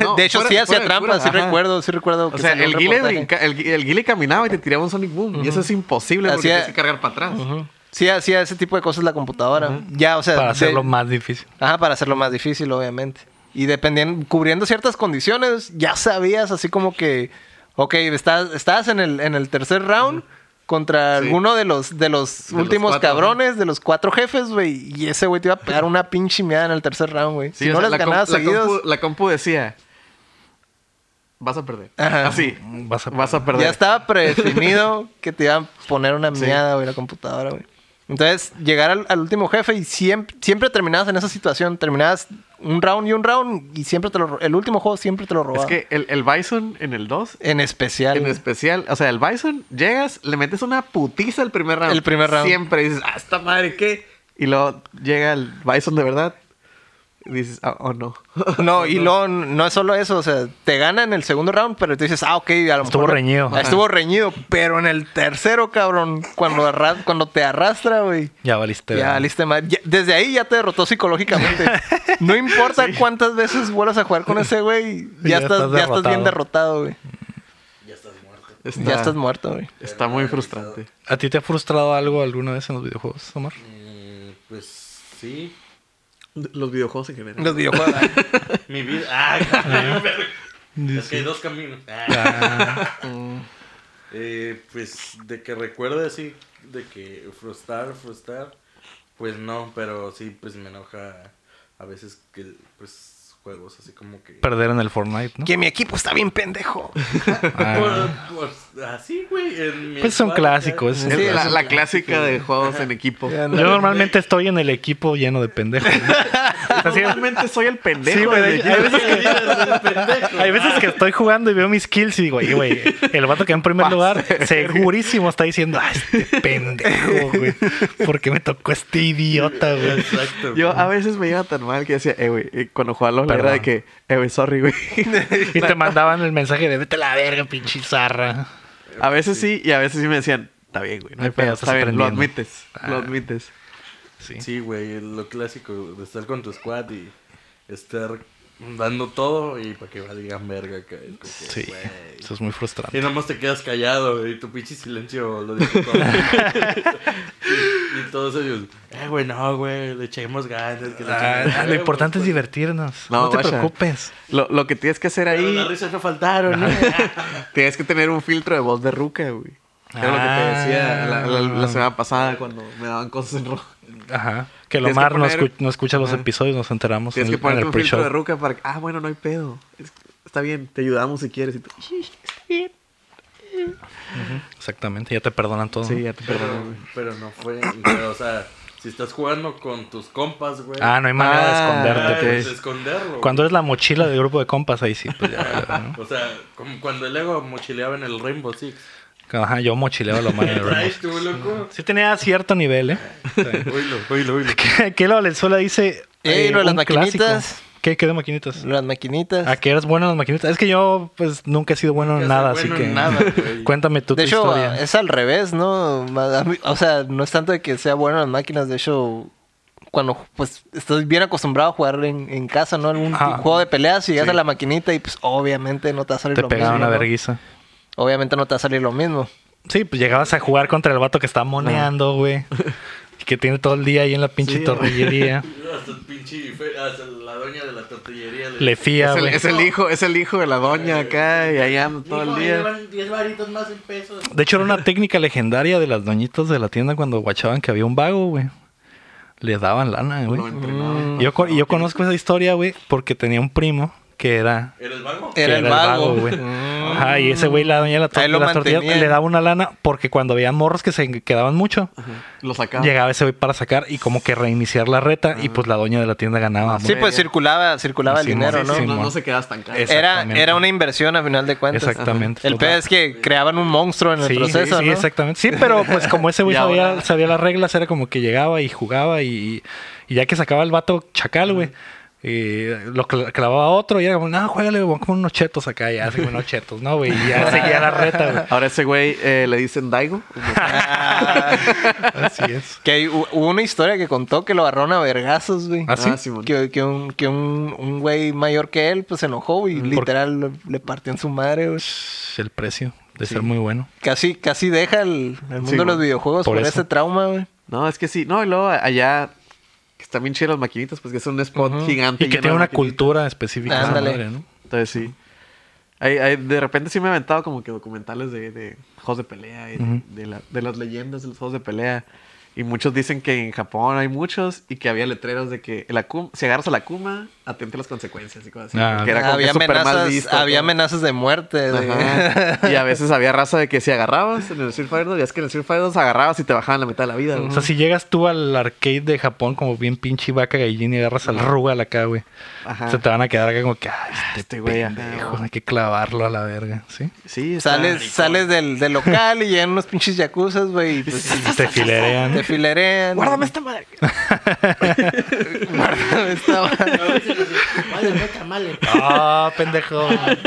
No, de hecho, fuera- sí hacía fuera de trampa, cura, sí ajá. recuerdo, sí recuerdo. O sea, salió un el guile, reportaje. brinca- el, gui- el guile caminaba y te tiraba un Sonic Boom. Y eso es imposible porque Hacía- tienes que cargar para atrás. Ujú. Sí hacía ese tipo de cosas la computadora. Ya, o sea. Para de- hacerlo más difícil. Ajá, para hacerlo más difícil, obviamente. Y dependiendo, cubriendo ciertas condiciones, ya sabías así como que, ok, estás, estás en, el, en el tercer round contra Sí. alguno de los, de los De los últimos cuatro, cabrones, de los cuatro jefes, güey. Y ese güey te iba a pegar una pinche meada en el tercer round, güey. Sí, si o no sea, les la com- ganabas la seguidos, compu- la compu decía: Vas a perder. Ajá. Así. Vas a Vas a perder. Ya *laughs* estaba predefinido que te iban a poner una Sí. miada, güey, la computadora, güey. Entonces, llegar al, al último jefe y siempre, siempre terminabas en esa situación. Terminabas un round y un round y siempre te lo... ro- El último juego siempre te lo robaba. Es que el, el Bison en el 2, En especial. en güey. especial, o sea, el Bison, llegas, le metes una putiza el primer round. El primer round. Siempre dices, ah, esta madre, ¿qué? Y luego llega el Bison de verdad. Y dices, "Ah, oh, no. *laughs* *laughs* No, y luego n- no es solo eso. O sea, te gana en el segundo round, pero tú dices, ah, ok, a lo Estuvo mejor- reñido. Ah, Estuvo reñido, pero en el tercero, cabrón, cuando, arra- cuando te arrastra, güey. Ya valiste. Ya, ¿verdad? valiste madre. Ya- desde ahí ya te *laughs* derrotó psicológicamente. No importa cuántas veces vuelvas a jugar con ese güey, ya, Ya estás, estás ya estás bien derrotado, güey. Está, Ya estás muerto, güey. está muy frustrante. ¿A ti te ha frustrado algo alguna vez en los videojuegos, Omar? Mm, Pues sí. Los videojuegos en general. Los videojuegos. *laughs* Mi vida. *laughs* Ah, es que hay dos caminos. Ah. Eh, pues de que recuerde así, de que frustrar, frustrar, pues no, pero sí, pues me enoja a veces que, pues, juegos así como que... Perder en el Fortnite, ¿no? que mi equipo está bien pendejo. *laughs* Ah. Por- por- Pues, así, güey. en mi Pues es un escuadra, clásico. es- Es Sí, la, es un la clásica de juegos en *laughs* equipo. Ya, Yo normalmente estoy en el equipo lleno de pendejos. ¿no? Así es. Normalmente soy el pendejo. Sí, güey. del Hay equipo. veces, que, *laughs* hay veces que estoy jugando y veo mis kills y digo, "Ey, güey, el vato que va en primer lugar, *laughs* segurísimo está diciendo, ah, este pendejo, *laughs* güey. ¿Por qué me tocó este idiota, güey? Exacto. Yo a veces me iba tan mal que decía, eh, güey, eh, cuando jugaba LOL era de que, eh, güey, *laughs* sorry, güey. Y te mandaban el mensaje de vete a la verga, pinche zarra. A veces sí, y a veces sí me decían, está bien, güey, no hay Ay, pero pedo, estás está bien, lo aprendiendo". Ah. admites, lo admites. Sí. Sí, güey, lo clásico de estar con tu squad y estar dando todo y para que valgan verga. Que, que- que, Sí, güey. eso es muy frustrante. Y nomás te quedas callado y tu pinche silencio lo dijo *laughs* todo. y, y todos ellos, eh, güey, no, güey, le echemos ganas. Que le echemos Ah, ganas". lo importante es pues, divertirnos. No, pues, No, te vaya. preocupes. Lo, lo que tienes que hacer Pero ahí, las risas no faltaron, ¿no? *laughs* tienes que tener un filtro de voz de ruca, güey. Que Era lo que te decía Ah. la, la- la semana pasada cuando me daban cosas en rojo. Pues Ajá. Que Tienes que Lomar no, poner- escu- no escucha los episodios, nos enteramos en Tienes el, que ponerte en el un filtro de pre-show. ruca para que, ah, bueno, no hay pedo. Es- está bien, te ayudamos si quieres. Y tú, "Sí, está bien. Exactamente, ya te perdonan todo. Sí, ya te perdono, pero, güey. pero no fue. pero, o sea, si estás jugando con tus compas, güey. Ah, no hay manera Ah, de ah, esconderte. pues, pues. esconderlo. güey. Cuando eres la mochila del grupo de compas, ahí sí. Pues ya, ¿no? O sea, como cuando el ego mochileaba en el Rainbow Six. *laughs* Ajá, yo mochileaba *laughs* lo malo. ¿Traes tú, loco? Sí tenía cierto nivel, ¿eh? *laughs* Oílo, oílo, oílo. que, que la Valenzuela dice... eh, Ey, lo de las un maquinitas. clásico. ¿Qué, ¿Qué de maquinitas? Las maquinitas. Ah, que eres bueno en las maquinitas. Es que yo, pues, nunca he sido bueno en Nunca nada, soy así bueno que... en nada, güey. Cuéntame tú de tu hecho, historia. es al revés, ¿no? Ma- a mí- O sea, no es tanto de que sea bueno las máquinas. De hecho, cuando pues estás bien acostumbrado a jugar en, en casa, ¿no? Algún Ajá. juego de peleas y llegas a la maquinita y pues obviamente no te va a salir Te lo pegaron mismo. una ¿no? verguiza. Obviamente no te va a salir lo mismo. Sí, pues llegabas a jugar contra el vato que está moneando, güey. Y que tiene todo el día ahí en la pinche torrillería. Hasta el pinche. fe- Hasta la doña de la tortillería. Le fía, Es *laughs* el, güey. es el hijo, es el hijo de la doña acá y ahí ando todo el día. 10 varitos más en pesos. De hecho, era una técnica legendaria de las doñitas de la tienda cuando guachaban que había un vago, güey. Le daban lana, güey. Lo entrenaban. Y Yo, co- y yo conozco esa historia, güey, porque tenía un primo que era... ¿Era el vago? que Era el Mm. vago. güey. Mm. Ajá, y ese güey, la doña de la tor- Ahí lo de las tortillas, mantenían. le daba una lana porque cuando había morros que se quedaban mucho, Lo sacaba. llegaba ese güey para sacar y como que reiniciar la reta y pues la doña de la tienda ganaba. Sí, pues circulaba, circulaba el Simón, dinero, sí, ¿no? sí, No, Simón. no se quedas tan caro. Es- Era, Exactamente. era una inversión a final de cuentas. Exactamente. Pues El pedo es que creaban un monstruo en el Sí, proceso, sí, sí, ¿no? exactamente. Sí, pero pues como ese güey Y sabía, ahora- sabía las reglas, era como que llegaba y jugaba y, y ya que sacaba el vato chacal, güey. Y lo cl- clavaba a otro y era como, no, juégale, güey, como unos chetos acá, ya, así como unos chetos, ¿no, güey? Y ya seguía la reta, *laughs* güey. Ahora ese güey eh, le dicen Daigo. Así es. Que hay- hu- hubo una historia que contó que lo agarraron a vergazos, güey. ¿Ah, sí? Ah, Simón. Que, que un que un, un güey mayor que él, pues se enojó Mm. y literal le- le partió en su madre, güey. El precio de ser muy bueno. Casi, casi deja el, el mundo Sí, de los güey. videojuegos Por por, eso. ese trauma, güey. No, es que sí. No, y luego allá, que están bien chidas las maquinitas, pues que es un spot gigante. Y que tiene lleno de una maquinitas. cultura específica. esa Ándale. madre, ¿no? Entonces sí. Ahí- ahí de repente sí me he aventado como que documentales de, de juegos de pelea y de- Ujú. de, la- de las leyendas de los juegos de pelea. Y muchos dicen que en Japón hay muchos y que había letreros de que el Akuma- si agarras a la Akuma, atente a las consecuencias y cosas así. Ah, que era como había que súper amenazas, mal visto. había todo. amenazas de muerte. de- *laughs* Ajá. Y a veces había raza de que si agarrabas en el Street Fighter 2, ya es que en el Street Fighter 2 agarrabas y te bajaban la mitad de la vida. güey. O sea, si llegas tú al arcade de Japón como bien pinche vaca gallina y agarras al rugal acá, güey. Ajá. Se te van a quedar acá como que, ay, este, este güey, güey, ajá, güey. hay que clavarlo a la verga, ¿sí? Sí, está- Sales, sales del, del local y llegan unos pinches yacuzas, güey. y Y pues, *laughs* te filerean. te filerean. Guárdame *laughs* esta madre. Guárdame esta madre. Ah, pendejo. *laughs*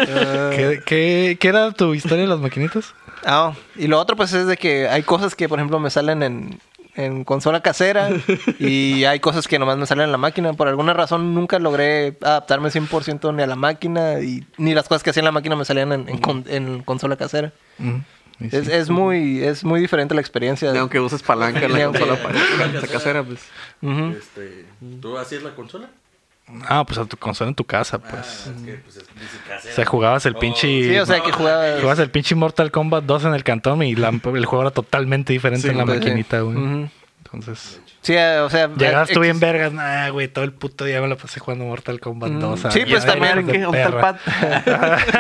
¿Qué, qué, qué era tu historia de las maquinitas? Ah, y lo otro pues es de que hay cosas que por ejemplo me salen en, en consola casera y hay cosas que nomás me salen en la máquina. Por alguna razón nunca logré adaptarme 100% ni a la máquina y ni las cosas que hacía en la máquina me salían en, en con- en consola casera. Ujú. Mm, Y sí. Es, es muy es muy diferente la experiencia. Y Aunque uses palanca en Ni la aunque- consola para para casera, pues. Ujú. Este, ¿Tú hacías la consola? Ah, pues a tu consola en tu casa, pues. Ah, es que, pues, es que dice casera. O sea, jugabas el pinche... Sí, o sea que jugaba... Jugabas el pinche Mortal Kombat 2 en el cantón y la- el juego era totalmente diferente en la pues, sí. maquinita, güey. Ujú. Entonces... Sí, eh, o sea... Llegabas tú eh, bien vergas, nah, güey, todo el puto día me la pasé jugando Mortal Kombat 2. sí, ah, pues, ya también, eres de ¿Qué? Un tal perra. pat. De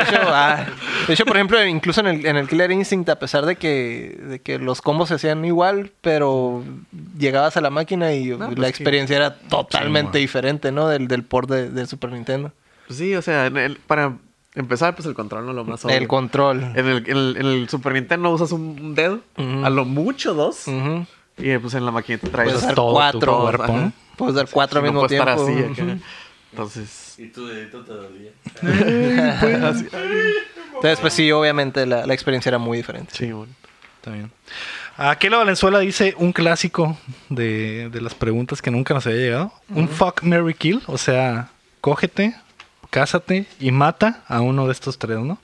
hecho, ah, de hecho, por ejemplo, incluso en el, en el Killer Instinct, a pesar de que, de que los combos se hacían igual, pero llegabas a la máquina y pues la sí. experiencia era totalmente güey. diferente, ¿no? Del, del port de- del Super Nintendo. Pues sí, o sea, en el- para empezar, pues el control no es lo más obvio. El control. en el, en el- en el Super Nintendo usas un un dedo, Ujú. a lo mucho dos, Ujú. y eh, pues en la maquinita traes Puedes Pues dar todo tu cuatro. cuerpo, ajá. ¿no? Puedes dar cuatro al no mismo puedes estar tiempo. así Ujú. acá. Entonces, Y tu dedito te dolía. así, Entonces, pues sí, obviamente la, la experiencia era muy diferente. sí, bueno. Está bien. Aquí la Valenzuela dice un clásico de, de las preguntas que nunca nos había llegado. Un fuck, Mary kill. O sea, cógete, cásate y mata a uno de estos tres, ¿no?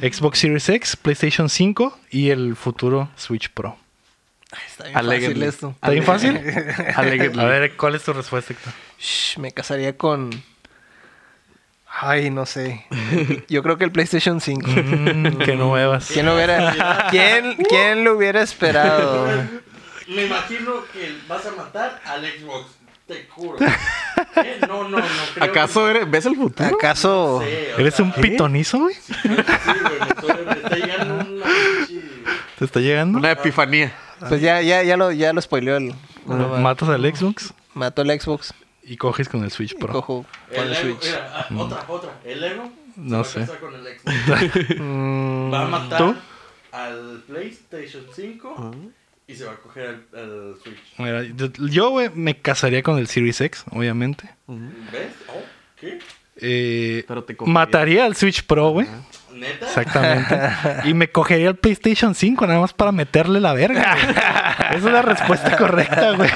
Xbox Series X, PlayStation 5 y el futuro Switch Pro. Ay, Está bien fácil Allegedly. esto. ¿Está bien fácil? Allegedly. A ver, ¿cuál es tu respuesta, Héctor? Shh, me casaría con. Ay, *laughs* no sé. Yo creo que el PlayStation 5. Mm, qué nuevas. ¿Quién lo hubiera, ¿quién, quién lo hubiera esperado? Me imagino que vas a matar al Xbox. Te *laughs* juro. Eh, No, no, no. Creo ¿Acaso eres- ves el futuro? ¿Acaso? que- Sí, o ¿Eres sea, un ¿Eh? pitonizo, güey? sí, güey, me estoy- me está llegando una pinche- ¿Te está llegando? Una epifanía. Pues ya, ya, ya lo, ya lo spoileó el. Matas al Xbox Mató el Xbox. y coges con el Switch y Pro. cojo con El el ego, Switch. mira, ah, otra, otra. El ego Mm. No se va a sé. Mm, casar con el Xbox. va a matar ¿Tú? Ah. al PlayStation 5 y se va a coger al, al Switch. Mira, yo- yo, güey, me casaría con el Series X, obviamente. Mm. ¿Ves? Oh, ¿Qué? Eh, Pero te cogería. mataría al Switch Pro, güey. ¿Neta? *laughs* Exactamente. Y me cogería el PlayStation 5 nada más para meterle la verga. güey. Esa *laughs* es la respuesta correcta, güey.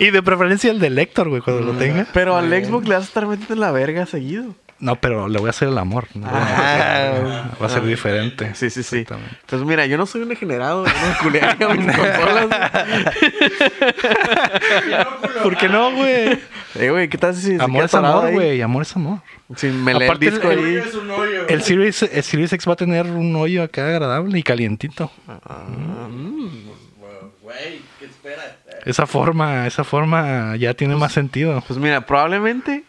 Y de preferencia el del Héctor, güey, cuando Mm. lo tenga. Pero al Xbox le vas a estar metiendo la verga seguido. No, pero le voy a hacer el amor. ¿no? Ah, Va a ser diferente. Sí, sí, sí. Exactamente. Pues mira, yo no soy un degenerado. Yo no culearía mis consolas. ¿Por qué no, güey? Eh, güey, ¿qué tal si se Amor queda es parado amor, ahí? güey. Amor es amor. Si me lee el Aparte eh, el- disco el- ahí. Es un hoyo. El Series, el Series X va a tener un hoyo acá agradable y calientito. Güey, ¿qué esperas? Esa forma, esa forma ya tiene más sentido. Pues mira, probablemente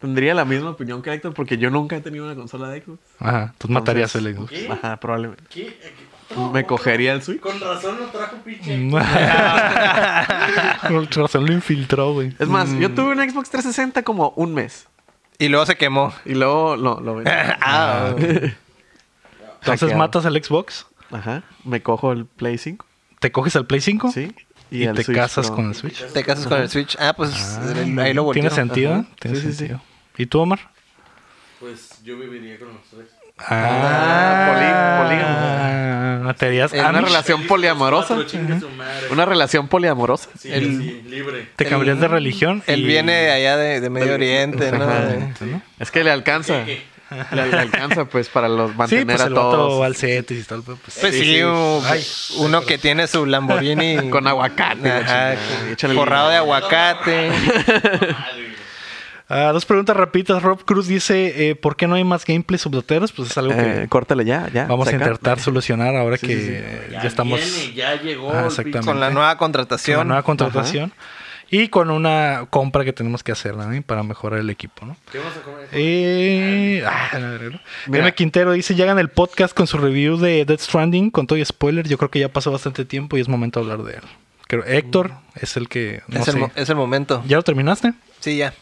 tendría la misma opinión que Héctor porque yo nunca he tenido una consola de Xbox. Ajá, tú matarías el *laughs* Xbox. ¿Qué? Ajá, probablemente. ¿Qué? ¿Qué? Me cogería el Switch. Con razón no trajo Mm. *laughs* pinche. El corazón lo infiltró, güey. Es más, Mm. yo tuve un Xbox 360 como un mes. Y luego se quemó. Y luego lo, lo *laughs* vendí. *laughs* Ah, Entonces Hackeado. matas al Xbox, Ajá. Me cojo el Play 5. te coges al Play 5 Sí. Oh. y, el te Switch casas Pro. con el Switch. te casas con el Switch. Ah, pues el- ahí lo volteó. ¿Tiene sentido? Ajá. Tiene Sí, sí, sí. sentido. ¿Y tú, Omar? Pues yo viviría con los tres. Ah, Ah, ¿Matarías En polí- Una una Amish? relación poliamorosa. Cuatro, chingue su madre. Una relación poliamorosa. Sí, sí, *laughs* libre. ¿Te cambiarías de religión? Él y- viene de allá de, de Medio Oriente, ¿no? Exactamente, ¿no? Es que le alcanza. Le, le alcanza, pues, para los mantener Sí, pues a el vato va todos. al Cetis y tal, pero pues... Pues sí, un- uno que tiene su Lamborghini Con aguacate. la chingada. Ajá, que- Échale- forrado de aguacate. Ah, dos preguntas rapiditas. Rob Cruz dice, eh, ¿por qué no hay más gameplays subdoteros? Pues es algo que Eh, córtale ya, ya. vamos a saca. intentar solucionar ahora Sí, que sí, sí. eh, ya estamos... viene, ya llegó. Ah, el exactamente. con la nueva con la contratación. nueva contratación y con una compra que tenemos que hacer también para mejorar el equipo, ¿no? pinche- ¿Qué vamos a comer? Eh, ah, la verga, ¿no? Mira. M. Quintero dice, llegan el podcast con su review de Dead Stranding con todo y spoiler. Yo creo que ya pasó bastante tiempo y es momento de hablar de él. Creo, Héctor es el que... No Mm. es, el, sé. mo- es el momento. ¿Ya lo terminaste? Sí, ya.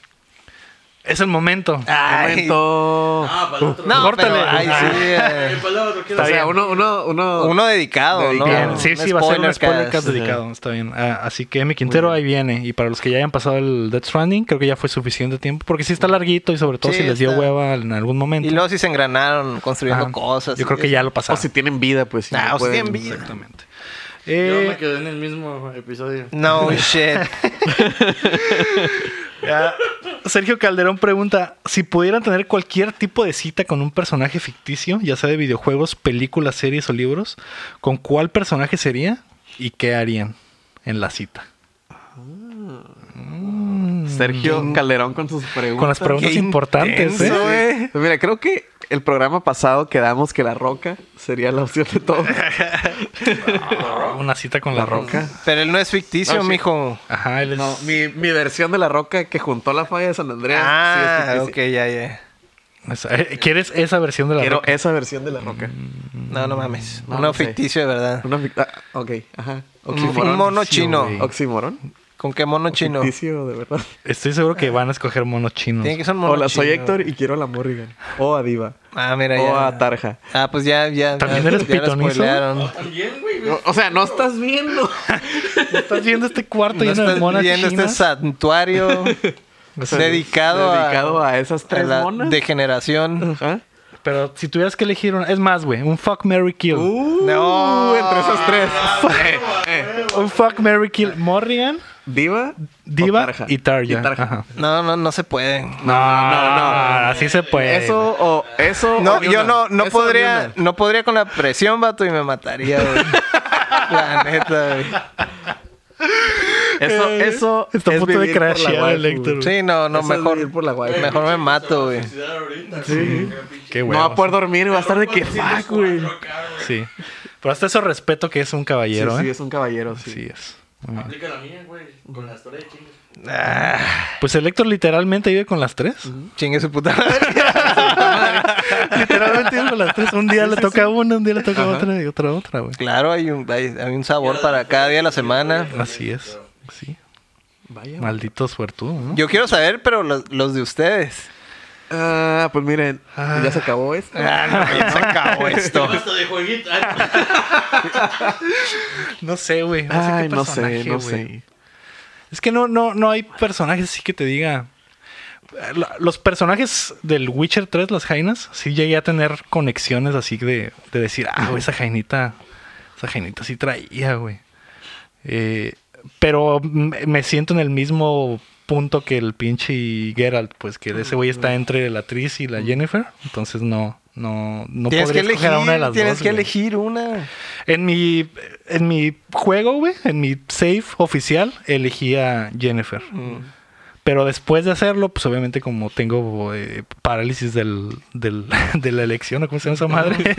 Es el momento. Ah, Ay, no, Momento. Ah, para el otro. No, pero córtale. ay, sí, eh, Ah. Eh, para el otro, ¿qué o sea, tal? uno, uno, uno. uno dedicado, Dedicado. ¿no? Bien, sí, Un sí, va a ser un spoiler spoiler cast. cast dedicado. Está bien. Ah, así que M. Quintero ahí viene. Y para los que ya hayan pasado el Death Stranding, creo que ya fue suficiente tiempo. Porque sí está larguito y sobre todo Sí, si les dio está. hueva en algún momento. Y luego sí se engranaron construyendo Ajá. cosas. Ah, Yo creo que ya lo O pasaron. si tienen vida, pues. si Ah, no o si pueden- tienen vida. Exactamente. Yo me Eh, quedé en el mismo episodio. *laughs* *laughs* No shit. ah, Sergio Calderón pregunta: si pudieran tener cualquier tipo de cita con un personaje ficticio, ya sea de videojuegos, películas, series o libros, ¿con cuál personaje sería y qué harían en la cita? Sergio Calderón con sus preguntas. Mm. Con las preguntas Qué importantes, ¿eh? intenso, eh. Pues mira, creo que el programa pasado quedamos que la roca sería la opción *laughs* de todo. Una cita con la roca. Pero él no es ficticio, No, sí. mijo. Ajá, él es. No, mi, mi versión de la roca que juntó la falla de San Andreas. sí es Ah, ok, ficticia. ya, ya. Esa- eh, ¿Quieres esa versión de la Quiero roca? Mm. esa versión de la roca. No, no mames. No, Uno no sé. ficticio de verdad. Una fic- ah, ok, ajá. Un, Oxímoron. un mono ficticio, chino. güey. Oxímoron. ¿Con qué mono chino? Ficticio, de verdad. Estoy seguro que van a escoger monos chinos. Tiene que ser un mono Hola, soy chino. Héctor y quiero a la Morrigan. O a Diva. Ah, mira, O ya. a Tarja. Ah, pues ya, ya. ¿También ya- eres ya la pitonizo? spoilearon. También, güey. güey. O, o sea, no estás viendo. Estás viendo este cuarto No lleno de estás monas viendo este chinas. *laughs* santuario dedicado, a- Dedicado a esas a tres la monas. degeneración. Ajá. Pero si tuvieras que elegir una. Es más, güey. Un fuck Mary Kill. Uh, entre Uh, esas tres. Eh, eh. un fuck Mary Kill Morrigan. Diva. Diva o Tarja. y Tarja. Y Tarja. Ajá. No, no, no se pueden. No, no, no. Así se puede. Eso o eso. o No, ni yo una. no, no Eso o ni podría, una. no podría con la presión, vato, y me mataría, *laughs* güey. La neta, güey. *laughs* Eso, eso. Está a es punto de vivir por la crashear el waifu, Héctor. güey. Sí, no, no, Eso es mejor, vivir por la waifu. mejor me mato, güey. Suicidar ahorita. Qué güey. No va a huevos. poder dormir, va a estar de que fuck, güey. Sí. Pero hasta eso respeto que es un Sí, caballero, sí, ¿eh? es un caballero, sí. Así es. Muy bien. Aplica la mía, güey. Con la historia de chingas. Pues el Héctor literalmente vive con las tres. Chingue su puta *laughs* *laughs* madre. literalmente vive con las tres. Un día le toca una, un día le toca otra y otra otra, güey. Claro, hay un, hay, hay un sabor para cada día de la semana. Así es. Sí. Vaya. Maldito suertudo, ¿no? Yo quiero saber, pero los, los de ustedes. Ah, pues miren, ya se acabó esto. Ah, ya se *laughs* acabó esto. Basta de jueguito. ah, Ay, No sé, güey. No sé Ay, qué no sé, personaje, no güey. sé. Es que no, no, no hay personajes así que te diga. La- Los personajes del Witcher 3, las Jainas, sí llegué a tener conexiones así de, de decir, ah, güey, esa Jainita, esa Jainita sí traía, güey. Eh, pero me me siento en el mismo punto que el pinche Geralt, pues que ese güey está entre la actriz y la Jennifer, entonces no, no, no tienes podría que elegir, escoger a una de las tienes dos, que güey. elegir una. En mi, en mi juego, güey, en mi save oficial, elegí a Jennifer. Pero después de hacerlo, pues obviamente como tengo eh, parálisis del, del- *laughs* de la elección, ¿o ¿cómo se llama esa madre?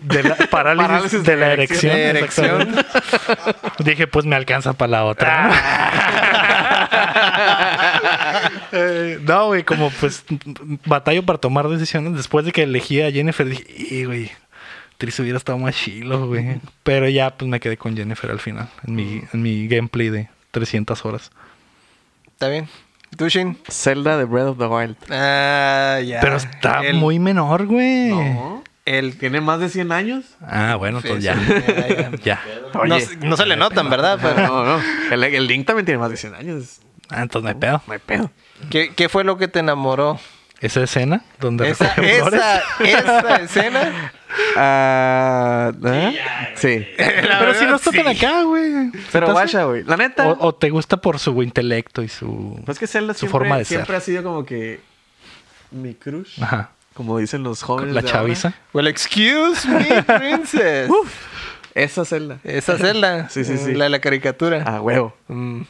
De la, parálisis, Parálisis de la de erección. De erección. exactamente. Dije, pues me alcanza para la otra. ¿no? Ah. *laughs* Eh, no, güey, como pues batallo para tomar decisiones. Después de que elegí a Jennifer, dije, "Y, güey, Tris hubiera estado más chilo, güey. Pero ya pues me quedé con Jennifer al final, en mi, Mm. en mi gameplay de 300 horas. Está bien. ¿Tú, Shin? Zelda de Breath of the Wild. Ah, ya. Pero está El- muy menor, güey. No. El Eh. ¿Tiene más de 100 años? Ah, bueno, Sí, entonces sí, ya. ya, ya. *laughs* ya. No, se- no se le notan, ¿verdad? Pero, Ah, No, no. El, el Link también tiene más de 100 años. Ah, entonces no hay pedo. No hay pedo. ¿qué, qué fue lo que te enamoró? Esa escena donde Esa, recoge flores. esa, *laughs* *laughs* esa escena. Ah, ¿eh? Sí. Pero si no está tan acá, güey. Pero Entonces, guacha, güey. La neta. O, o te gusta por su intelecto y su. pues que Zelda su siempre, forma de siempre ser. ha sido como que mi crush. Ajá. Como dicen los jóvenes. La de ahora. chaviza. Well, *laughs* excuse me, princess. Esa Zelda. Esa celda. Sí, sí, sí. La de la caricatura. Ah. A huevo. Mm.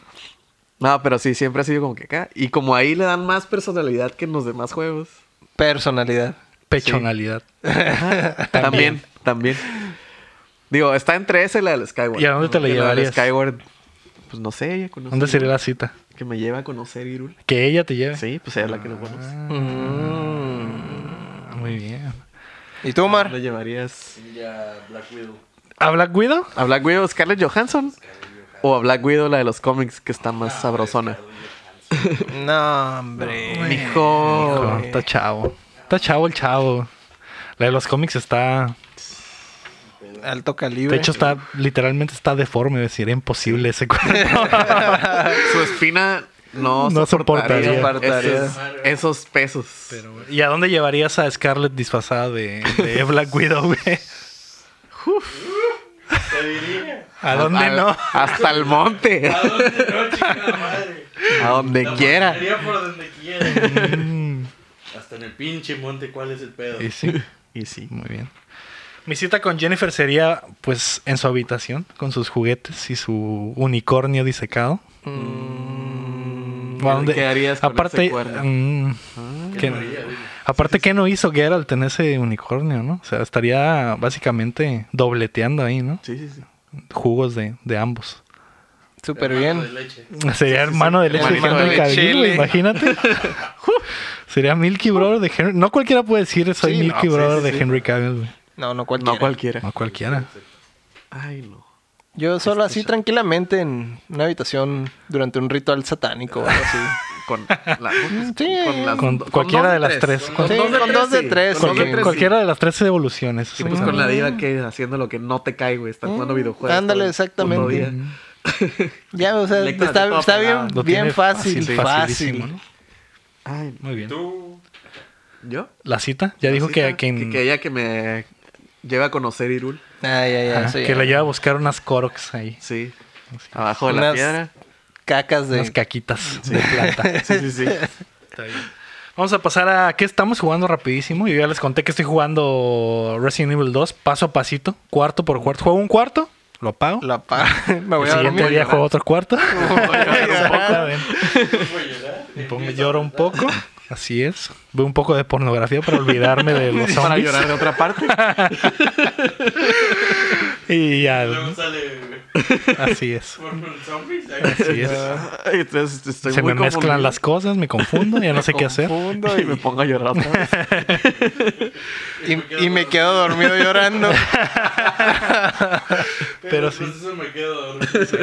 No, pero sí, siempre ha sido como que acá. Y como ahí le dan más personalidad que en los demás juegos. Personalidad. Pechonalidad. Pues También, también. Digo, está entre esa y la del Skyward. ¿Y a dónde te la Que del llevarías? Skyward, pues no sé, ella conoce. ¿Dónde sería Hyrule, la cita? Que me lleva a conocer Irul. Que ella te lleve. Sí, pues ella es la que no conoce. Mm. Ah, Muy bien. ¿Y ¿Dónde tú, Omar? ¿La llevarías? Ya, Black Widow. ¿A Black Widow? ¿A Black Widow Scarlett Johansson? ¿O a Black Widow la de los cómics que está más sabrosona? No, hombre. Mijo. No, está chavo. Está chavo el chavo. La de los cómics está. Alto De calibre. hecho, está literalmente está deforme. Es decir, era imposible ese *laughs* cuerpo. Su espina no, No soportaría. Soportaría. Esos, esos pesos. ¿Y a dónde llevarías a Scarlett disfrazada de, de Black Widow, güey? Te diría. ¿A dónde A- *laughs* no? Hasta el *laughs* monte. ¿A dónde no, chingada madre? A donde La quiera. portería por donde *laughs* quiera. Mm. Hasta en el pinche monte, ¿cuál es el pedo? Y sí. Y sí. Muy bien. Mi cita con Jennifer sería, pues, en su habitación, con sus juguetes y su unicornio disecado. ¿A dónde- ¿Qué harías con aparte, ese cuerno? mm, que- aparte, ¿qué no hizo Geralt en ese unicornio, no? O sea, estaría básicamente dobleteando ahí, ¿no? Sí, sí, sí. Jugos de, de ambos. Súper Hermano bien. De leche. Sería hermano de leche, Hermanito hermano de de leche, Cavill, güey. imagínate. Uh, Sería Milky Brother de Henry. No cualquiera puede decir soy Sí, no, Milky sí, Brother sí, de sí. Henry Cavill, güey. No, no cualquiera. No cualquiera. No cualquiera. Ay, no. Yo solo así tranquilamente en una habitación durante un ritual satánico Ah. o algo así. Con, la- Sí. con las- Mm, Con con cualquiera dos de las tres. dos Con, de con tres, dos de sí. tres. Con dos de sí. Cualquier- tres, cualquiera Mm. de las 13 evoluciones. Sí, pues con la diva que haciendo lo que no te cae, güey. Estás Mm. jugando videojuegos. Ándale, todo el exactamente. puto día. Ya, o sea, Electra de está, todo está pelado. bien, Lo tiene bien fácil, fácil. facilísimo, ¿no? Ay, Muy bien. Tú. ¿yo? La cita, ya dijo Sí, que, está. que, que ella que me lleva a conocer Irul. Ay, ay, ay. ajá, eso ya. que la lleva a buscar unas Koroks ahí. Sí. Abajo de la Unas- piedra. Cacas de. Unas caquitas de *laughs* planta. Sí, sí, sí. Vamos a pasar a qué estamos jugando rapidísimo. Yo ya les conté que estoy jugando Resident Evil 2 paso a pasito, cuarto por cuarto. Juego un cuarto, lo apago. La pa- *laughs* Me voy El a dormir. siguiente día juego otro cuarto. *laughs* Está llorar. bien. Me pongo- lloro un poco. *laughs* Así es. Veo un poco de pornografía para olvidarme de *laughs* los zombies. Para llorar de *laughs* otra parte. Y ya. Luego sale *laughs* Así es. por un zombie. Así es. Ay, Entonces estoy Se muy me mezclan confundido. las cosas, me confundo, ya no sé qué hacer. Confundo y me pongo a llorar otra *laughs* vez. Y, y me quedo dormido *laughs* llorando. Pero sí. Entonces me quedo dormido. Eso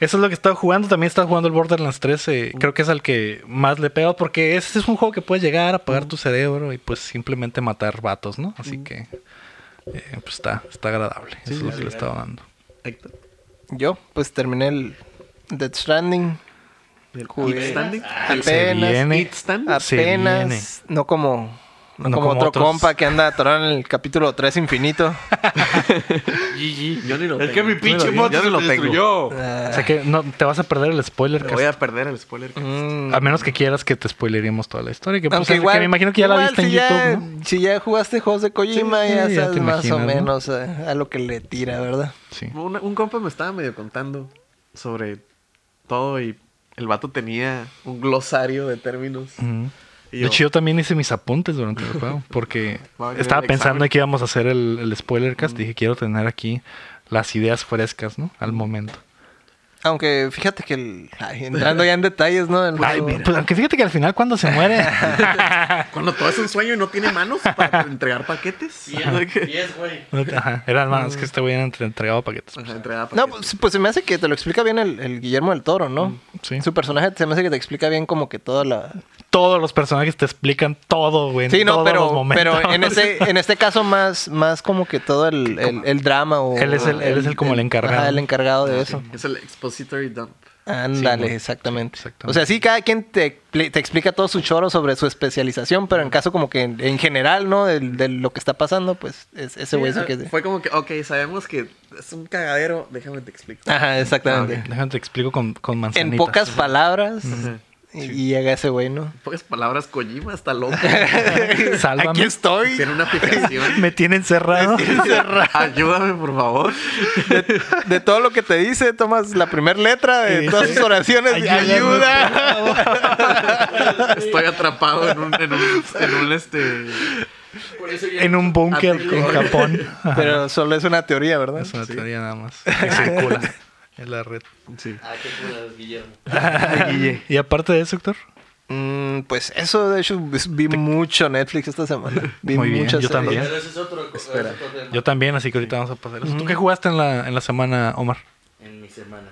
es lo que he estado jugando. También he estado jugando el Borderlands 3. eh, creo que es al que más le pego. Porque ese es un juego que puedes llegar a apagar tu cerebro y pues simplemente matar vatos, ¿no? Así que eh, pues está, está agradable. Eso es lo que le he estado dando. Héctor. Yo, pues terminé el Death Stranding. Jugué. Standing. Se Apenas. viene. It Standing. Se viene. Apenas. No como. no No como como, otro otros. compa que anda atorado en el capítulo *laughs* 3 infinito. GG. Yo ni lo Es que mi pinche Yo moto no se lo lo tengo. destruyó. O sea que no, te vas a perder el spoiler. Me que- voy a perder el spoiler. Mm. A menos que quieras que te spoileríamos toda la historia. Que, pues, Aunque es- que igual, me imagino que ya la igual viste en si ya- YouTube, ¿no? Si ya jugaste juegos de Kojima, Sí, ya sí, ya sabes te más o imaginas, ¿no? menos eh, a, a lo que le tira, ¿verdad? Sí. Un, un compa me estaba medio contando sobre todo y el vato tenía un glosario *laughs* de términos. Ujú. Y De hecho, yo también hice mis apuntes durante el juego porque Va a venir estaba el pensando examen. que íbamos a hacer el, el spoiler cast. Dije, quiero tener aquí las ideas frescas, ¿no? Al momento. Aunque fíjate que el- ay, entrando ya en detalles, ¿no? Del Ay, juego. pues, aunque fíjate que al final cuando se *laughs* muere... *laughs* Cuando todo es un sueño y no tiene manos *laughs* para entregar paquetes. Y *laughs* es- y es, güey. Ajá, era más que este güey era entre- entregado paquetes. O sea, entregar No, paquetes. pues, pues se me hace que te lo explica bien el, el Guillermo del Toro, ¿no? sí. Su personaje se me hace que te explica bien como que toda la... Todos los personajes te explican todo, güey. en Sí, no, todos los pero, momentos. pero *laughs* en, ese, en este caso más, más como que todo el, el- el drama o... Él es el- él es el como el encargado. Ah, ajá, el encargado de eso. Es el expository dump. Sí, Ándale, güey. exactamente. Sí, O sea, exactamente. sí, cada quien te, expli- te explica todo su choro sobre su especialización, pero en caso como que en, en general, ¿no? Del- De, lo que está pasando, pues es- ese güey sí, que... es de- Fue como que, ok, sabemos que es un cagadero, déjame te explico. Ajá, exactamente. Déjame te explico con, con En Ah, manzanitas. pocas palabras, y, y llega ese güey, ¿no? En pocas palabras, Kojima está loco. *laughs* *laughs* Sálvame. Aquí estoy. Tiene *laughs* una *laughs* aplicación. Me tienen cerrado. *laughs* Ayúdame, por favor. De todo lo que te dice, tomas la primera letra Y de dice, todas sus oraciones. "Ayúdame, ¡Ayuda! Estoy atrapado en un, en un, en un, este... Por eso ya en un búnker en Artículo. Japón. *laughs* Ajá. Pero solo es una teoría, ¿verdad? Es una teoría nada más. *laughs* que circula en la *laughs* red. Sí. Ah, qué culas, Guillermo. Guille. Y aparte de eso, Héctor. Mm, pues eso, de hecho, pues, vi mucho Netflix esta semana. Vi Muy bien, muchas yo también. series. Pero ese es otro, co- ese es otro tema Yo también, así que ahorita vamos a pasar eso. ¿Tú qué jugaste en la, en la semana, Omar? en mi semana.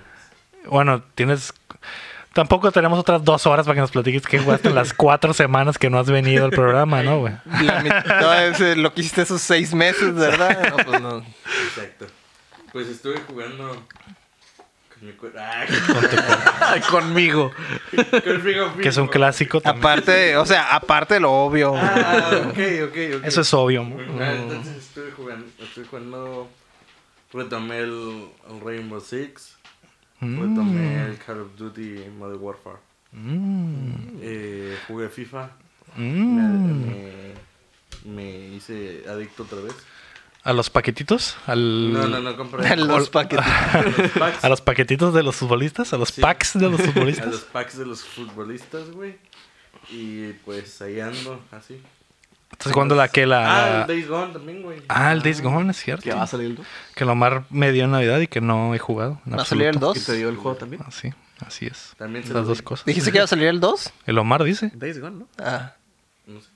Bueno, tienes... Tampoco tenemos otras dos horas para que nos platiques qué jugaste en *laughs* las cuatro semanas que no has venido al programa, ¿no, güey? La *laughs* mitad es eh, lo que hiciste esos seis meses, ¿verdad? No, pues no. Exacto. Pues estuve jugando con mi cu- ah, Ay, conmigo. con Frigo Frigo. Que es un clásico también. Aparte, de- o sea, aparte de lo obvio. Ah, ok, ok, ok. Eso es obvio. mo. Ah, Entonces estuve jugando, estuve jugando, retomé el, el Rainbow Six, retomé el Call of Duty Modern Warfare, Mm, eh, jugué FIFA, me, mm. me- me hice adicto otra vez. ¿A los paquetitos? ¿Al... No, no, no *laughs* compré *laughs* *laughs* Los paquetitos. los packs. *laughs* ¿A los paquetitos de los futbolistas? ¿A los Sí. packs de los a *laughs* futbolistas? los packs de los futbolistas, güey. Y pues ahí ando, así. ¿Estás jugando la que Ah, la...? el Days Gone también, güey. Ah, el Days Gone, es cierto. Que va a salir el 2. Que Lomar me dio en Navidad y que no he jugado. en ¿Va a salir el absoluto. 2? Y te dio el juego también. Ah, sí, así es. También se Las lo dos di. cosas. ¿Dijiste que iba a salir el 2? El Omar dice. Days Gone, ¿no? Ah, No sé.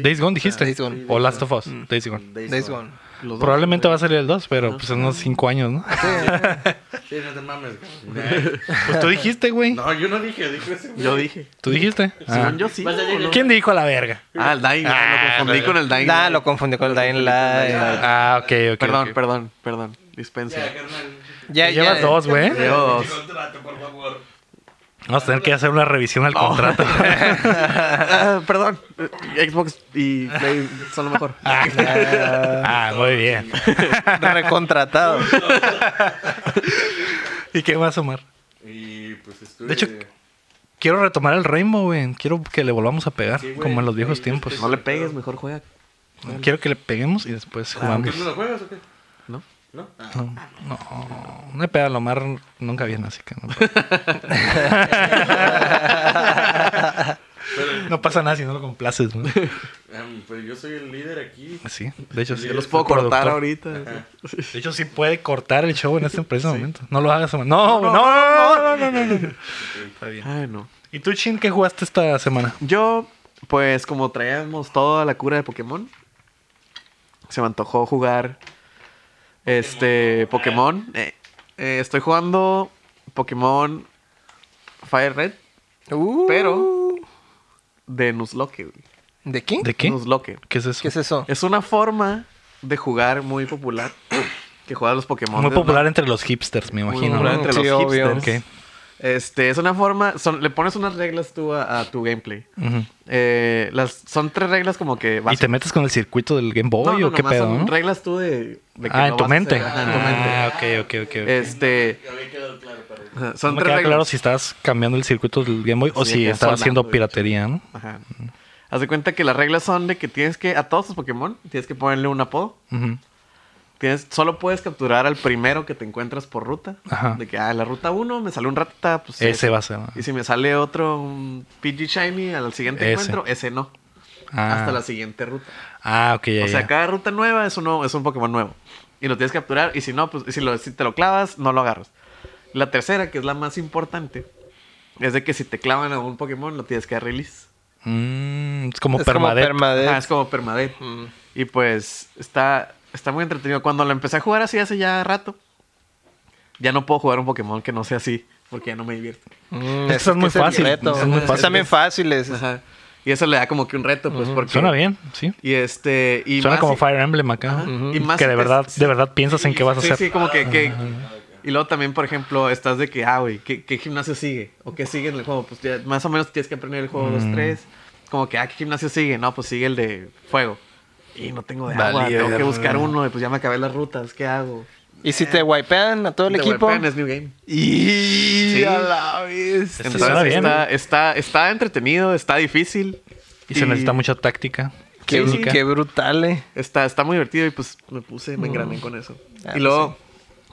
Days Gone dijiste. Days Gone. O Last of Us. Days Gone. Days Gone. Los dos. Probablemente va a salir el 2, pero pues en unos 5 años, ¿no? *laughs* Sí, no te mames. güey. Pues tú dijiste, güey. No, yo no dije, dijo ese güey. Yo dije. Tú dijiste. Ah. Según yo sí. Vas a llegar- ¿Quién dijo a la verga? Ah, el Dying. Light, Ah, lo confundí con el Dying. Nah, Light. lo confundí con el Dying Light. Ah, ok, ok. Perdón, Ah, ok. perdón, perdón. Dispensa. Ya, carnal. Ya, Te Llevas dos, güey. Llevo dos. Pues, Pinche *laughs* contrato, por favor. Vamos a tener que hacer una revisión al contrato. *laughs* Ah, perdón. Eh, Xbox y Play son lo mejor. Ah, muy bien. *laughs* *laughs* Recontratado. ¿Y qué más, Omar? Y pues estuve. De hecho, quiero retomar el Rainbow, güey. Quiero que le volvamos a pegar, Sí, güey. como en los viejos Ahí, tiempos. este, No le pegues, mejor juega. Quiero que le peguemos y después ¿Tú jugamos. no lo juegas o qué? ¿No? ¿No? Ah, No, no le pega a Omar, nunca viene, así que no. no pasa nada si no lo complaces, ¿no? em, pues yo soy el líder aquí. Sí, de hecho sí. Yo los Puedo Fue productor. cortar ahorita. De hecho sí puede cortar el show en este preciso momento. No lo hagas, Omar. No, güey, no, no, no, no, no, no. Está bien. Ay, no. ¿Y tú, Chin, qué jugaste esta semana? Yo, pues como traíamos toda la cura de Pokémon, se me antojó jugar este Pokémon. Eh, eh, estoy jugando Pokémon Fire Red, Uh, *laughs* pero de Nuzlocke. güey. ¿De quién? ¿De qué? Nuzlocke. ¿Qué es eso? ¿Qué es eso? Es una forma de jugar muy popular. que juega los Pokémon. Muy de una- popular entre los hipsters, me muy imagino. popular ¿no? entre Mm, Sí, los obvio. hipsters. Ok. Este, es una forma. son- le pones unas reglas tú a, a tu gameplay. Ujú. Eh, las, son tres reglas como que ¿Y te metes con el circuito del Game Boy No, o no, qué nomás pedo, son no? reglas tú de... de que Ah, en no tu vas a mente. hacer- ajá, en tu mente. Ah, ok, ok, ok. ok. Este... Ajá, Son no me tres queda reglas. claro si estabas cambiando el circuito del Game Boy o Sí, si acá estabas sonando, haciendo piratería, ¿no? Ajá. Haz de cuenta que las reglas son de que tienes que... A todos tus Pokémon tienes que ponerle un apodo. Ujú. Tienes, solo puedes capturar al primero que te encuentras por ruta. Ajá. De que, ah, la ruta 1 me sale un ratita, pues... sí, Ese va a ser. ¿no? Y si me sale otro, un Pidgey Shiny al siguiente Ese. encuentro, ese no. Ah, Hasta la siguiente ruta. ah, ok, ya, o sea, ya. cada ruta nueva es, uno, es un Pokémon nuevo. Y lo tienes que capturar. Y si no, pues si, lo- si te lo clavas, no lo agarras. La tercera, que es la más importante, es de que si te clavan a un Pokémon, lo tienes que dar release. Mm, es como es permadeath. como Mm, permadeath. Ajá, es como permadeath. Mm. Y pues está, está muy entretenido. Cuando lo empecé a jugar así hace ya rato, ya no puedo jugar un Pokémon que no sea así, porque ya no me divierte. Mm, Estas ese son muy es el fácil, reto. son muy fáciles. Están bien fáciles. Ajá. Y eso le da como que un reto, pues, porque... Suena bien, sí. Y este... Y Suena más como si- Fire Emblem acá. Ajá. Y más que de si te- verdad, de verdad piensas en qué vas a sí, hacer. Sí, como que... que- y luego también, por ejemplo, estás de que, ah, güey, ¿qué, qué gimnasio sigue? ¿O qué sigue en el juego? Pues ya más o menos tienes que aprender el juego Mm. 2, 3. Como que, ah, ¿qué gimnasio sigue? No, pues sigue el de fuego. Y no tengo de agua, Valió, tengo que ya. buscar uno. Y pues ya me acabé las rutas, ¿qué hago? Y si te wipean a todo el De equipo. Weapon es New Game. Y Sí. a la vez. Este suena Entonces bien. está, está, está entretenido, está difícil. Y se necesita mucha táctica. Qué, técnica. qué brutal, eh. Está, está muy divertido y pues me puse, me Mm. engrané con eso. Ah, y luego,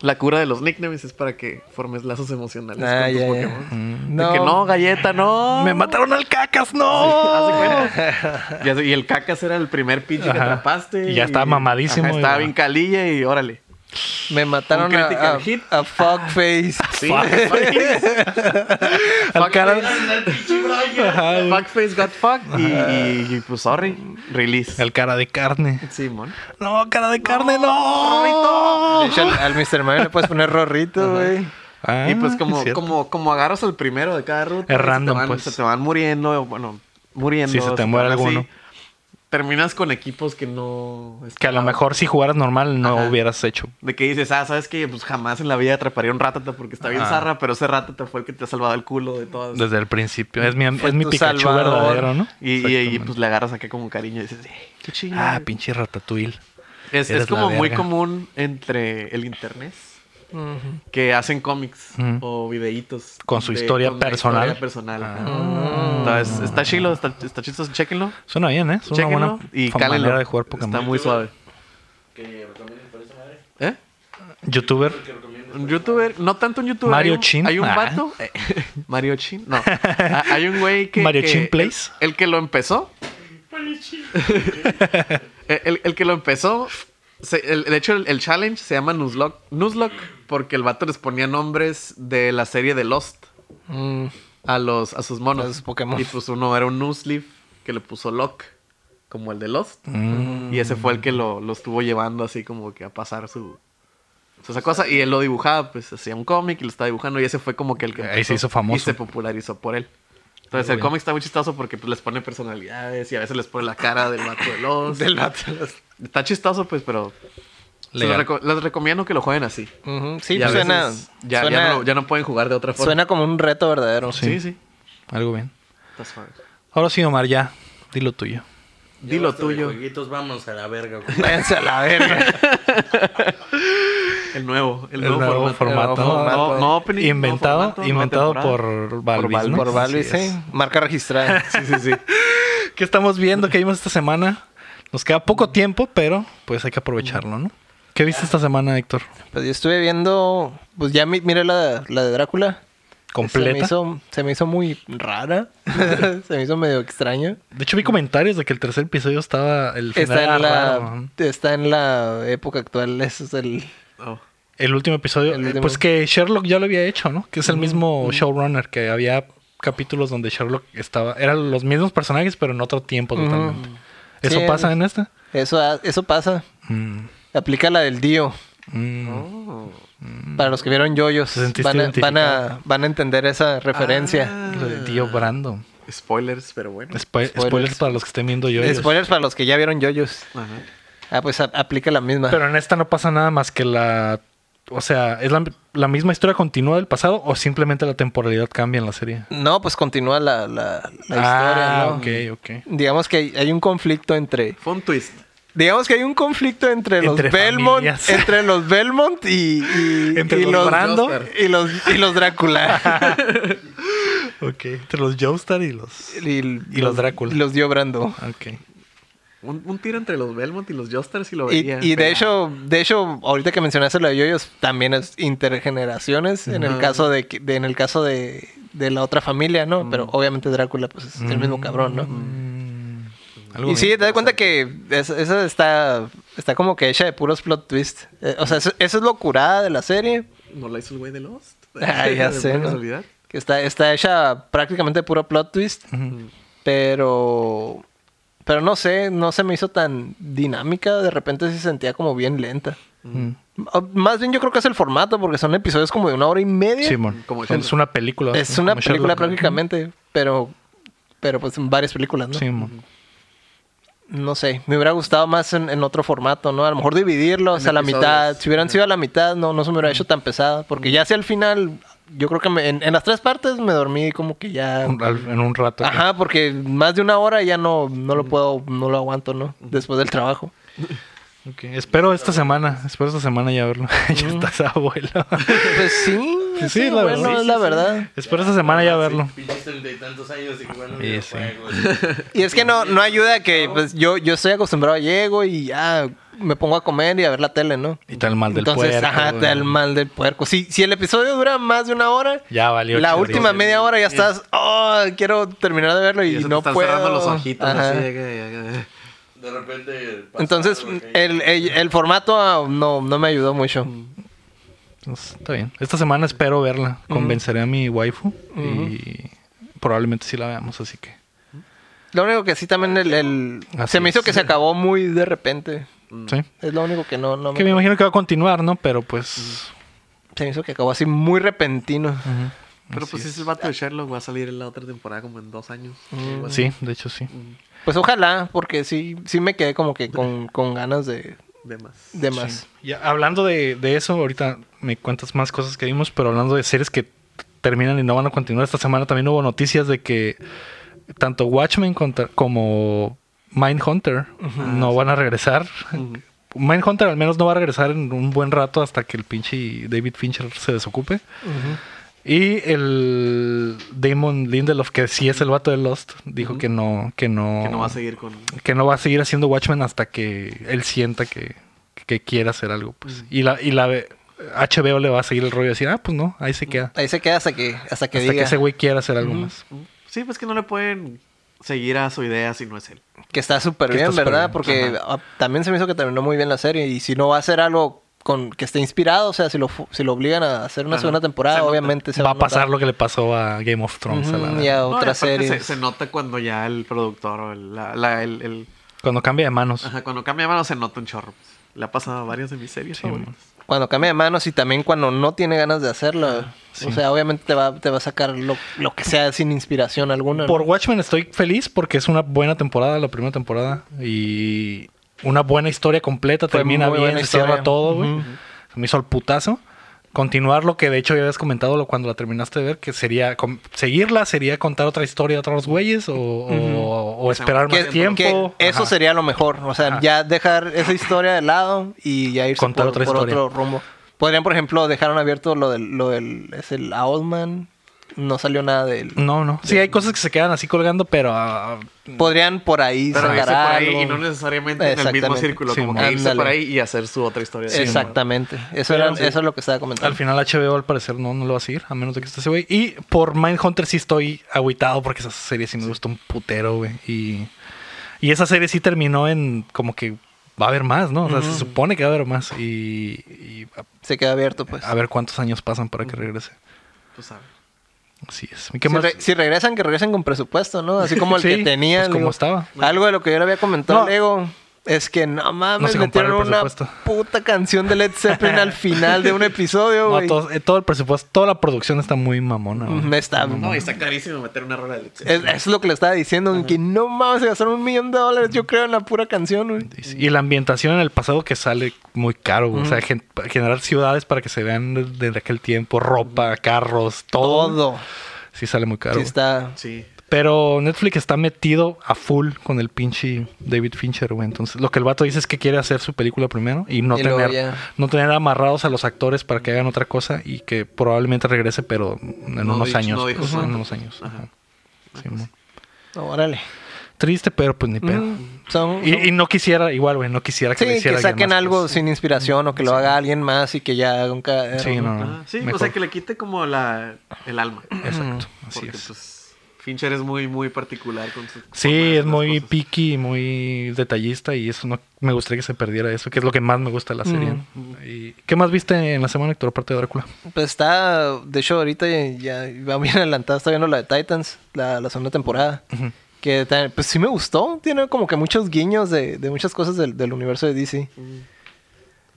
la cura de los nicknames es para que formes lazos emocionales Ah, con tus ya, ya. Pokémon. De que no, galleta, no. Me mataron al cacas, *laughs* no. Y así- y el cacas era el primer pinche que Ajá. atrapaste. Y ya estaba mamadísimo, ajá, estaba y- bien calilla y órale. Me mataron Un a, critical a, hit. a *laughs* *laughs* fuckface. Fuck. Al cara- Ajá, güey. Fuckface got fucked y, y- y, pues sorry, release. al cara de carne. Simón. No, cara de carne, no. De hecho, al, al Mr. Mario le puedes poner rorrito, güey. Ah, y pues es como, cierto. como, como agarras el primero de cada ruta. Es se te random, van- pues. Se te van muriendo, bueno, muriendo. Sí, se te muere van así. alguno. Terminas con equipos que no... Que a lo esperaban. mejor si jugaras normal no Ajá. hubieras hecho. De que dices, ah, ¿sabes qué? Pues jamás en la vida atraparía un ratata porque está bien Ajá. zarra, pero ese ratata fue el que te ha salvado el culo de todas. Desde el principio. Es mi, Fue es mi tu Pikachu salvador. verdadero, ¿no? Y, y- y, Exactamente. pues le agarras acá como cariño y dices, "Eh, qué chido. Ah, pinche ratatouille. es, es eres la como muy verga. común entre el internet que hacen cómics Ujú. o videitos. Con su historia la personal. historia personal, ajá. Entonces, está chido, está, está chistoso, chéquenlo. Suena bien, ¿eh? Es una buena Chéquenlo y fa- cálenlo. manera de jugar Pokémon. Está muy suave. Que recomiendan por esa madre. ¿Eh? Youtuber. Que recomiendan. Un youtuber, no tanto un youtuber. Mario hay un, Chin. Hay un Ah. *laughs* vato. eh, Mario Chin, no. Ah, Hay un güey que. Mario que- Chin Plays. El, el que lo empezó. Eh, *laughs* el, el que lo empezó. se- el- de hecho, el, el challenge se llama Nuzlocke, Nuzlocke porque el vato les ponía nombres de la serie de Lost *laughs* Mm, a, los, a sus monos. A sus Pokémon. Y pues uno era un Nuzleaf que le puso Lock, como el de Lost. Mm. Y ese fue el que lo, lo estuvo llevando así como que a pasar su... su esa cosa. Y él lo dibujaba, pues hacía un cómic y lo estaba dibujando. Y ese fue como que el que... Ahí empezó se hizo famoso. Y se popularizó por él. Entonces el cómic está muy chistoso porque pues, les pone personalidades y a veces les pone la cara del vato de *laughs* los... del vato de los... Está chistoso pues, pero... se los Legal. reco- les recomiendo que lo jueguen así. ujú. Sí, Y a pues suena, veces Ya, ya suena, no, lo- ya no pueden jugar de otra forma. suena como un reto verdadero. Sí, sí. Algo bien. Está suave. Ahora sí, Omar, ya. Dilo tuyo. Di lo tuyo. Jueguitos, vamos a la verga. güey. Váyanse a la verga. El nuevo, el El nuevo, nuevo formato. formato. No, no, no opening, no inventado formato, no inventado temporada. por Valve. Valve, ¿no? Por Valve, Así es. sí. *laughs* Marca registrada. Sí, sí, sí. ¿Qué estamos viendo? ¿Qué vimos esta semana? Nos queda poco tiempo, pero pues hay que aprovecharlo, ¿no? ¿Qué viste esta semana, Héctor? Pues yo estuve viendo, pues ya mi- miré la, la de Drácula. Se me ¿Completa? hizo, se me hizo muy rara. *laughs* se me hizo medio extraño. De hecho, vi comentarios de que el tercer episodio estaba. El final Está era en, raro, la, ¿no? está en la época actual. Eso es el. El último episodio. El eh, último. Pues que Sherlock ya lo había hecho, ¿no? Que es el mismo showrunner, que había capítulos donde Sherlock estaba. Eran los mismos personajes, pero en otro tiempo Ujú. totalmente. ¿Eso Sí, pasa el- en esta? Eso, ha- eso pasa. Mm, Aplica la del Dio. mm. Oh. Para los que vieron Yoyos, ¿Te sentiste van a, van, identificado? Ah. a, van a entender esa referencia. Lo de tío Brando. Spoilers, pero bueno. Spo- spoilers. Ah. Spoilers. para los que estén viendo yo. Eh, Spoilers para los que ya vieron Yoyos. Ajá. Ah, pues a- aplica la misma. Pero en esta no pasa nada más que la. O sea, ¿es la, la misma historia continua del pasado o simplemente la temporalidad cambia en la serie? No, pues continúa la, la, la historia, ¿no? historia, Ah, ok, ok. Digamos que hay- hay un conflicto entre. Fue un twist. Digamos que hay un conflicto entre los Entre Belmont. familias. *laughs* Entre los Belmont y. y- *laughs* Entre y los Brando. Y los, y *laughs* los Drácula. Ok, entre los Joestar y los. y, Y los Drácula. Y los dio Brando. Ok. Un, un tiro entre los Belmont y los Josters y lo Y, veía. y de Pero- hecho, de hecho, ahorita que mencionaste lo de yoyos, también es intergeneraciones en el caso de, que- de- en el caso de, de la otra familia, ¿no? Mm. Pero obviamente Drácula, pues es el mismo cabrón, ¿no? Algo Mm. y sí, bien. te das cuenta que es- esa está, está como que hecha de puros plot twist. Eh, o sea, eso, eso es lo curada de la serie, ¿No la hizo el güey de Lost? *laughs* Ah, *laughs* ya ¿De sé, pura ¿no? casualidad? que está, está hecha prácticamente de puro plot twist, Mm. pero, pero no sé, no se me hizo tan dinámica, de repente sí sentía como bien lenta. Mm. O- Más bien yo creo que es el formato, porque son episodios como de una hora y media. Simón. Como Son- es una película. es ¿no? una Como película Sherlock. prácticamente, pero, pero pues en varias películas, ¿no? Simón. No sé, me hubiera gustado más en, en otro formato, ¿no? A lo mejor dividirlos En a la episodios. mitad. Si hubieran sido a la mitad, no, no se me hubiera hecho tan pesada, porque ya hacia el final, yo creo que me- en, en las tres partes me dormí como que ya... Un- al- en un rato. Ajá, porque más de una hora ya no, no Mm. lo puedo, no lo aguanto, ¿no? Después del *laughs* trabajo. Ok, Espero esta semana. Espero esta semana ya verlo. *laughs* ya Mm. estás abuelo. *laughs* Pues sí, Sí, sí, la verdad. bueno, es la verdad. espero esta semana Ah, ya verlo. Pinches treinta y tantos años y jugando Sí, sí. videojuegos. Y es que no, no ayuda que pues yo, yo estoy acostumbrado, llego y ya me pongo a comer y a ver la tele, ¿no? Y tal mal del Entonces, puerco. ajá, güey. te da el mal del puerco. Si, si el episodio dura más de una hora, Ya valió. la chorizo. última media hora ya estás, oh, quiero terminar de verlo y, eso te no están puedo. cerrando los ojitos. Ajá. así de que- De repente. pasa Entonces, mm, algo que- el, el, el formato ah, no, no me ayudó mucho. Entonces, Pues, está bien. Esta semana espero verla. Mm. Convenceré a mi waifu. Y probablemente sí la veamos. Así que. Lo único que sí también el, el- Así se me hizo es. que se acabó muy de repente. Sí. Es lo único que no, no Que me, me imagino que va a continuar, ¿no? Pero pues. se me hizo que acabó así muy repentino. Pero pues es el vato de Sherlock. Va a salir en la otra temporada como en dos años. Mm, Algo así. Sí, de hecho sí. Pues ojalá, porque sí, sí me quedé como que con, con ganas de, De más. de más. Ya, hablando de, de eso, ahorita me cuentas más cosas que vimos, pero hablando de series que t- terminan y no van a continuar, esta semana también hubo noticias de que tanto Watchmen contra- como Mindhunter Ah, no van a regresar. Mindhunter al menos no va a regresar en un buen rato hasta que el pinche David Fincher se desocupe. Y el Damon Lindelof, que sí es el vato de Lost, dijo que no, que no. Que no va a seguir con. que no va a seguir haciendo Watchmen hasta que él sienta que, que quiera hacer algo, Mm. pues. Y la, y la ve- HBO le va a seguir el rollo de decir, ah, pues no, ahí se queda. Ahí se queda hasta que, hasta Mm. que hasta diga que que, ese güey quiera hacer algo más. Sí, pues que no le pueden seguir a su idea si no es él. está súper que está bien, súper ¿verdad? bien. Porque ah, también se me hizo que terminó muy bien la serie. Y si no va a hacer algo con que esté inspirado, o sea, si lo, fu- si lo obligan a hacer una Ajá. segunda temporada, Se nota. obviamente se va a notar. pasar lo que le pasó a Game of Thrones. a la- Ujú, y a No, y otra aparte serie. Se, se nota cuando ya el productor o el, la- la- el- el- Cuando cambia de manos. ajá, cuando cambia de mano se nota un chorro. pues. Le ha pasado a varias de mis series favoritas. Cuando cambia de manos y también cuando no tiene ganas de hacerlo. Ah, sí. O sea, obviamente te va, te va a sacar lo, lo que sea sin inspiración alguna. ¿no? Por Watchmen estoy feliz porque es una buena temporada, la primera temporada. Y una buena historia completa, Fue termina muy bien, buena se cierra historia. todo, güey. Se me hizo el putazo. Continuar lo que de hecho ya habías comentado lo- cuando la terminaste de ver, que sería com- seguirla, sería contar otra historia de otros güeyes o, o- o esperar Que- más tiempo. que eso Ajá. sería lo mejor. O sea, ya dejar esa historia de lado y ya irse Contar por, otra por historia. otro rumbo. Podrían, por ejemplo, dejaron abierto lo del, lo del es el Owlman. No salió nada del. No, no. Sí, hay cosas que se quedan así colgando, pero ah, Podrían por ahí Pero irse sacar por ahí algo. y no necesariamente en el mismo Exactamente. círculo, Sí, como mon. que irse por Ándale. ahí y hacer su otra historia. Exactamente. Eso, Pero era, sí. eso es lo que estaba comentando. al final HBO al parecer no, no lo va a seguir, a menos de que esté ese güey. Y por Mindhunter sí estoy agüitado porque esa serie sí me gustó un putero, güey. Y, y esa serie sí terminó en como que va a haber más, ¿no? O sea, se supone que va a haber más. Y, y a- Se queda abierto, pues. a ver cuántos años pasan para que regrese. Pues, a ver. Así es. ¿Y qué si, más? re- si regresan, que regresen con presupuesto, ¿no? Así como *laughs* el Sí, que tenía. pues como digo, estaba. Algo de lo que yo le había comentado No. al Lego es que no No mames, se compara el metieron una presupuesto. puta canción de Led Zeppelin al final de un episodio, *laughs* No, güey. todo, eh, todo el presupuesto, toda la producción está muy mamona. güey. Mm, está- No, y está clarísimo meter una rola de Led Zeppelin. es, es lo que le estaba diciendo, que no mames, se gastaron un millón de dólares, yo creo, en la pura canción, güey. Y la ambientación en el pasado que sale muy caro, güey. O sea, gen- generar ciudades para que se vean desde aquel tiempo, ropa, carros, todo. Todo. Sí sale muy caro. Sí güey. está. Sí. Pero Netflix está metido a full con el pinche David Fincher, güey. Entonces, lo que el vato dice es que quiere hacer su película primero y no Y luego tener ya. no tener amarrados a los actores para que hagan otra cosa y que probablemente regrese, pero en No unos dijo- años. no dijo pues, en cuándo. unos años. ajá. Sí, mo. Órale. Triste, pero pues ni pedo. Mm, son, Y, son- y no quisiera, igual, güey, no quisiera que sí, le hiciera que alguien saquen más, algo pues. sin inspiración o que lo haga alguien más y que ya haga un ca- Sí, no, no, Ajá, Ah, sí, o Ah, mejor. sea, que le quite como la, el alma. Exacto, así Porque, es. pues, Fincher es muy, muy particular con su... forma de Sí, es hacer las muy cosas. picky, muy detallista y eso no me gustaría que se perdiera eso, que es lo que más me gusta de la serie. Mm. ¿Y qué más viste en la semana, Héctor, aparte de Drácula? Pues está, de hecho ahorita ya ya va bien *laughs* adelantada, está viendo la de Titans, la, la segunda temporada. Que ta- pues sí me gustó, tiene como que muchos guiños de, de muchas cosas del, del universo de DC.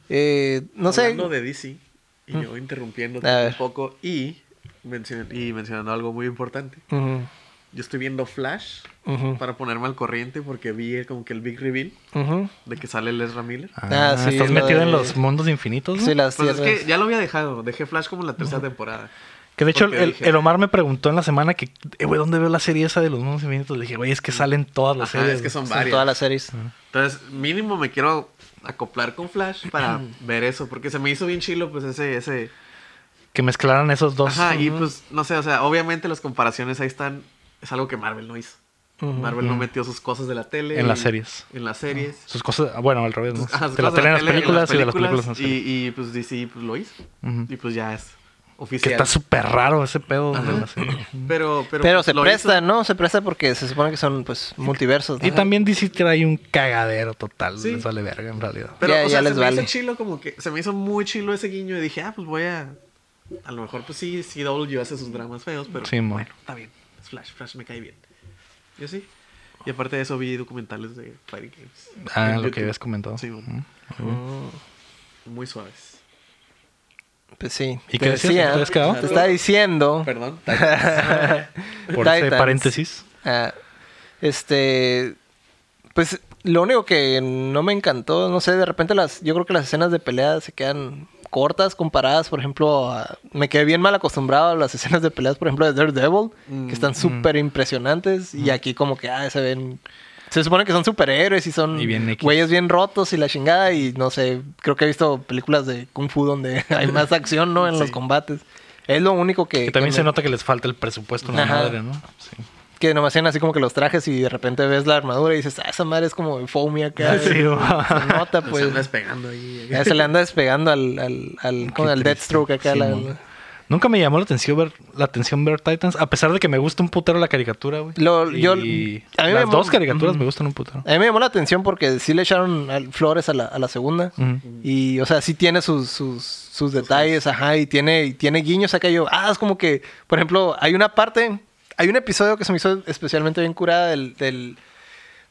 Eh, no sé, Hablando de DC, y yo interrumpiendo A un ver. poco y, mencion- y mencionando algo muy importante. Ujú, Yo estoy viendo Flash ujú, para ponerme al corriente porque vi como que el big reveal ujú. de que sale Ezra Miller. Ah, sí, Estás lo metido de- en los mundos infinitos. ¿no? Ah, Sí, las Pues es tierras. que ya lo había dejado. Dejé Flash como en la tercera temporada. Que de hecho porque el, dije- el Omar me preguntó en la semana que, eh, güey, ¿dónde veo la serie esa de los mundos infinitos? Le dije, güey, es que salen todas las Mm. Ajá, series. es que son Son varias. todas las series. Entonces, mínimo me quiero acoplar con Flash para ver eso. Porque se me hizo bien chilo, pues, ese... ese... Que mezclaran esos dos. Ajá, y pues, no sé, o sea, obviamente las comparaciones ahí están... Es algo que Marvel no hizo. Marvel no metió sus cosas de la tele. En las y- series. En las series. Sus cosas, ah, bueno, al revés, ¿no? Ajá, sus de la cosas tele en las tele, películas y de las películas en las películas, series. Y, y, pues DC pues, lo hizo. Ujú. Y pues ya es Que oficial. está súper raro ese pedo de la *laughs* serie. pero, pero, Pero pues, se lo presta, ¿no? Se presta porque se supone que son pues multiversos. Y ¿no? también DC trae un cagadero total. Sí. Les vale verga, en realidad. Pero, Ya- o ya sea, les se me vale. hizo chilo como que... Se me hizo muy chilo ese guiño y dije, ah, pues voy a... A lo mejor, pues sí, CW hace sus dramas feos, pero Sí, mo. bueno, está bien. Es Flash, Flash me cae bien. Yo sí. Y aparte de eso, vi documentales de Fire Games. Ah, en lo que YouTube. habías comentado. Sí, mo. Mm. Muy suaves. Pues sí. ¿Y te qué decías? decía- ¿Te habías quedado? Te estaba diciendo. Perdón. Por ese Titans. paréntesis. Ah, este. Pues lo único que no me encantó, no sé, de repente las. Yo creo que las escenas de pelea se quedan cortas comparadas, por ejemplo, a- me quedé bien mal acostumbrado a las escenas de peleas, por ejemplo, de Daredevil, que están Mm, súper impresionantes y aquí como que ah, se ven se supone que son superhéroes y son Y bien X. güeyes bien rotos y la chingada y no sé, creo que he visto películas de kung fu donde *laughs* hay más acción, ¿no? En los combates. Es lo único que Que también que se me- nota que les falta el presupuesto en la Ajá. madre, ¿no? Sí. que nomás tienen así como que los trajes y de repente ves la armadura y dices, ah, esa madre es como de foamy acá. *laughs* Sí, *laughs* Se va. nota, Pues pues. andas pegando ahí. Ya se le anda despegando al, al, al, con Qué al triste. Deathstroke acá. Sí, la- mon. Nunca me llamó la atención ver la atención ver Titans, a pesar de que me gusta un putero la caricatura, güey. Lo- Y yo- a mí me las llamó- dos caricaturas me gustan un putero. A mí me llamó la atención porque sí le echaron al- flores a la, a la segunda. Ujú. Y, o sea, sí tiene sus, sus, sus detalles, ajá, y tiene, y tiene guiños acá. Yo, ah, es como que, por ejemplo, hay una parte, hay un episodio que se me hizo especialmente bien curada del, del-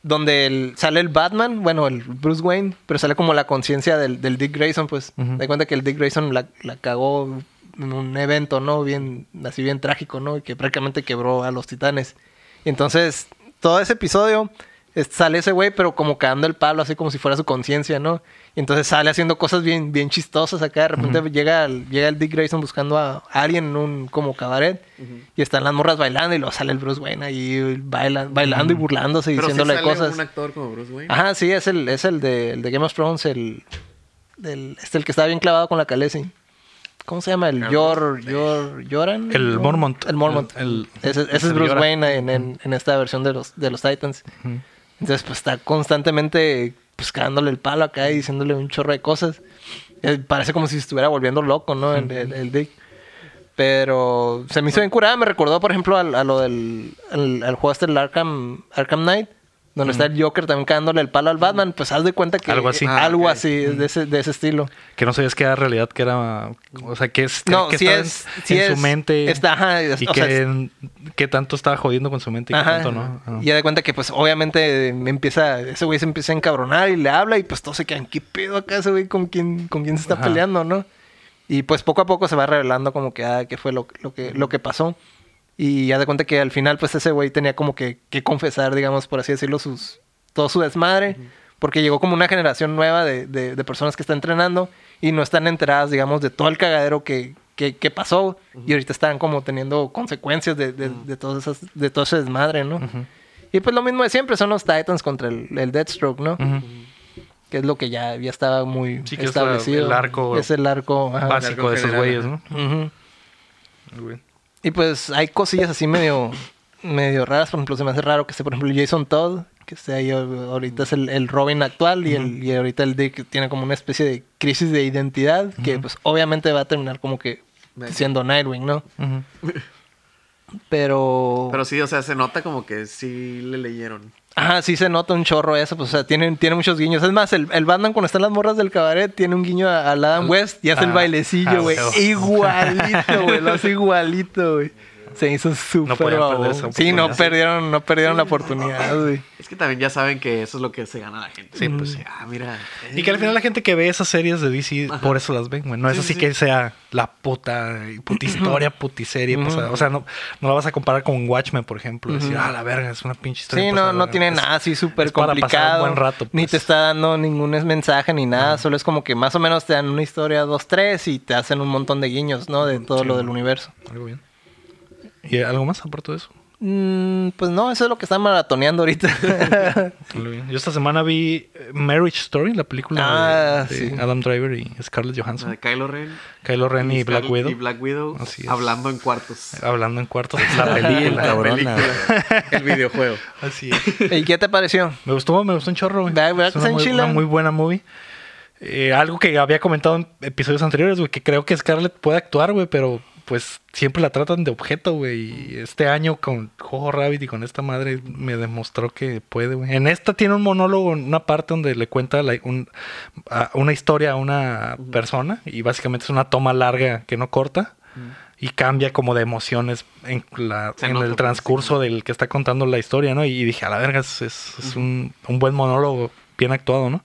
donde el- sale el Batman, bueno, el Bruce Wayne, pero sale como la conciencia del, del Dick Grayson, pues. Ujú. De cuenta que el Dick Grayson la, la cagó en un evento, ¿no? Bien, así bien trágico, ¿no? Y que prácticamente quebró a los titanes. Entonces, todo ese episodio es- sale ese güey, pero como cagando el palo, así como si fuera su conciencia, ¿no? Y entonces sale haciendo cosas bien, bien chistosas acá. De repente llega, el, llega el Dick Grayson buscando a alguien en un como cabaret. Y están las morras bailando y luego sale el Bruce Wayne ahí baila- bailando y burlándose y Pero sí diciéndole sale cosas. Ah, un actor como Bruce Wayne. Ajá, sí, es el, es el de, el de Game of Thrones, el, del- este, el que estaba bien clavado con la Khaleesi. ¿Cómo se llama? El Yor, Yor, Yoran. El ¿no? Mormont. El Mormont. El- el- ese, ese el es Bruce Yoran. Wayne en, en- en esta versión de los, de los Titans. Entonces, pues está constantemente pues cagándole el palo acá y diciéndole un chorro de cosas. Eh, parece como si estuviera volviendo loco, ¿no? El, el- el Dick. Pero se me hizo bien curada. Me recordó, por ejemplo, al- a, lo del al, al juego este, el Arkham, Arkham Knight. Donde está el Joker también cagándole el palo al Batman. Pues haz de cuenta que... Algo así. Ah, Algo así, es de ese, de ese estilo. Que no sabías que era realidad, que era. O sea, que es. No, que sí estaba es- en, sí en es- su mente. está, ajá, es- y o que, sea, es- que tanto estaba jodiendo con su mente y que Ajá. tanto no. Ah. Y ya de cuenta que, pues, obviamente me empieza, ese güey se empieza a encabronar y le habla y pues todos se quedan, ¿qué pedo acá ese güey con quién, con quién se está Ajá. peleando, no? Y pues poco a poco se va revelando como que, ah, qué fue lo, lo que, lo que pasó. Y ya de cuenta que al final, pues, ese güey tenía como que, que confesar, digamos, por así decirlo, sus, todo su desmadre. Porque llegó como una generación nueva de, de- de personas que están entrenando y no están enteradas, digamos, de todo el cagadero que, que- que pasó. Y ahorita están como teniendo consecuencias de, de, de todas esas, de todo ese desmadre, ¿no? Y pues lo mismo de siempre, son los Titans contra el, el Deathstroke, ¿no? Que es lo que ya, ya estaba muy Sí, que es la- establecido. el arco Es el arco ajá. Básico de esos güeyes, ¿no? Ujú. Y pues hay cosillas así medio, medio raras. Por ejemplo, se me hace raro que esté, por ejemplo, Jason Todd, que esté ahí ahor- ahorita es el, el Robin actual y, el, y ahorita el Dick tiene como una especie de crisis de identidad que pues obviamente va a terminar como que siendo Nightwing, ¿no? Pero... Pero sí, o sea, se nota como que sí le leyeron. Ajá, sí se nota un chorro eso, pues, o sea, tiene, tiene muchos guiños. Es más, el, el Batman cuando están las morras del cabaret tiene un guiño a- al Adam West y hace el ah, bailecillo, ah, güey. huevo. *laughs* Igualito, güey, lo hace igualito, güey. Se hizo súper podían babón. perder esa Sí, no oportunidad. perdieron, no perdieron la oportunidad, güey. Es que también ya saben que eso es lo que se gana la gente. Sí, pues ah, mira. Y que al final la gente que ve esas series de DC, por eso las ven, güey. No es así que sea la puta, puta *clears throat* historia, puta serie. pasada. O sea, no, no la vas a comparar con Watchmen, por ejemplo. Decir, ah, la verga, es una pinche historia. Sí, no, pasada, no verga". tiene Es- nada así súper es para pasar un complicado. buen rato, Ni pues. te está dando ningún mensaje ni nada. Solo es como que más o menos te dan una historia, dos, tres y te hacen un montón de guiños, ¿no? De todo lo del universo. Algo bien. ¿Y algo más aparte de eso? Mm, pues no, eso es lo que están *laughs* maratoneando ahorita. Algo bien. Yo esta semana vi eh, Marriage Story, la película de- Ah, de, sí. Adam Driver y Scarlett La Johansson. de Kylo Ren. Kylo Ren y, Black Scarlett- Widow. Y Black Widow Así es. hablando en *laughs* cuartos. Hablando en *laughs* cuartos. La película. Cabrona. El videojuego. así es. ¿Y qué te pareció? Me gustó, me gustó un chorro, güey. Da- ¿verdad Es que una está en muy, Chile? una muy buena movie. Eh, algo que había comentado en episodios anteriores, güey, que creo que Scarlett puede actuar, güey, pero pues siempre la tratan de objeto, güey. Y este año con Jojo Rabbit y con esta madre me demostró que puede, güey. En esta tiene un monólogo, una parte donde le cuenta la- un- a- una historia a una persona y básicamente es una toma larga que no corta. Y cambia como de emociones en, la- Se en nota, el pues, transcurso del que está contando la historia, ¿no? Y dije, a la verga, es, es- es un, un buen monólogo, bien actuado, ¿no?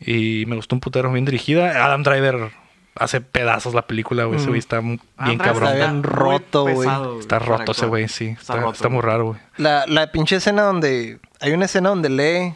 Y me gustó un putero bien dirigida. Adam Driver hace pedazos la película, güey. Mm. Ese güey está mu- Ah, bien cabrón. está Está, bien roto, güey. roto ese güey, sí. Está, está muy raro, güey. La, la pinche escena donde. Hay una escena donde lee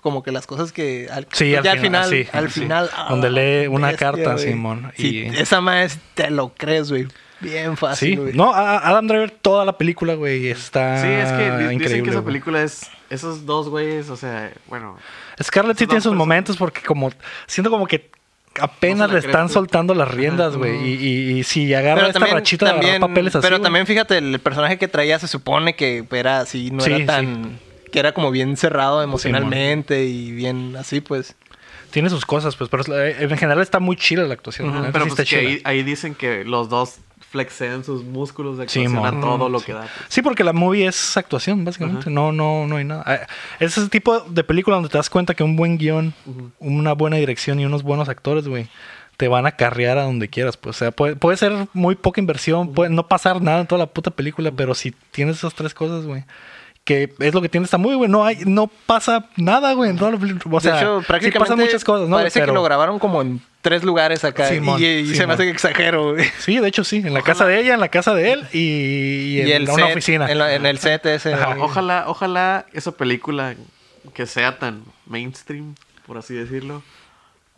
como que las cosas que. Al, Sí, al ya final, sí, al sí. final. Donde ah, lee una bestia, carta, güey. Simón, Sí, y- esa más te lo crees, güey. Bien Sí, Ah, fácil, güey. no, a- a Adam Driver toda la película, güey, está Sí, es que di- dicen Ah, increíble. que esa güey. película es esos dos güeyes, o sea, bueno, Scarlett sí tiene Esas dos sus personas. momentos porque como siento como que apenas No se la le cree, están pues. soltando las riendas, güey. Y, y- y si agarra esta rachita de agarrar papeles así. pero güey. también fíjate, el personaje que traía se supone que era así, no Sí, era tan. que era como bien cerrado emocionalmente y bien así, pues. tiene sus cosas, pues, pero es la- en general está muy chila la actuación. la neta pero sí pues está que chila. ahí, ahí dicen que los dos flexean sus músculos de Sí, acción a mon. todo lo Sí. que da. Sí, porque la movie es actuación, básicamente. No, no, no hay nada. Ah, Es ese tipo de película donde te das cuenta que un buen guión, una buena dirección y unos buenos actores, güey, te van a carrear a donde quieras. Pues. O sea, puede, puede ser muy poca inversión, puede no pasar nada en toda la puta película, pero si tienes esas tres cosas, güey. Que es lo que tiene esta movie, güey. No hay, no pasa nada, güey. en toda la película. O sea, de hecho, sí prácticamente pasan muchas cosas, ¿no? parece que Pero- lo grabaron como en tres lugares acá. Simón, y y se Simón. me hace que exagero, güey. Sí, de hecho, sí. En la casa de ella, en la casa de él y, y en una set, oficina. En, la- en el set ese. Ajá, güey. Ojalá, ojalá esa película que sea tan mainstream, por así decirlo.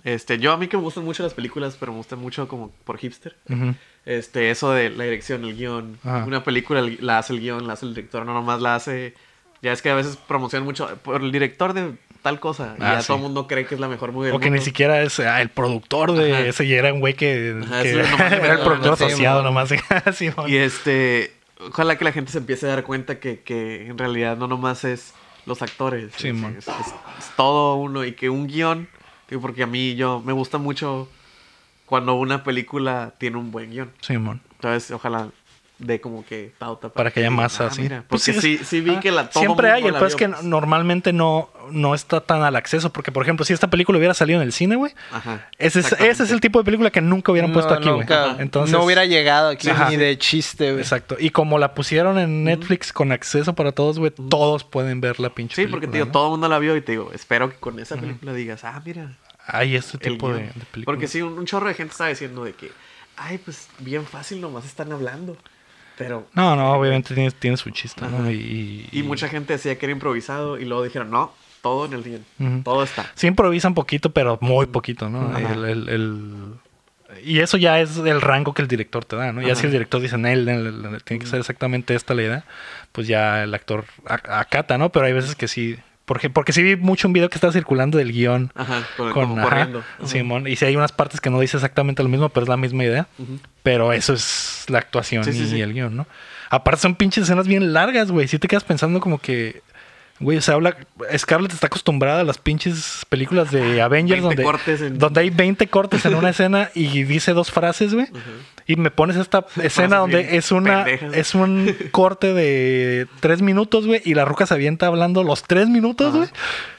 Este, yo a mí que me gustan mucho las películas, pero me gustan mucho como por hipster. Ujú. Este, eso de la dirección, el guión. Ajá. Una película el- la hace el guión, la hace el director, no nomás la hace. Ya es que a veces promocionan mucho. Por el director de tal cosa. y Ah, ya sí. todo el mundo cree que es la mejor movie del O que ni mundo. siquiera es ah, el productor de Ajá. ese, y era un güey que, Ajá, que ese nomás le *laughs* era el metieron productor la mano, asociado sí, nomás. *laughs* Simón. Y este, ojalá que la gente se empiece a dar cuenta que, que en realidad no nomás es los actores, Sí, es, mon. es- es- es todo uno y que un guión, digo, porque a mí yo me gusta mucho cuando una película tiene un buen guión. Simón. Entonces, ojalá dé como que pauta Para que haya digan, más "Ah, así. mira", Pues porque sí, sí, sí vi Ah, que la todo Siempre hay, mundo el la peor es vio, que pues. normalmente no, no está tan al acceso. Porque, por ejemplo, si esta película hubiera salido en el cine, güey, Ajá, ese es, ese es el exactamente. tipo de película que nunca hubieran No, puesto aquí, güey. nunca. Entonces, no hubiera llegado aquí Ajá. ni de chiste, güey. Exacto. Y como la pusieron en Netflix con acceso para todos, güey, todos pueden ver la pinche Sí, porque te digo, película, ¿no? todo el mundo la vio y te digo, espero que con esa película digas, ah, mira, Hay este el tipo de, guión. de películas. Porque sí, un, un chorro de gente estaba diciendo de que, ay, pues bien fácil, nomás están hablando. Pero, No, no, obviamente tiene, tiene su chiste, ¿no? Y, y mucha gente decía que era improvisado y luego dijeron, no, todo en el guión, Ujú. todo está. Sí improvisan poquito, pero muy poquito, ¿no? Mm. Ajá. El- el- el- Y eso ya es el rango que el director te da, ¿no? Ya Ajá. Mm. si el director dice, "No, el- el- el- tiene que ser exactamente esta la idea, pues ya el actor a- acata, ¿no? Pero hay veces que sí. Porque, porque sí vi mucho un video que estaba circulando del guión. Ajá, con, con- como ajá, corriendo. Ajá. Simón. Y si hay unas partes que no dice exactamente lo mismo, pero es la misma idea. Pero eso es la actuación Sí, sí, y sí. el guión, ¿no? Aparte son pinches escenas bien largas, güey. Si te quedas pensando como que... Güey, o sea, habla... Scarlett está acostumbrada a las pinches películas de Avengers 20 donde, cortes en- donde hay 20 cortes en una escena y dice dos frases, güey. Y me pones esta escena donde bien es una... pendejas. Es un corte de tres minutos, güey. Y la ruca se avienta hablando los tres minutos, güey.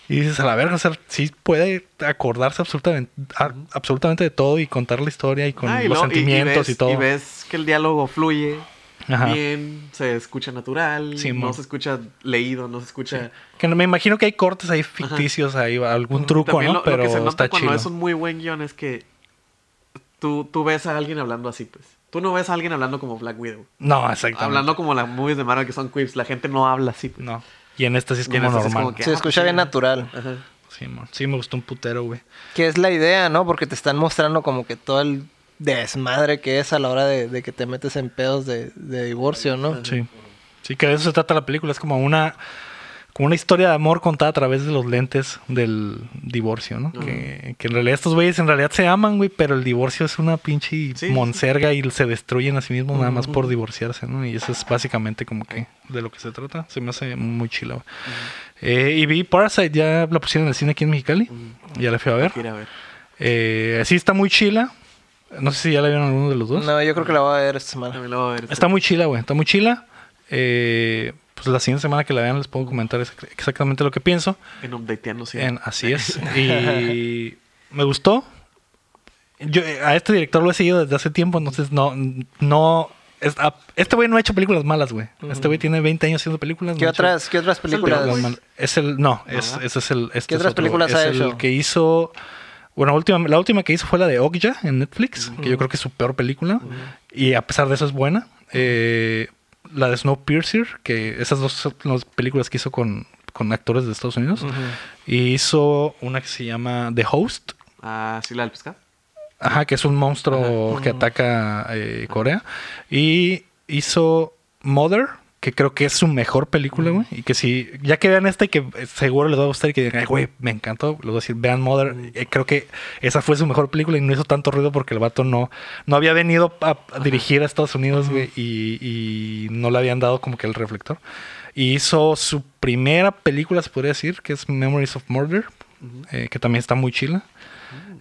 Y dices, a la verga, o sea, sí puede acordarse absolutamente, a- absolutamente de todo y contar la historia y con Ah, y los luego- y- y sentimientos ves- y, todo. Y ves que el diálogo fluye Ajá. bien, se escucha natural, Sí, no mo. se escucha leído, no se escucha... Que no- me imagino que hay cortes ahí ficticios, ahí algún truco, También ¿no? lo, lo Pero que se nota está cuando chido. es un muy buen guión es que tú, tú ves a alguien hablando así, pues. Tú no ves a alguien hablando como Black Widow. No, exactamente. Hablando como las movies de Marvel que son quips. La gente no habla así, pues. No. Y en esta sí es Y en como esta sí es normal. como que- Se escucha bien natural. Ajá. Sí, mon. Sí, me gustó un putero, güey. Que es la idea, ¿no? Porque te están mostrando como que todo el desmadre que es a la hora de, de que te metes en pedos de, de divorcio, ¿no? Sí. Sí, que de eso se trata la película. Es como una, como una historia de amor contada a través de los lentes del divorcio, ¿no? Que, que en realidad estos güeyes en realidad se aman, güey, pero el divorcio es una pinche sí. monserga y se destruyen a sí mismos nada más por divorciarse, ¿no? Y eso es básicamente como que de lo que se trata. Se me hace muy chila, güey. Eh, y vi Parasite, ya la pusieron en el cine aquí en Mexicali. Ya la fui a ver. Mira, a ver. Eh, sí, está muy chila. No sé si ya la vieron alguno de los dos. No, yo creo que la voy a ver esta semana. También lo voy a ver. Está muy chila, güey. Está muy chila. Eh, pues la siguiente semana que la vean les puedo comentar ex- exactamente lo que pienso. En updateando, sí. En- así es. Y me gustó. Yo eh, a este director lo he seguido desde hace tiempo, entonces no... no es- a- este güey no ha hecho películas malas, güey. Este güey tiene 20 años haciendo películas. ¿Qué no ha hecho otras, ¿qué otras películas? Ah. películas malas. Es el... No, es, ese es el... este ¿Qué es otras otro, güey. películas ha Es el hecho? que hizo... Bueno, última, la última que hizo fue la de Okja en Netflix, que yo creo que es su peor película. Y a pesar de eso es buena. Eh, la de Snowpiercer, que esas dos son las películas que hizo con, con actores de Estados Unidos. Y hizo una que se llama The Host, Ah, sí, la del pescado. ajá, que es un monstruo que ataca eh, Corea. Y hizo Mother, que creo que es su mejor película, güey. Y que si, ya que vean esta y que eh, seguro les va a gustar y que digan, "Ay, güey, me encantó, les voy a decir, vean Mother. Eh, creo que esa fue su mejor película y no hizo tanto ruido porque el vato no, no había venido a, a dirigir a Estados Unidos, güey, y, y no le habían dado como que el reflector. Y hizo su primera película, se podría decir, que es Memories of Murder, eh, que también está muy chila.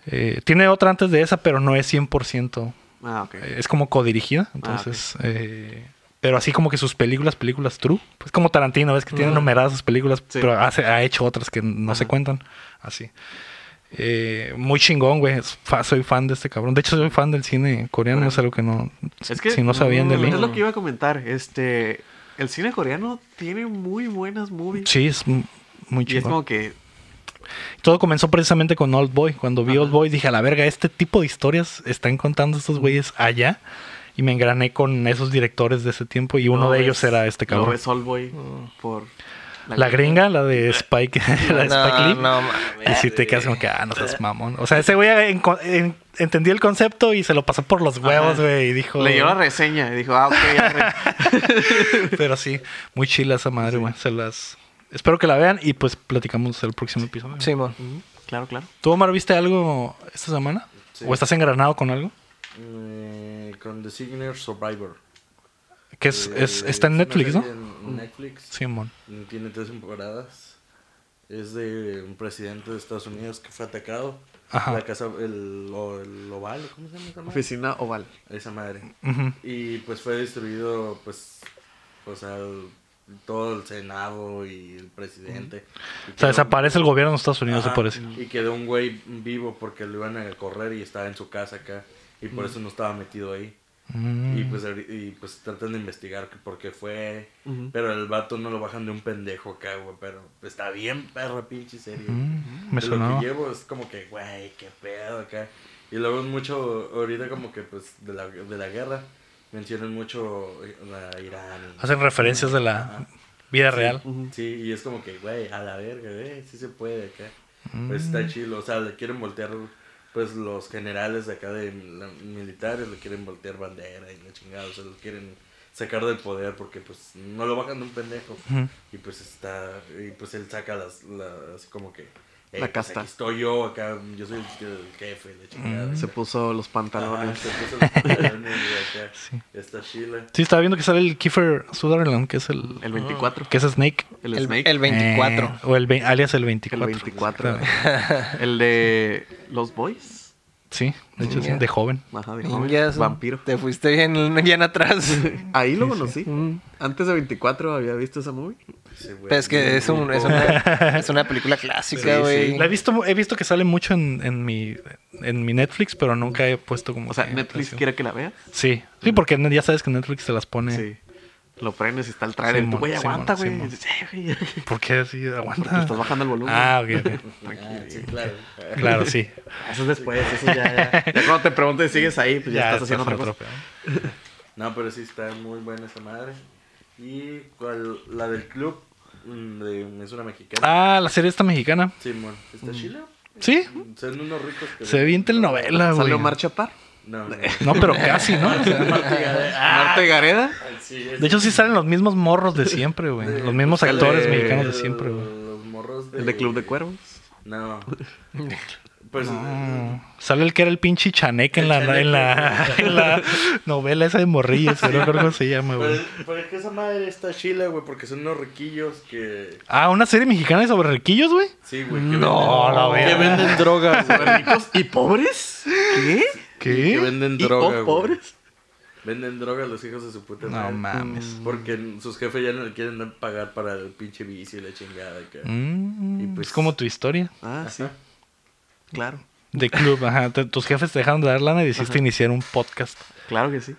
Eh, tiene otra antes de esa, pero no es 100%. Ah, ok. Eh, es como Ah, codirigida, entonces... eh, pero así como que sus películas, películas true. Pues como Tarantino, ves que tiene numeradas sus películas, Sí. pero hace- ha hecho otras que no se cuentan. Así. Eh, muy chingón, güey. Es fa- Soy fan de este cabrón. De hecho, soy fan del cine coreano. Es algo que no... Es que. mm, si no sabían de mí. Es lo que iba a comentar. Este. El cine coreano tiene muy buenas movies. Sí, es m- muy Y chingón. es como que. Todo comenzó precisamente con Old Boy. Cuando vi Old Boy dije, a la verga, este tipo de historias están contando estos güeyes allá. Y me engrané con esos directores de ese tiempo y uno no de ves- ellos era este No cabrón. Mm. ves Soulboy por. La gringa, la *laughs* de Spike, *laughs* la de Spike No, Lee. no, mames. y si te quedas como que, ah, no seas mamón. O sea, ese güey en- en- entendió el concepto y se lo pasó por los huevos, güey. Y dijo... Leyó *laughs* la reseña y dijo, ah, ok, ya re- Pero sí, muy chila esa madre, güey. Se las. Espero que la vean y pues platicamos el próximo episodio. Simón. Claro, claro. ¿Tú, Omar, viste algo esta semana? ¿O estás engranado con algo? Eh, con The Signer Survivor. Que es, es- Eh, está en es una Netflix, ¿no? Mm. serie En Netflix. Simón. Tiene tres temporadas. Es de un presidente de Estados Unidos que fue atacado. Ajá. La casa, el, o- el oval, ¿cómo se llama esa madre? Oficina oval. Esa madre. Ujú. Y pues fue destruido, pues, o sea, el- todo el Senado y el presidente. Y O quedó- sea, desaparece el gobierno de Estados Unidos, Ajá, se parece. Y quedó un güey vivo porque lo iban a correr y estaba en su casa acá. Y por eso no estaba metido ahí. Mm, Y pues, ahori- y pues tratan de investigar que por qué fue. Pero el vato no lo bajan de un pendejo acá, güey. Pero está bien, perra, pinche serie. Mm, me De Lo sonaba. que llevo es como que, güey, qué pedo acá. Y luego es mucho, ahorita como que pues de la, de la guerra, mencionan mucho la Irán. y- Hacen referencias de la vida real. Sí, y es como que, güey, a la verga, güey, sí se puede acá. Mm. Pues está chido, o sea, le quieren voltear, pues los generales de acá de la- militares le quieren voltear bandera y la chingada, o sea, lo quieren sacar del poder porque pues no lo bajan de un pendejo. Y pues está, y pues él saca las, las así como que... La eh, pues, casta. Mm, aquí estoy yo acá, yo soy el, el jefe, la chingada. Se puso los Ajá, pantalones. se puso los pantalones *laughs* y acá. Está chila. Sí, estaba viendo que sale el Kiefer Sutherland, que es el, El 24. que es Snake. El, El, Snake. el 24. Eh, o el ve- alias el 24. El 24. el de los boys. Sí, de hecho, sí, de joven. Ajá, de joven. Ninjas. Vampiro. Te fuiste bien, bien atrás. *laughs* Ahí lo conocí. Antes de 24 había visto esa movie. Sí, güey. Pero Pues es que es, un- es una, es una película clásica, güey. La he visto, mu- he visto que sale mucho en, en mi en mi Netflix, pero nunca he puesto como. O sea, que Netflix atención. quiere que la veas. Sí, sí, porque ya sabes que Netflix se las pone. Sí. Lo prendes y está el trailer. Simón, Tú, güey, Simón, aguanta, güey. Simón. Sí, güey. ¿Por qué así? Porque Aguanta. le estás bajando el volumen. Ah, ok, ok. Ah, sí, claro. Claro, sí. Eso es después, eso ya, ya. *laughs* Ya cuando te pregunto y sigues ahí, pues ya, estás haciendo en otra cosa. otro pedo. No, pero sí está muy buena esa madre. Y cual- la del club mm, de- es una mexicana. Ah, la serie está mexicana. Simón, ¿está chila? Sí, Son unos ricos que. se ve bien telenovela, güey. Salió Omar Chapar. *laughs* No, no. No, pero casi, ¿no? O sea, Marte Gareda. Sí, es de hecho, sí salen los mismos morros de siempre, güey. Los mismos Sale- actores mexicanos de el- siempre, güey. Los morros de. El de Club de Cuervos. *laughs* No. Pues. Sale el que era el pinche chaneque en la, El chaneque. en la, en la novela esa de morrillos, pero no creo que se llama, Pero, güey. pero es que esa madre está chila, güey, porque son unos riquillos que. Ah, una serie mexicana sobre riquillos, güey. Sí, güey. Que No, la venden, Que verga. venden drogas, *laughs* güey. ¿Ricos y pobres? *laughs* ¿Qué? Que ¿Qué? venden ¿Y droga, po- güey. pobres? Venden droga a los hijos de su puta No madre. Mm. mames. Porque sus jefes ya no le quieren dar pagar para el pinche bici y la chingada. Que... Mm, Y pues- es como tu historia Ah, sí. Claro. de club. Ajá. Te- Tus jefes te dejaron de dar lana y decidiste iniciar un podcast *laughs* Claro que sí.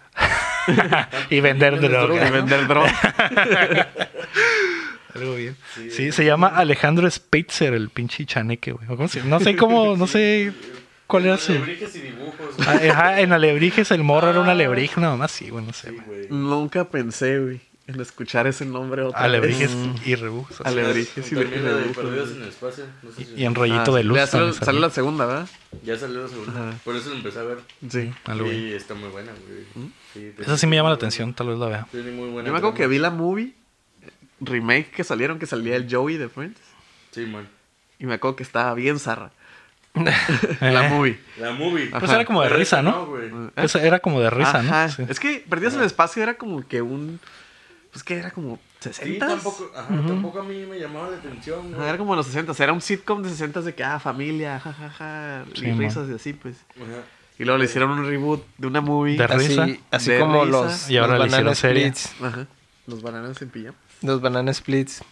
y vender droga. Y vender droga. Algo bien. Sí, se llama Alejandro Spitzer, el pinche chaneque, güey. ¿O cómo se- No sé cómo, no sé cuál era su. Alebrijes y dibujos, güey. Ah, Ajá, en Alebrijes el morro era un alebrije, nada más, sí, güey, no sé. Sí, güey. güey. Nunca pensé, güey, en escuchar ese nombre otra Alebrijes vez. Ah, y rebujos. así. Alebrijes y También la de dibujos. Perdidos en el Espacio. No sé si- Y en rollito Ah, de luz. ya sale, también salió. sale la segunda, ¿verdad? Ya salió la segunda. Por eso la empecé a ver. Sí. Algo bien. Mm. Y está muy buena, güey. Sí, Esa sí me llama la atención, tal vez la vea. Tiene muy buena. Yo me acuerdo que trama. vi la movie eh, remake que salieron, que salía el Joey de Friends. Sí, man. Y me acuerdo que estaba bien zarra. Eh. la movie. *laughs* La movie. Pues Ajá. era como de Pero risa, esa ¿no? güey. Esa era como de risa, Ajá. ¿no? Sí. Es que Perdidos en el Espacio era como que un... Pues que era como 60. Sí, tampoco, ajá, tampoco a mí me llamaba la atención, güey. Ajá, Era como los 60. Era un sitcom de 60 de que, ah, familia, jajaja, Sí, y man. risas y así, pues. Ajá. Y luego le hicieron un reboot de una movie. De risa. Así, así De como risa. los, Y ahora los le hicieron banana serie. splits. Ajá. Los bananas en pijama. Los banana splits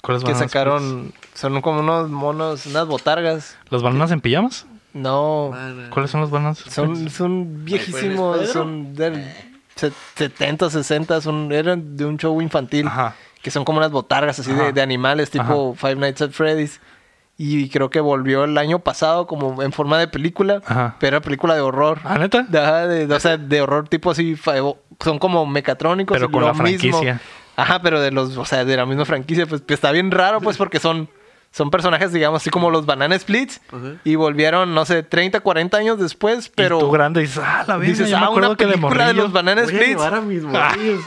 ¿Cuáles que bananas? sacaron. Son como unos monos, unas botargas. ¿Los bananas en pijamas? Oh, No. Banana. ¿Cuáles son los bananas? Son, son viejísimos, Pedro? son del se- 70, 60, son, eran de un show infantil, Ajá. que son como unas botargas así Ajá. de, de animales, tipo Five Nights at Freddy's. Y creo que volvió el año pasado como en forma de película, Ajá. pero era película de horror. ¿Ah, neta? Ajá, de, o sea, de horror tipo así, fa- o- son como mecatrónicos. Pero y con lo la franquicia. Mismo. Ajá, pero de los, o sea, de la misma franquicia, pues, pues, está bien raro, pues, porque son son personajes, digamos, así como los Banana Splits. Y volvieron, no sé, 30, 40 años después, Pero pero... tú grande dices, ah, la verga, Dices, yo me ah, acuerdo una que de película de morrillo. los Banana Voy a Splits. *laughs* llevar a mis morrillos.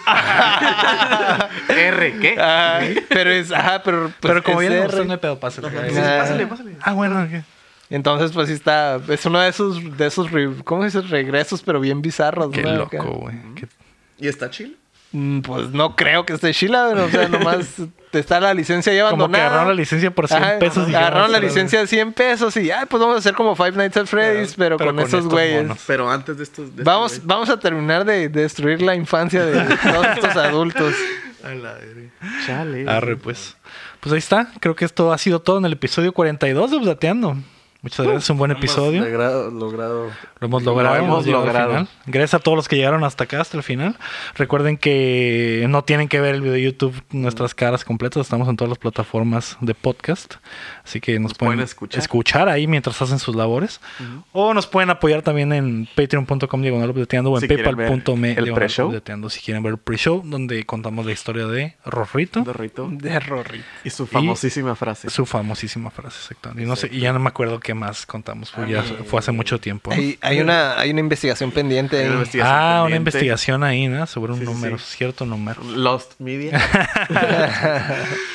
R, ¿qué? Ah, pero es, ajá, pero... pues, Pero como es viene R. no hay pedo, pásale. Ah, Ah, bueno. ok. Entonces, pues sí está. Es uno de esos, de esos re- ¿cómo se dice? Regresos, pero bien bizarros, Qué ¿no? loco, Acá. güey. Qué- *laughs* ¿Y está chill? Mm, Pues no creo que esté Sheila, pero, o sea, nomás está la licencia ya Como que abandonada. agarraron la licencia por 100 Ajá, pesos. y agarraron ya, la pero- licencia de 100 pesos y ya, pues vamos a hacer como Five Nights at Freddy's, pero, con, esos estos güeyes. monos. Pero antes de estos... de estos Vamos, güeyes. vamos a terminar de destruir la infancia de todos estos adultos. A la verga. Chale. Arre, pues. Pues ahí está. Creo que esto ha sido todo en el episodio 42 de Updateando. Muchas gracias, un buen episodio. Hemos legra- logrado Lo hemos logrado. Lo hemos hemos llegado al logrado. final. Gracias a todos los que llegaron hasta acá, hasta el final. Recuerden que no tienen que ver el video de YouTube, nuestras caras completas. Estamos en todas las plataformas de podcast. Así que nos, pueden, pueden escuchar. ahí mientras hacen sus labores. O nos pueden apoyar también en patreon.com diagonal updateando o en Si quieren ver paypal.me el diagonal pre-show. updateando si quieren ver el pre-show donde contamos la historia de Rorrito. Dorrito. De Rory. Y su famosísima frase. Su famosísima frase, exactamente. Y, no sé, y ya no me acuerdo qué más contamos. Fue, ya- fue hace mucho tiempo. ¿no? Hay, hay una, hay una investigación pendiente. ahí. Una investigación ah, una pendiente. investigación ahí, ¿no? Sobre un Sí, sí, número, sí. cierto *laughs* número. Lost Media.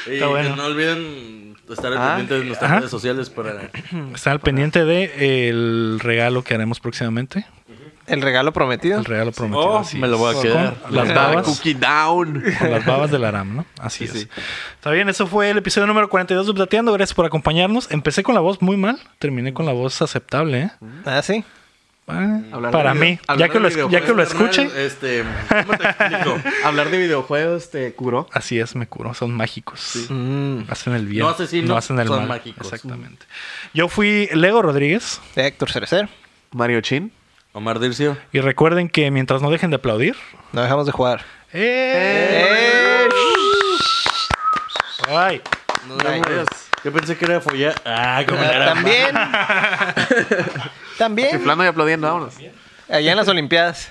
Y Está bueno. que no olviden estar al Ah. pendiente de nuestras Ajá. redes sociales para Está al pendiente de el regalo que haremos próximamente. El regalo prometido. El regalo prometido. Oh, así me lo voy a es. quedar. Con *laughs* *laughs* las Nada, babas. Cookie Down. Con las babas del Aram, ¿no? Así es. Está bien, eso fue el episodio número 42 de Updateando. Gracias por acompañarnos. Empecé con la voz muy mal, terminé con la voz aceptable, ¿eh? Ah, sí. Ah, Hablar para de mí. video- Ya hablar que, de lo, es- Pues, ya videojuegos, que lo Carnal, escuchen, Este, ¿cómo *laughs* te explico? Hablar de videojuegos este, te curó. Así es, me curo. Son mágicos. Mm. Mm. Hacen el bien. No asesinos, no hacen el son mal. mágicos. Exactamente. Yo fui Lego Rodríguez. Héctor Cerecer. Mario Chin. Omar Dircio. Y recuerden que mientras no dejen de aplaudir. No dejamos de jugar. ¡Eh! ¡Ay! Nos vemos. Yo pensé que era follar. Ah, como Ah, era. También. También. Chiflando y aplaudiendo, vámonos. Allá en las Olimpiadas.